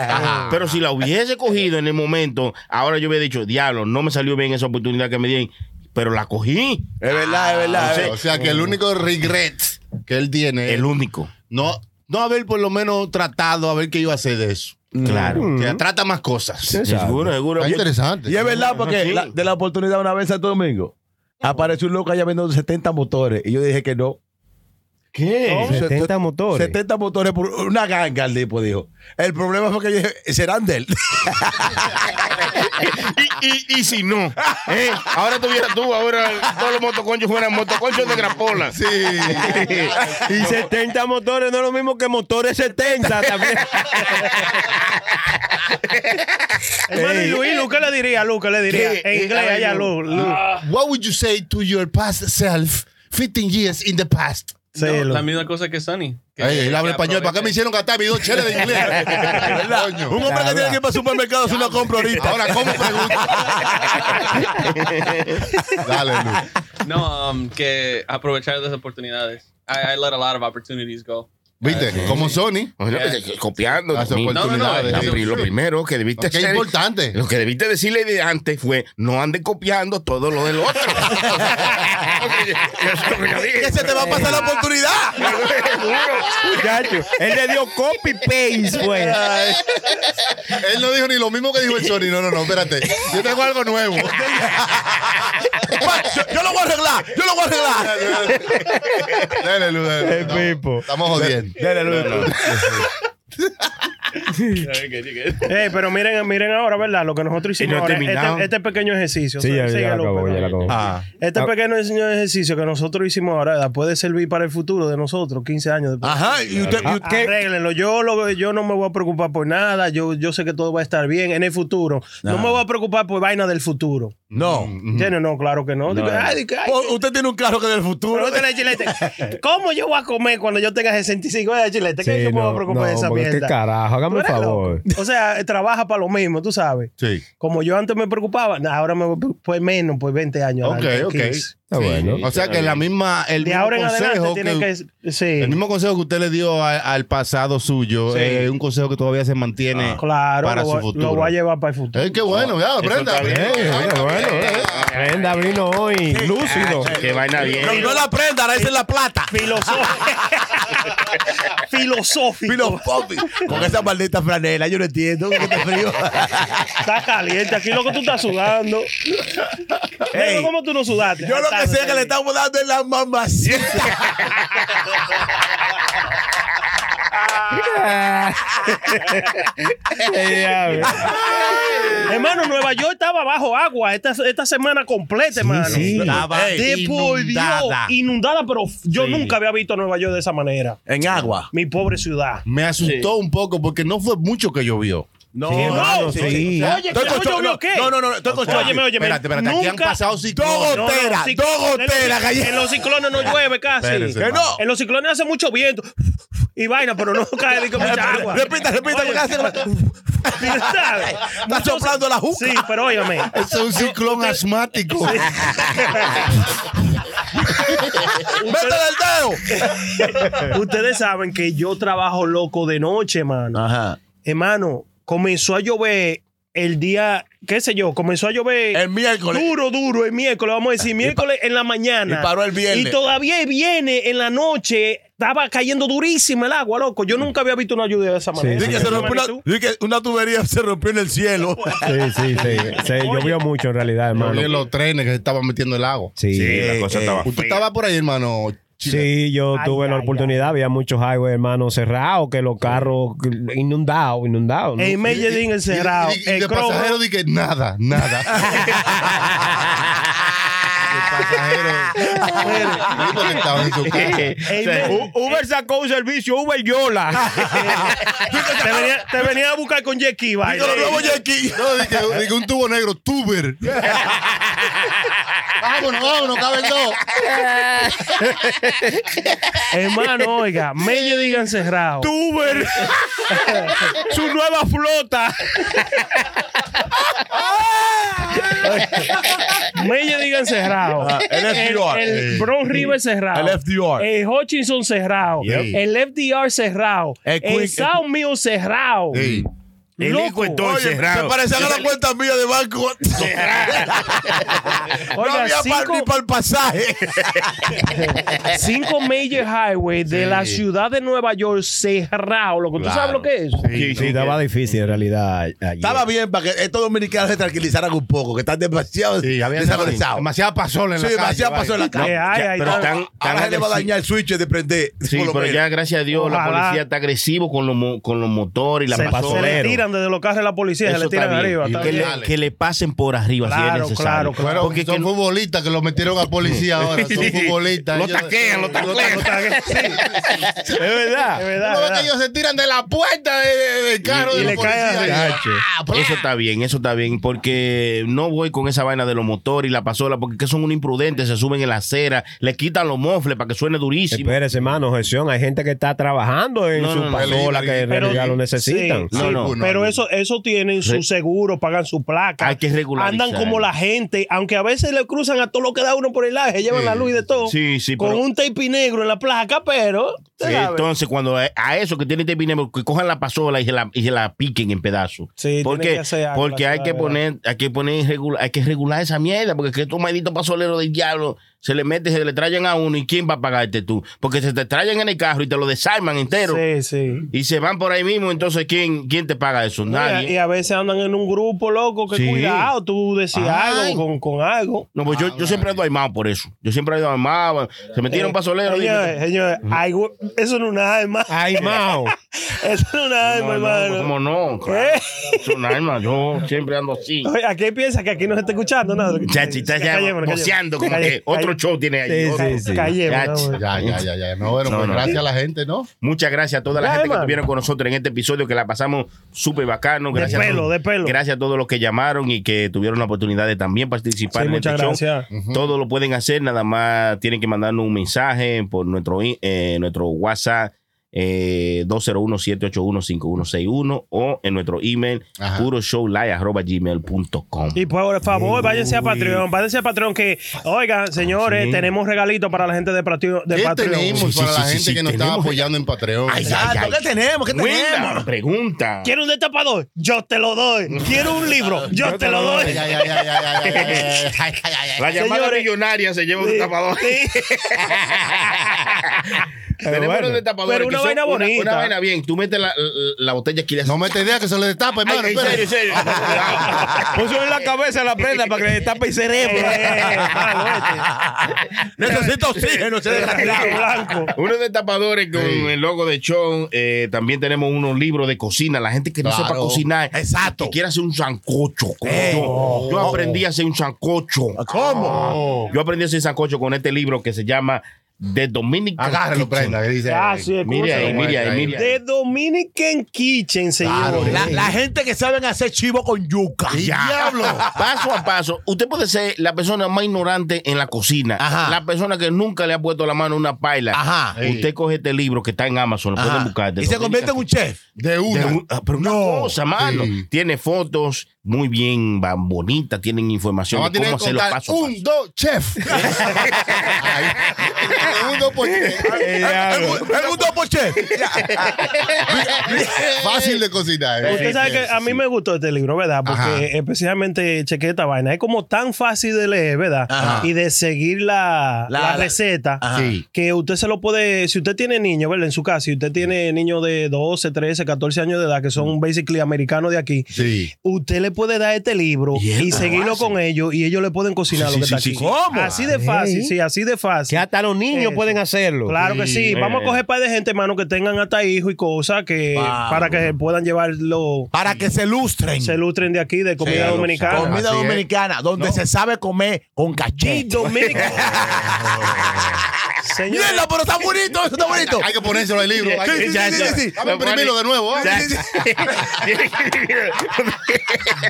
S3: Pero si la hubiese cogido en el momento, ahora yo hubiera dicho, diablo, no me salió bien esa oportunidad que me dieron, pero la cogí.
S5: Es verdad, es verdad.
S2: O
S5: es
S2: sea,
S5: verdad.
S2: o sea, que el único regret que él tiene
S3: El
S2: es
S3: único.
S2: no, no haber por lo menos tratado a ver qué iba a hacer de eso.
S3: Claro.
S1: Mm.
S2: O sea, trata más cosas.
S4: Exacto.
S3: Seguro, seguro.
S2: Está interesante.
S5: Y es verdad porque
S3: Sí.
S5: la- de la oportunidad una vez Santo Domingo apareció un loco allá vendiendo 70 motores y yo dije que no.
S4: ¿Qué? 70 motores.
S5: 70 motores por una ganga, el tipo dijo. El problema fue que yo dije, serán de él.
S3: Y, y, y si no, ¿eh? ahora tuviera tú, ahora todos los motoconchos fueran motoconchos de grapola.
S2: Sí.
S4: Y 70 motores no es lo mismo que motores 70 también.
S1: Hermano, y
S4: Ey.
S1: Luis, Lu, ¿qué le diría? Lu, ¿qué le diría?
S3: ¿Qué?
S2: eh,
S1: En inglés,
S3: Ay,
S1: allá,
S3: Lu.
S1: Lu. Lu.
S2: Ah. What would you say to your past self 15 years in the past?
S1: Sí,
S8: No,
S1: Lu.
S8: la misma cosa que Sonny. que-
S2: Ay, él habla
S8: que
S2: español. ¿Para qué me
S8: aproveche.
S2: hicieron gastar mis dos cheles de inglés? Coño.
S5: Un hombre que tiene que ir para el supermercado si no compra ahorita.
S2: Ahora, ¿cómo pregunto? Dale, Luis.
S8: No, um, que aprovechar las oportunidades. I, I let a lot of opportunities go.
S2: ¿Viste? Como Sony.
S3: Ah, Bueno, pues, eh, Copiando.
S2: Las
S3: no, no, no,
S2: oportunidades.
S3: la pri- lo primero que debiste
S2: Qué
S3: hacer-
S2: importante.
S3: Lo que debiste decirle de antes fue, no ande copiando todo lo del otro.
S5: Que se te va a pasar la oportunidad.
S4: Muchacho, él le dio copy paste, güey.
S5: pues.
S2: Él no dijo ni lo mismo que dijo el Sony. No, no, no, espérate. Yo tengo algo nuevo.
S5: Va, yo, yo lo voy a arreglar. Yo lo voy a arreglar.
S2: Dale, Lu, dale.
S4: El
S2: No,
S4: Pipo.
S2: Estamos jodiendo.
S3: Luis.
S5: Dale, Luis.
S8: Very good, you're good.
S1: Ey, pero miren, miren ahora, ¿verdad? Lo que nosotros
S3: Y no
S1: hicimos ahora,
S3: terminado.
S1: este, este pequeño ejercicio.
S4: Sí,
S1: Sí,
S4: ya, ya la
S1: síguelo,
S4: acabó,
S1: pero-
S4: ya la acabó.
S5: Ah.
S1: Este
S4: Ah.
S1: pequeño diseño de ejercicio que nosotros hicimos ahora ¿verdad? puede servir para el futuro de nosotros, 15 años después.
S5: Ajá, y usted, y usted-
S1: Arréglenlo. Yo, lo, yo no me voy a preocupar por nada. Yo, yo sé que todo va a estar bien en el futuro. No
S5: Ajá.
S1: me voy a preocupar por vaina del futuro.
S5: No.
S1: ¿Entiendes? No, claro que no. Digo, ah, ay, digo, ay,
S5: O- Usted tiene un carro que del futuro.
S1: pregúntale al chilete, ¿Cómo yo voy a comer cuando yo tenga 65 años, chilete? ¿Qué
S4: Sí,
S1: yo me voy
S4: no,
S1: a preocupar de
S4: no,
S1: esa
S4: porque ¿Qué
S1: mierda?
S4: carajo?
S1: Tú
S4: Hágame un
S1: eres
S4: favor.
S1: loco. O sea, eh, trabaja para lo mismo, tú sabes.
S2: Sí.
S1: Como yo antes me preocupaba, nah, ahora me voy por menos, por 20 años.
S2: Ok,
S1: adelante,
S2: ok.
S1: 15.
S4: Está bueno.
S2: O sea que la misma, el
S1: De
S2: mismo
S1: ahora en
S2: consejo
S1: adelante
S2: que,
S1: tienen que. Sí.
S2: el mismo consejo que usted le dio a- al pasado suyo eh,
S8: Sí.
S2: es un consejo que todavía se mantiene.
S1: Ah, Claro,
S2: para
S1: lo,
S2: su
S1: voy-
S2: futuro.
S1: lo voy a llevar para el futuro.
S2: Eh, qué bueno, ya,
S3: Eso
S2: Brenda.
S3: está bien.
S2: Eh,
S3: Eh,
S2: bueno, bueno, eh.
S4: Brenda vino hoy lúcido.
S3: Qué vaina
S5: No,
S3: bien.
S5: no la prenda, ahora esa es la plata.
S1: Filosófico. Filosófico.
S5: Filopopi. Con esa maldita franela, yo no entiendo. que está frío.
S1: Está caliente. Aquí loco tú estás sudando.
S5: Ey,
S1: Negro, ¿Cómo tú no sudaste?
S5: Yo lo que sé es que le
S1: está
S5: estamos dando en la mamacita.
S4: Ah.
S1: Hermano, Nueva York estaba bajo agua esta, esta semana completa, hermano.
S4: sí.
S5: Estaba
S1: De por Dios,
S5: inundada.
S1: inundada, pero yo
S3: Sí.
S1: nunca había visto Nueva York de esa manera.
S5: En agua.
S1: Mi pobre ciudad.
S2: Me asustó un poco porque no fue mucho que llovió.
S5: No,
S1: hermano,
S5: sí.
S4: sí.
S1: Oye,
S5: Estoy
S1: ¿que
S5: con
S1: no
S5: Cho-
S1: llovió
S5: no,
S1: qué?
S5: No, no, no, estoy con Cho-
S1: Óyeme, óyeme.
S2: espérate, espérate, aquí han
S1: nunca-
S2: pasado
S5: Dos
S2: ciclones.
S1: No, no,
S5: goteras,
S1: sí,
S5: dos goteras, galleta.
S1: En los ciclones no llueve casi.
S2: Espérese,
S1: Que
S5: hermano.
S1: En los ciclones hace mucho viento y vaina, pero no cae digo, mucha agua.
S5: Repita, repita, porque hace
S1: ¿sabes?
S5: Está soplando la juca.
S1: Sí, pero Eh, óigame.
S2: Ese es un ciclón asmático.
S5: ¡Métele el dedo!
S1: Ustedes saben que yo trabajo loco de noche, mano.
S5: Ajá.
S1: Hermano, comenzó a llover el día, qué sé yo, comenzó a llover.
S5: El miércoles.
S1: Duro, duro, el miércoles, vamos a decir, miércoles en la mañana.
S5: y paró el viernes.
S1: Y todavía viene en la noche, estaba cayendo durísima el agua, loco. Yo nunca había visto una lluvia de esa manera.
S5: Dije que se rompió una,
S1: Manitú.
S5: di que una tubería se rompió en el cielo.
S4: Sí, sí, sí. Se llovió mucho en realidad, hermano.
S2: Oye, los trenes que se estaban metiendo el lago.
S4: Sí.
S3: Sí, la cosa
S5: Eh,
S3: estaba
S2: Usted
S3: fea.
S2: estaba por ahí, hermano. Chile.
S4: Sí, yo
S1: Ay,
S4: tuve la
S1: ay,
S4: oportunidad, había muchos highways, hermano, cerrados, que los carros inundados, inundados. ¿no?
S1: El Medellín encerrado.
S2: Y, y- y
S1: El
S2: de
S1: Cromo.
S2: pasajero dije, nada, nada. el pasajero. tipo que estaba en su casa.
S1: el Medellín.
S4: U- Uber sacó un servicio, Uber Yola.
S1: te, venía, te venía a buscar con Jackie,
S5: Yo lo veo ya aquí.
S2: No, dije, dije, un tubo negro, tuber. vámonos, vámonos, caben dos.
S1: Hermano, oiga, Medellín encerrado.
S4: Uber. Su nueva flota.
S1: Medellín encerrado.
S5: Ah, el FDR.
S1: El, el Bron River cerrado.
S5: El FDR.
S1: El Hutchinson cerrado.
S2: Yep.
S1: El FDR cerrado.
S5: El
S1: El,
S5: Quick-
S1: Sound Mill cerrado.
S2: Sí.
S3: El
S1: Loco.
S3: hijo entonces
S5: Oye, se
S3: cerrado.
S5: parecían a la cuenta mía de banco. no
S1: Oiga,
S5: había pa-
S1: cinco-
S5: ni para el pasaje.
S1: Cinco major highways de la ciudad de Nueva York cerrado. Loco. ¿Tú sabes lo que es?
S4: Sí, sí, estaba difícil en realidad. ayer.
S5: Estaba bien para que estos dominicanos se tranquilizaran un poco, que están demasiado
S2: Sí, había
S5: desorganizados.
S2: demasiada pasol en
S5: Sí,
S2: la calle.
S5: demasiado
S2: vaya.
S5: pasó en la
S1: Que
S5: calle.
S1: hay,
S3: ya,
S1: ahí
S3: pero
S1: está.
S3: están, están
S5: Ahora se le va a
S3: agresi-
S5: dañar el switch de prender.
S3: Sí,
S5: por lo
S3: pero
S5: menos.
S3: ya gracias a Dios la
S1: Ojalá.
S3: policía está agresivo con los mo- con los motores y la
S1: se, se le
S3: pasola.
S1: tiran desde los carros de la policía, se
S3: Eso
S1: le
S3: está
S1: tiran
S3: bien.
S1: arriba.
S2: Y
S1: está
S3: Que
S1: bien.
S3: le, que le pasen por arriba si
S1: Claro,
S3: es necesario.
S1: claro, claro.
S2: Fueron-
S3: Porque
S2: son
S3: que-
S2: futbolistas que lo metieron a policía ahora. Son futbolistas.
S3: Lo
S2: Ellos-
S3: taquean, lo taquean.
S1: O sea, que- sí,
S4: Es
S2: Tú
S4: verdad.
S1: es verdad,
S2: no ves
S1: verdad.
S2: que ellos se tiran de la puerta de- de- del carro
S1: Y-
S2: de
S1: y
S2: la
S1: le cae
S2: policía.
S1: arriba.
S2: Y- ah, bla.
S3: Eso está bien, eso está bien, porque no voy con esa vaina de los motores y la pasola, porque que son un imprudente, se suben en la acera, le quitan los mofles para que suene durísimo.
S4: Espérese, hermano, objeción. Hay gente que está trabajando en
S3: No,
S4: su
S3: no, no.
S4: pasola que en
S1: Pero-
S4: realidad lo necesitan.
S1: Sí,
S3: No,
S1: sí,
S2: pues,
S3: no.
S1: Pero eso, eso tienen su
S3: Re-
S1: seguro, pagan su placa.
S3: Hay que regularizar.
S1: Andan como la gente, aunque a veces le cruzan a todo lo que da uno por el aire, llevan
S2: Sí,
S1: la luz y de todo.
S3: Sí, sí,
S1: con
S3: pero-
S1: un tape negro en la placa, pero. ¿tú
S3: Sí,
S1: sabes?
S3: Entonces, cuando a, a eso que tiene este vinemo, que cojan la pasola y se la, y se la piquen en pedazos.
S1: Sí,
S3: porque
S1: tienen que hacer algo,
S3: porque hay
S1: la
S3: que
S1: verdad.
S3: poner, hay que poner regula- hay que regular esa mierda, porque es que estos malditos pasoleros del diablo se le mete, se le traen a uno y quién va a pagarte tú. Porque se te traen en el carro y te lo desarman entero
S1: Sí, sí.
S3: y se van por ahí mismo, entonces ¿quién, quién te paga eso?
S1: Y
S3: Nadie.
S1: a veces andan en un grupo, loco, que
S3: Sí. Ah.
S1: cuidado, tú decías
S3: Ay.
S1: algo con, con algo.
S3: No, pues yo, yo siempre ando aimado por eso. Yo siempre ando aimado. Se metieron
S1: Eh,
S3: pasoleros. dime,
S1: Señores, señores, ay, güey, eso no es una arma.
S4: Ay, Mao.
S1: Eso no es una
S3: no,
S1: arma,
S3: no,
S1: hermano.
S3: ¿Cómo no? Claro.
S1: ¿Eh?
S3: Es un arma. Yo siempre ando así.
S1: Oye, ¿a qué piensa que aquí no se está escuchando nada?
S3: Chachi, está ya
S1: Callémonos, callémonos.
S3: voceando como
S1: Calle-
S3: que otro
S1: calle-
S3: show tiene ahí.
S4: Sí,
S3: otro.
S4: sí, sí.
S1: Callémonos,
S3: Chachi.
S1: güey.
S2: Ya, ya, ya, ya. No, bueno,
S3: No,
S2: pues
S3: no.
S2: gracias a la gente, ¿no?
S3: Muchas gracias a toda la
S1: Ya,
S3: gente que
S1: hermano.
S3: estuvieron con nosotros en este episodio, que la pasamos súper bacano.
S1: De
S3: Gracias a
S1: pelo,
S3: todos-
S1: de pelo.
S3: Gracias a todos los que llamaron y que tuvieron la oportunidad de también participar
S1: Sí,
S3: en
S1: muchas
S3: este show.
S1: gracias.
S3: Todo lo pueden hacer, nada más tienen que mandarnos un mensaje por nuestro, i- eh, nuestro WhatsApp eh, 201-781-5161 o en nuestro email
S2: Ajá.
S3: puroshowlive.gmail.com
S1: Y por favor, váyanse a Patreon, váyanse a Patreon que, oigan, señores,
S3: Sí.
S1: tenemos regalitos para la gente de Patreon. De
S2: ¿Qué
S1: Patreon.
S2: tenemos
S3: Sí,
S2: para
S3: sí,
S2: la
S3: sí,
S2: gente
S3: sí,
S2: que nos está
S3: tenemos-
S2: apoyando en Patreon?
S3: Ay, ay,
S5: Exacto,
S3: ay.
S5: ¿qué tenemos? ¿Qué
S3: Wilda,
S5: tenemos?
S3: pregunta.
S1: ¿Quieres un destapador? Yo te lo doy. ¿Quieres un libro? Yo te lo doy.
S2: Ay, ay, ay, ay, ay, ay, ay, ay, ay, ay, ay, ay.
S3: La llamada
S1: Señores.
S3: millonaria se lleva un
S1: Sí,
S3: tapador.
S1: sí.
S3: Tenemos
S4: bueno.
S3: unos destapadores
S1: Pero
S3: que
S1: una
S3: son
S1: vaina bonita.
S3: Una, vaina bien. Tú metes la, la- la botella aquí. le haces-
S2: No me te digas que se le destapa,
S3: Ay,
S2: hermano.
S3: en
S2: espera.
S3: serio, en serio.
S4: Pues, Puso en la cabeza la prenda para que le tape el cerebro.
S1: Eh, malo este.
S5: Necesito oxígeno, se
S1: Blanco,
S5: desgraciado.
S1: blanco.
S3: Unos destapadores con
S2: Sí.
S3: el logo de Chon. Eh, también tenemos unos libros de cocina. La gente que no
S2: Claro.
S3: sepa cocinar.
S5: Exacto.
S3: Que quiera hacer un sancocho. como
S5: Eh.
S3: yo.
S4: Oh.
S3: Yo aprendí a hacer un sancocho. Ah.
S5: ¿Cómo?
S2: Oh,
S3: Yo aprendí a hacer sancocho con este libro que se llama The Dominican
S2: Agárralo,
S3: Kitchen.
S2: prenda, que dice.
S1: Ah, sí,
S3: Mire ahí,
S1: escúchalo.
S3: mire ahí, mire ahí.
S1: De Dominican Kitchen, señores.
S5: La, la gente que saben hacer chivo con yuca.
S3: Ya.
S5: ¡Diablo!
S3: Paso a paso, usted puede ser la persona más ignorante en la cocina,
S5: Ajá.
S3: la persona que nunca le ha puesto la mano a una paila.
S5: Ajá.
S3: Usted coge este libro que está en Amazon, lo
S5: Ajá.
S3: pueden buscar.
S5: Y se convierte en un chef.
S2: De
S3: De
S2: una.
S3: un- ah, pero una
S5: No.
S3: cosa, mano.
S2: Sí.
S3: Tiene fotos muy bien van, bonitas, tienen información
S2: Vamos a
S3: de
S2: tener
S3: cómo
S2: que
S3: hacer los
S2: contar
S3: pasos.
S2: un, dos, chef. Ahí. Un, dos, por qué.
S3: Eh,
S5: El, mu- el mundo por chef.
S2: Fácil de cocinar. ¿eh?
S1: Usted
S2: Sí,
S1: sabe
S2: sí,
S1: que a mí
S2: sí.
S1: me gustó este libro, ¿verdad?
S2: Ajá.
S1: Porque especialmente chequé esta vaina. Es como tan fácil de leer, ¿verdad?
S5: Ajá.
S1: Y de seguir la,
S5: La-
S1: la
S5: la-
S1: receta.
S5: Ajá.
S2: Sí.
S1: Que usted se lo puede, si usted tiene niños, ¿verdad? En su casa, si usted tiene niños de 12, 13, 14 años de edad, que son basically americanos de aquí,
S2: Sí.
S1: usted le puede dar este libro
S3: Y él
S1: y
S3: lo
S1: seguirlo
S3: hace.
S1: con ellos y ellos le pueden cocinar
S3: Sí,
S1: lo que
S3: sí,
S1: está
S3: sí,
S1: aquí.
S3: sí.
S5: ¿Cómo?
S1: Así de fácil, sí, así de
S4: Que
S1: fácil.
S4: hasta los niños
S1: Eso.
S4: pueden hacerlo.
S1: Claro que sí.
S3: Sí.
S1: Vamos
S3: Eh.
S1: a coger par de gente, hermano, que tengan hasta hijos y cosas que
S5: Vamos.
S1: para que puedan llevarlo
S5: Para que se lustren.
S1: se lustren de aquí, de comida
S3: lo
S1: dominicana.
S5: Comida
S2: Así es.
S5: dominicana, donde se sabe comer con
S1: Y
S5: cachito.
S1: dominicana. Señor,
S5: Mierda, pero está bonito, eso está bonito.
S2: Hay que ponérselo al libro. hay que-
S5: Sí, sí, sí, sí, sí.
S2: Vamos a imprimirlo de nuevo. ¿eh?
S3: Ya.
S2: Sí, sí, sí.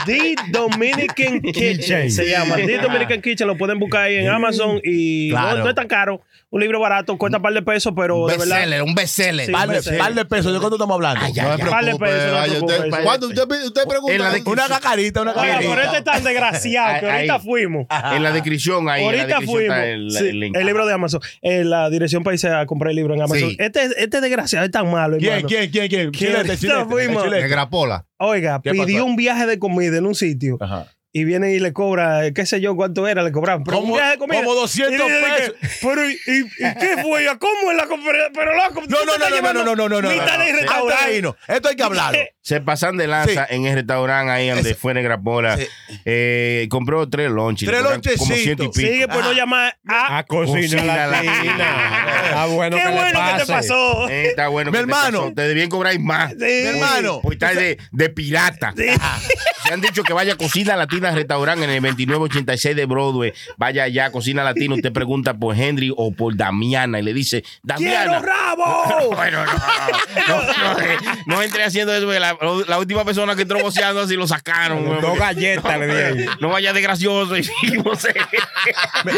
S1: The Dominican Kitchen se llama. The Dominican Kitchen lo pueden buscar ahí en Amazon y
S5: Claro.
S1: no, no es tan caro. Un libro barato, cuesta un par de pesos, pero de verdad.
S2: un bestseller.
S1: Sí,
S5: Par de,
S1: sí.
S5: par de pesos, ¿de cuánto estamos hablando?
S3: Ay, ya,
S2: No me
S3: ya.
S1: Vale,
S2: preocupe.
S1: pero eso no
S2: vaya,
S1: preocupe,
S2: usted-
S1: eso.
S2: ¿Cuándo usted, usted pregunta?
S3: En la de-
S5: Una cacarita, una
S1: Oiga, pero
S5: cacarita.
S1: este es tan desgraciado que
S3: Ahí,
S1: ahorita
S3: ahí.
S1: fuimos.
S3: En la descripción ahí. en la
S1: Ahorita
S3: descripción
S1: fuimos.
S3: está el-
S1: Sí, El,
S3: el link.
S1: libro de Amazon. Eh, la dirección para irse a comprar el libro en Amazon.
S2: Sí.
S1: Este, este desgraciado es tan malo,
S5: ¿Quién,
S1: hermano.
S5: quién, quién, quién?
S1: ¿Quién
S5: Chilete,
S1: está
S5: chilete,
S1: fuimos?
S5: chilete.
S2: Negrapola.
S1: Oiga,
S5: ¿Qué pasó?
S1: pidió un viaje de comida en un sitio
S5: Ajá.
S1: y viene y le cobra, eh, qué sé yo cuánto era, le cobraban. Pero
S5: Como-
S1: un viaje de comida.
S5: como 200
S1: Y dice que, Pero, ¿y, y, y qué fue? ¿A ¿Cómo es la compra? Pero loco,
S5: No, no, no, no, no, no, no, no, no. no,
S1: Mitad de
S5: no. Antes de
S1: restaurante.
S5: irnos, Esto hay que hablarlo.
S3: Se pasan de lanza en el restaurante ahí donde fue Negrapola.
S5: Sí.
S3: Eh, compró tres lonches.
S5: Tres
S3: le cobran Como
S5: lonchecitos.
S3: ciento y pico.
S1: Sigue por no llamar pues a.
S4: A cocina
S3: Cocina
S4: latina.
S3: latina. Ah,
S4: Está bueno
S1: qué
S4: que le
S1: bueno que
S4: pase.
S1: te pasó.
S3: Eh, está bueno.
S5: Mi
S3: que te
S5: hermano.
S3: pasó. Te debían cobrar más.
S1: Sí. Mi
S5: hermano.
S3: Pues está de, de pirata. Se han dicho que vaya a Cocina Latina Restaurante en el 2986 de Broadway. Vaya allá a Cocina Latina. Usted pregunta por Henry o por Damiana y le dice,
S1: ¡Quiero
S3: Damiana.
S1: rabo!
S3: Bueno, no, no, no, no, eh, no entré haciendo eso. porque La, la última persona que entró boceando así lo sacaron. güey,
S4: Dos
S3: porque-
S4: galletas le di ahí.
S3: no vaya desgracioso y no sé.
S5: Mi-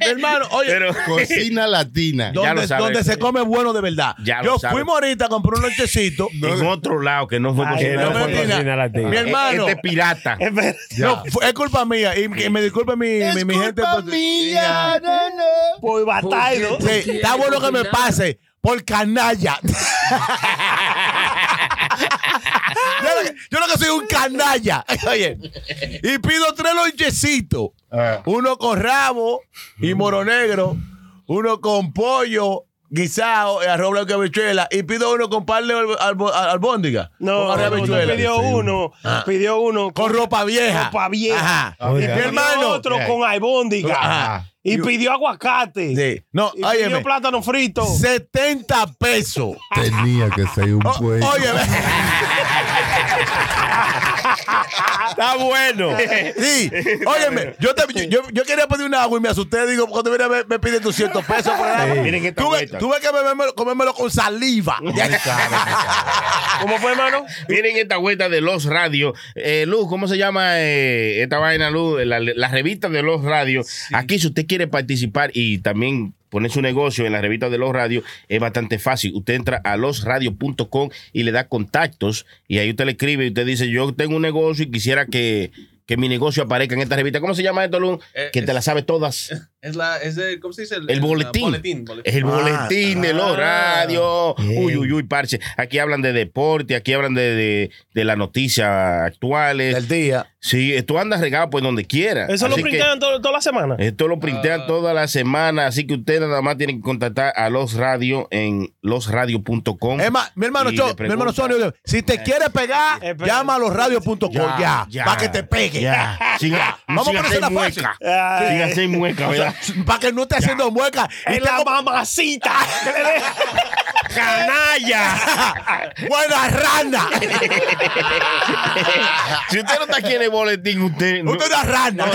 S5: mi hermano, oye,
S3: Pero
S2: Cocina latina.
S3: Ya lo
S5: donde,
S3: sabes.
S5: donde se come bueno de verdad.
S3: Ya lo
S5: Yo
S3: sabes.
S5: fuimos ahorita, compré un lonchecito.
S3: en otro lado que no fue
S1: Ay,
S4: Que
S3: cocina
S4: no
S5: no, no,
S4: fue
S5: no.
S4: cocina
S5: Mi
S4: latina.
S5: hermano.
S3: Este es pirata.
S1: Espera.
S5: No, fu- es culpa mía. Y que me disculpe mi, mi- mi gente. pues, por-
S2: mía, no, no.
S1: Por batallo.
S5: Sí, está bueno que me pase por canalla. Yo lo que- Yo lo que soy un canalla. Oye, y pido tres lonchecitos. Uno con rabo y moro negro. Uno con pollo guisado y arroz blanco y habichuela. Y pido uno con par de al- albo- al- albóndiga. con
S1: No,
S5: arroz y
S1: no, no,
S5: habichuela. Ah.
S1: pidió uno, pidió uno
S5: Con ropa vieja.
S1: ropa vieja.
S5: Ajá.
S1: Y
S4: Oye,
S1: pidió
S5: hermano.
S1: otro
S5: Ay.
S1: con albóndiga.
S5: Ajá.
S1: Y pidió aguacate.
S5: Sí. No,
S1: Y
S5: óyeme.
S1: pidió plátano frito.
S5: 70 pesos.
S2: Tenía que ser un
S3: Oh,
S5: O-
S2: pueblo.
S5: óyeme.
S4: Está bueno.
S5: Sí, óyeme, yo, te- yo, yo quería pedir un agua y me asusté. Digo, cuando mira, me, me piden 200 pesos por el agua.
S3: Miren esta
S5: Tuve,
S3: vuelta.
S5: tuve que bebérmelo- comérmelo con saliva.
S1: ¿Cómo fue, hermano?
S3: Miren esta vuelta de Los Radio. Eh, Luz, ¿cómo se llama eh, esta vaina, Luz? La, la revista de Los Radio. Aquí, si usted quiere participar y también poner su negocio en la revista de Los Radio, es bastante fácil. Usted entra a losradio.com y le da contactos y ahí usted le escribe y usted dice, yo tengo un negocio y quisiera que, que mi negocio aparezca en esta revista. ¿Cómo se llama esto, Luz?
S8: Eh,
S3: que te
S8: es-
S3: la sabe todas.
S8: Es la, es el, ¿cómo se dice? El,
S3: El boletín.
S8: boletín, boletín.
S5: Ah,
S3: El boletín de Los
S8: ah.
S3: Radio.
S4: Bien.
S3: Uy, uy, uy, parche. Aquí hablan de deporte, aquí hablan de, de, de las noticias actuales.
S5: El día.
S3: Sí, tú andas regado por donde quiera.
S1: Eso lo
S3: Así que
S1: printean todo- toda la semana.
S3: Esto lo printean
S8: Ah.
S3: toda la semana, así que ustedes nada más tienen que contactar a Los Radio en losradio.com.
S5: Es más, mi hermano,
S3: Y
S5: Cho-
S3: le
S5: mi hermano
S3: pregunta. Eh.
S5: Sonio, si te quieres pegar,
S1: Espera.
S5: llama a losradio.com ya, para que te pegue.
S3: Ya. Siga,
S5: Vamos a
S3: siga
S5: ponérsela
S3: sin
S5: fácil.
S3: mueca.
S1: Ay.
S3: Siga sin mueca, ¿verdad?
S5: Para que no esté haciendo muecas. Y
S1: Es la
S5: tengo-
S1: mamacita. que le deja.
S3: ¡Canalla!
S5: Buena rana.
S3: si usted no está aquí en el boletín, usted. no-
S5: Usted es una rana.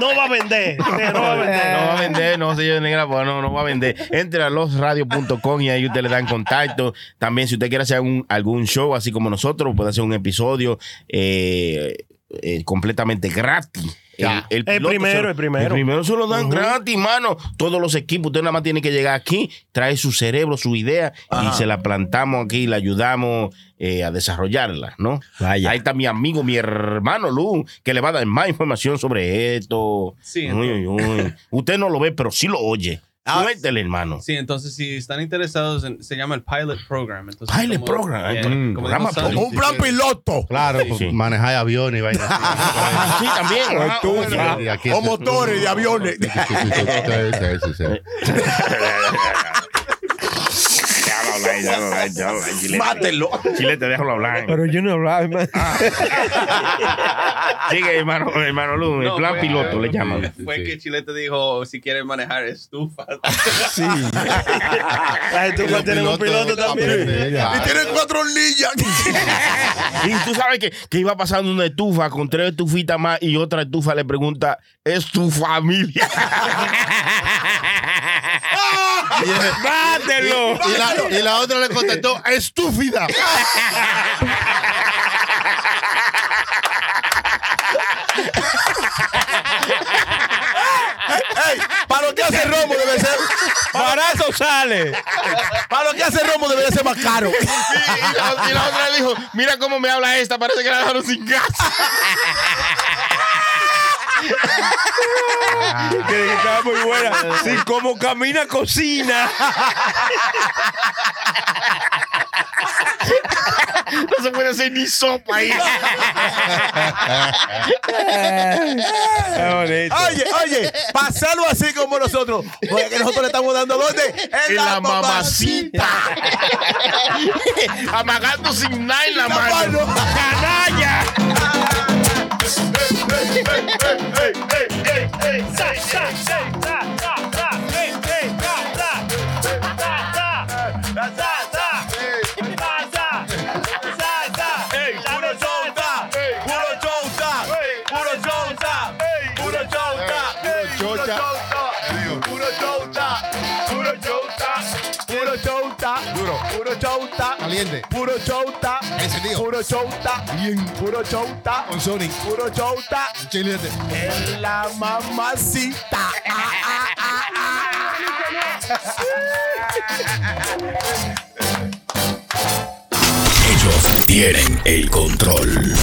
S1: No va a vender. No va a vender.
S3: No va a vender, no señor negra, pues no, no va a vender. Entre a losradio.com y ahí usted le dan contacto. También si usted quiere hacer un- algún show así como nosotros, puede hacer un episodio eh, eh, completamente gratis.
S2: Ya.
S1: El primero,
S3: se lo-
S1: el primero.
S3: El primero se lo dan gratis, mano. Todos los equipos, usted nada más tiene que llegar aquí, trae su cerebro, su idea y se la plantamos aquí, la ayudamos eh, a desarrollarla, ¿no?
S4: Vaya.
S3: Ahí está mi amigo, mi hermano Lu, que le va a dar más información sobre esto.
S8: Sí,
S3: Uy, uy, uy. Usted no lo ve, pero sí lo oye.
S5: Ah,
S3: Suéltele, hermano.
S8: Sí, entonces si están interesados, en- se llama el Pilot Program. Entonces,
S3: Pilot Program,
S8: eh,
S3: mm,
S8: como
S3: programa
S8: dijo Sandy,
S5: Un plan piloto.
S2: Claro,
S3: Sí, sí.
S2: manejar aviones y vainas.
S3: Ah, sí, también. Ah, bueno.
S2: Y aquí
S5: Pues O
S2: este-
S5: motores de aviones.
S2: Sí, sí, sí, sí, sí.
S3: Déjalo hablar, déjalo hablar, déjalo hablar, Chilete.
S5: Mátelo.
S3: eh. Chilete, déjalo hablar.
S4: Pero yo no hablaba, hermano.
S5: Ah,
S3: Sigue, hermano, hermano Lu, el
S8: No, pues.
S3: plan
S8: fue-
S3: piloto le
S8: fue-
S3: llaman.
S8: Fue
S2: Sí.
S8: que Chilete dijo, si quieren manejar estufa.
S4: Sí.
S1: La estufa tiene un piloto también.
S2: aprende, ya.
S5: Y tiene cuatro hornillas.
S3: Y tú sabes que, que iba pasando una estufa con tres estufitas más y otra estufa le pregunta, ¿es tu familia? ¡Mátelo!
S2: Y la, y la otra le contestó, estúpida.
S5: Ey, para lo que hace Romo debe ser.
S4: Barato sale.
S5: Para lo que hace Romo debería ser más caro.
S3: Sí, y, la, y la otra le dijo, mira cómo me habla esta, parece que la dejaron sin gas.
S4: Que estaba muy buena. Sí, como camina, cocina.
S3: No se puede hacer ni sopa ahí.
S5: ah.
S4: Qué bonito.
S5: Oye, oye, pasarlo así como nosotros. Porque que nosotros le estamos dando dónde? En
S3: Y
S5: la,
S3: la mamacita. Amagando sin nada en la mano.
S5: mano.
S3: ¡Canalla!
S5: Ey, puro chota, puro chota, puro chota, puro chota,
S2: Ey, puro
S5: puro
S2: chota.
S5: chota, puro chota, puro chota, puro chota,
S2: Duro.
S5: puro chota,
S2: Caliente.
S5: puro chota,
S2: Encendido.
S5: puro chota,
S2: Bien.
S5: puro chota,
S2: Con Sonic.
S5: puro chota,
S2: Chilete.
S5: en la mamacita. Ah, ah, ah,
S10: Ellos tienen el control.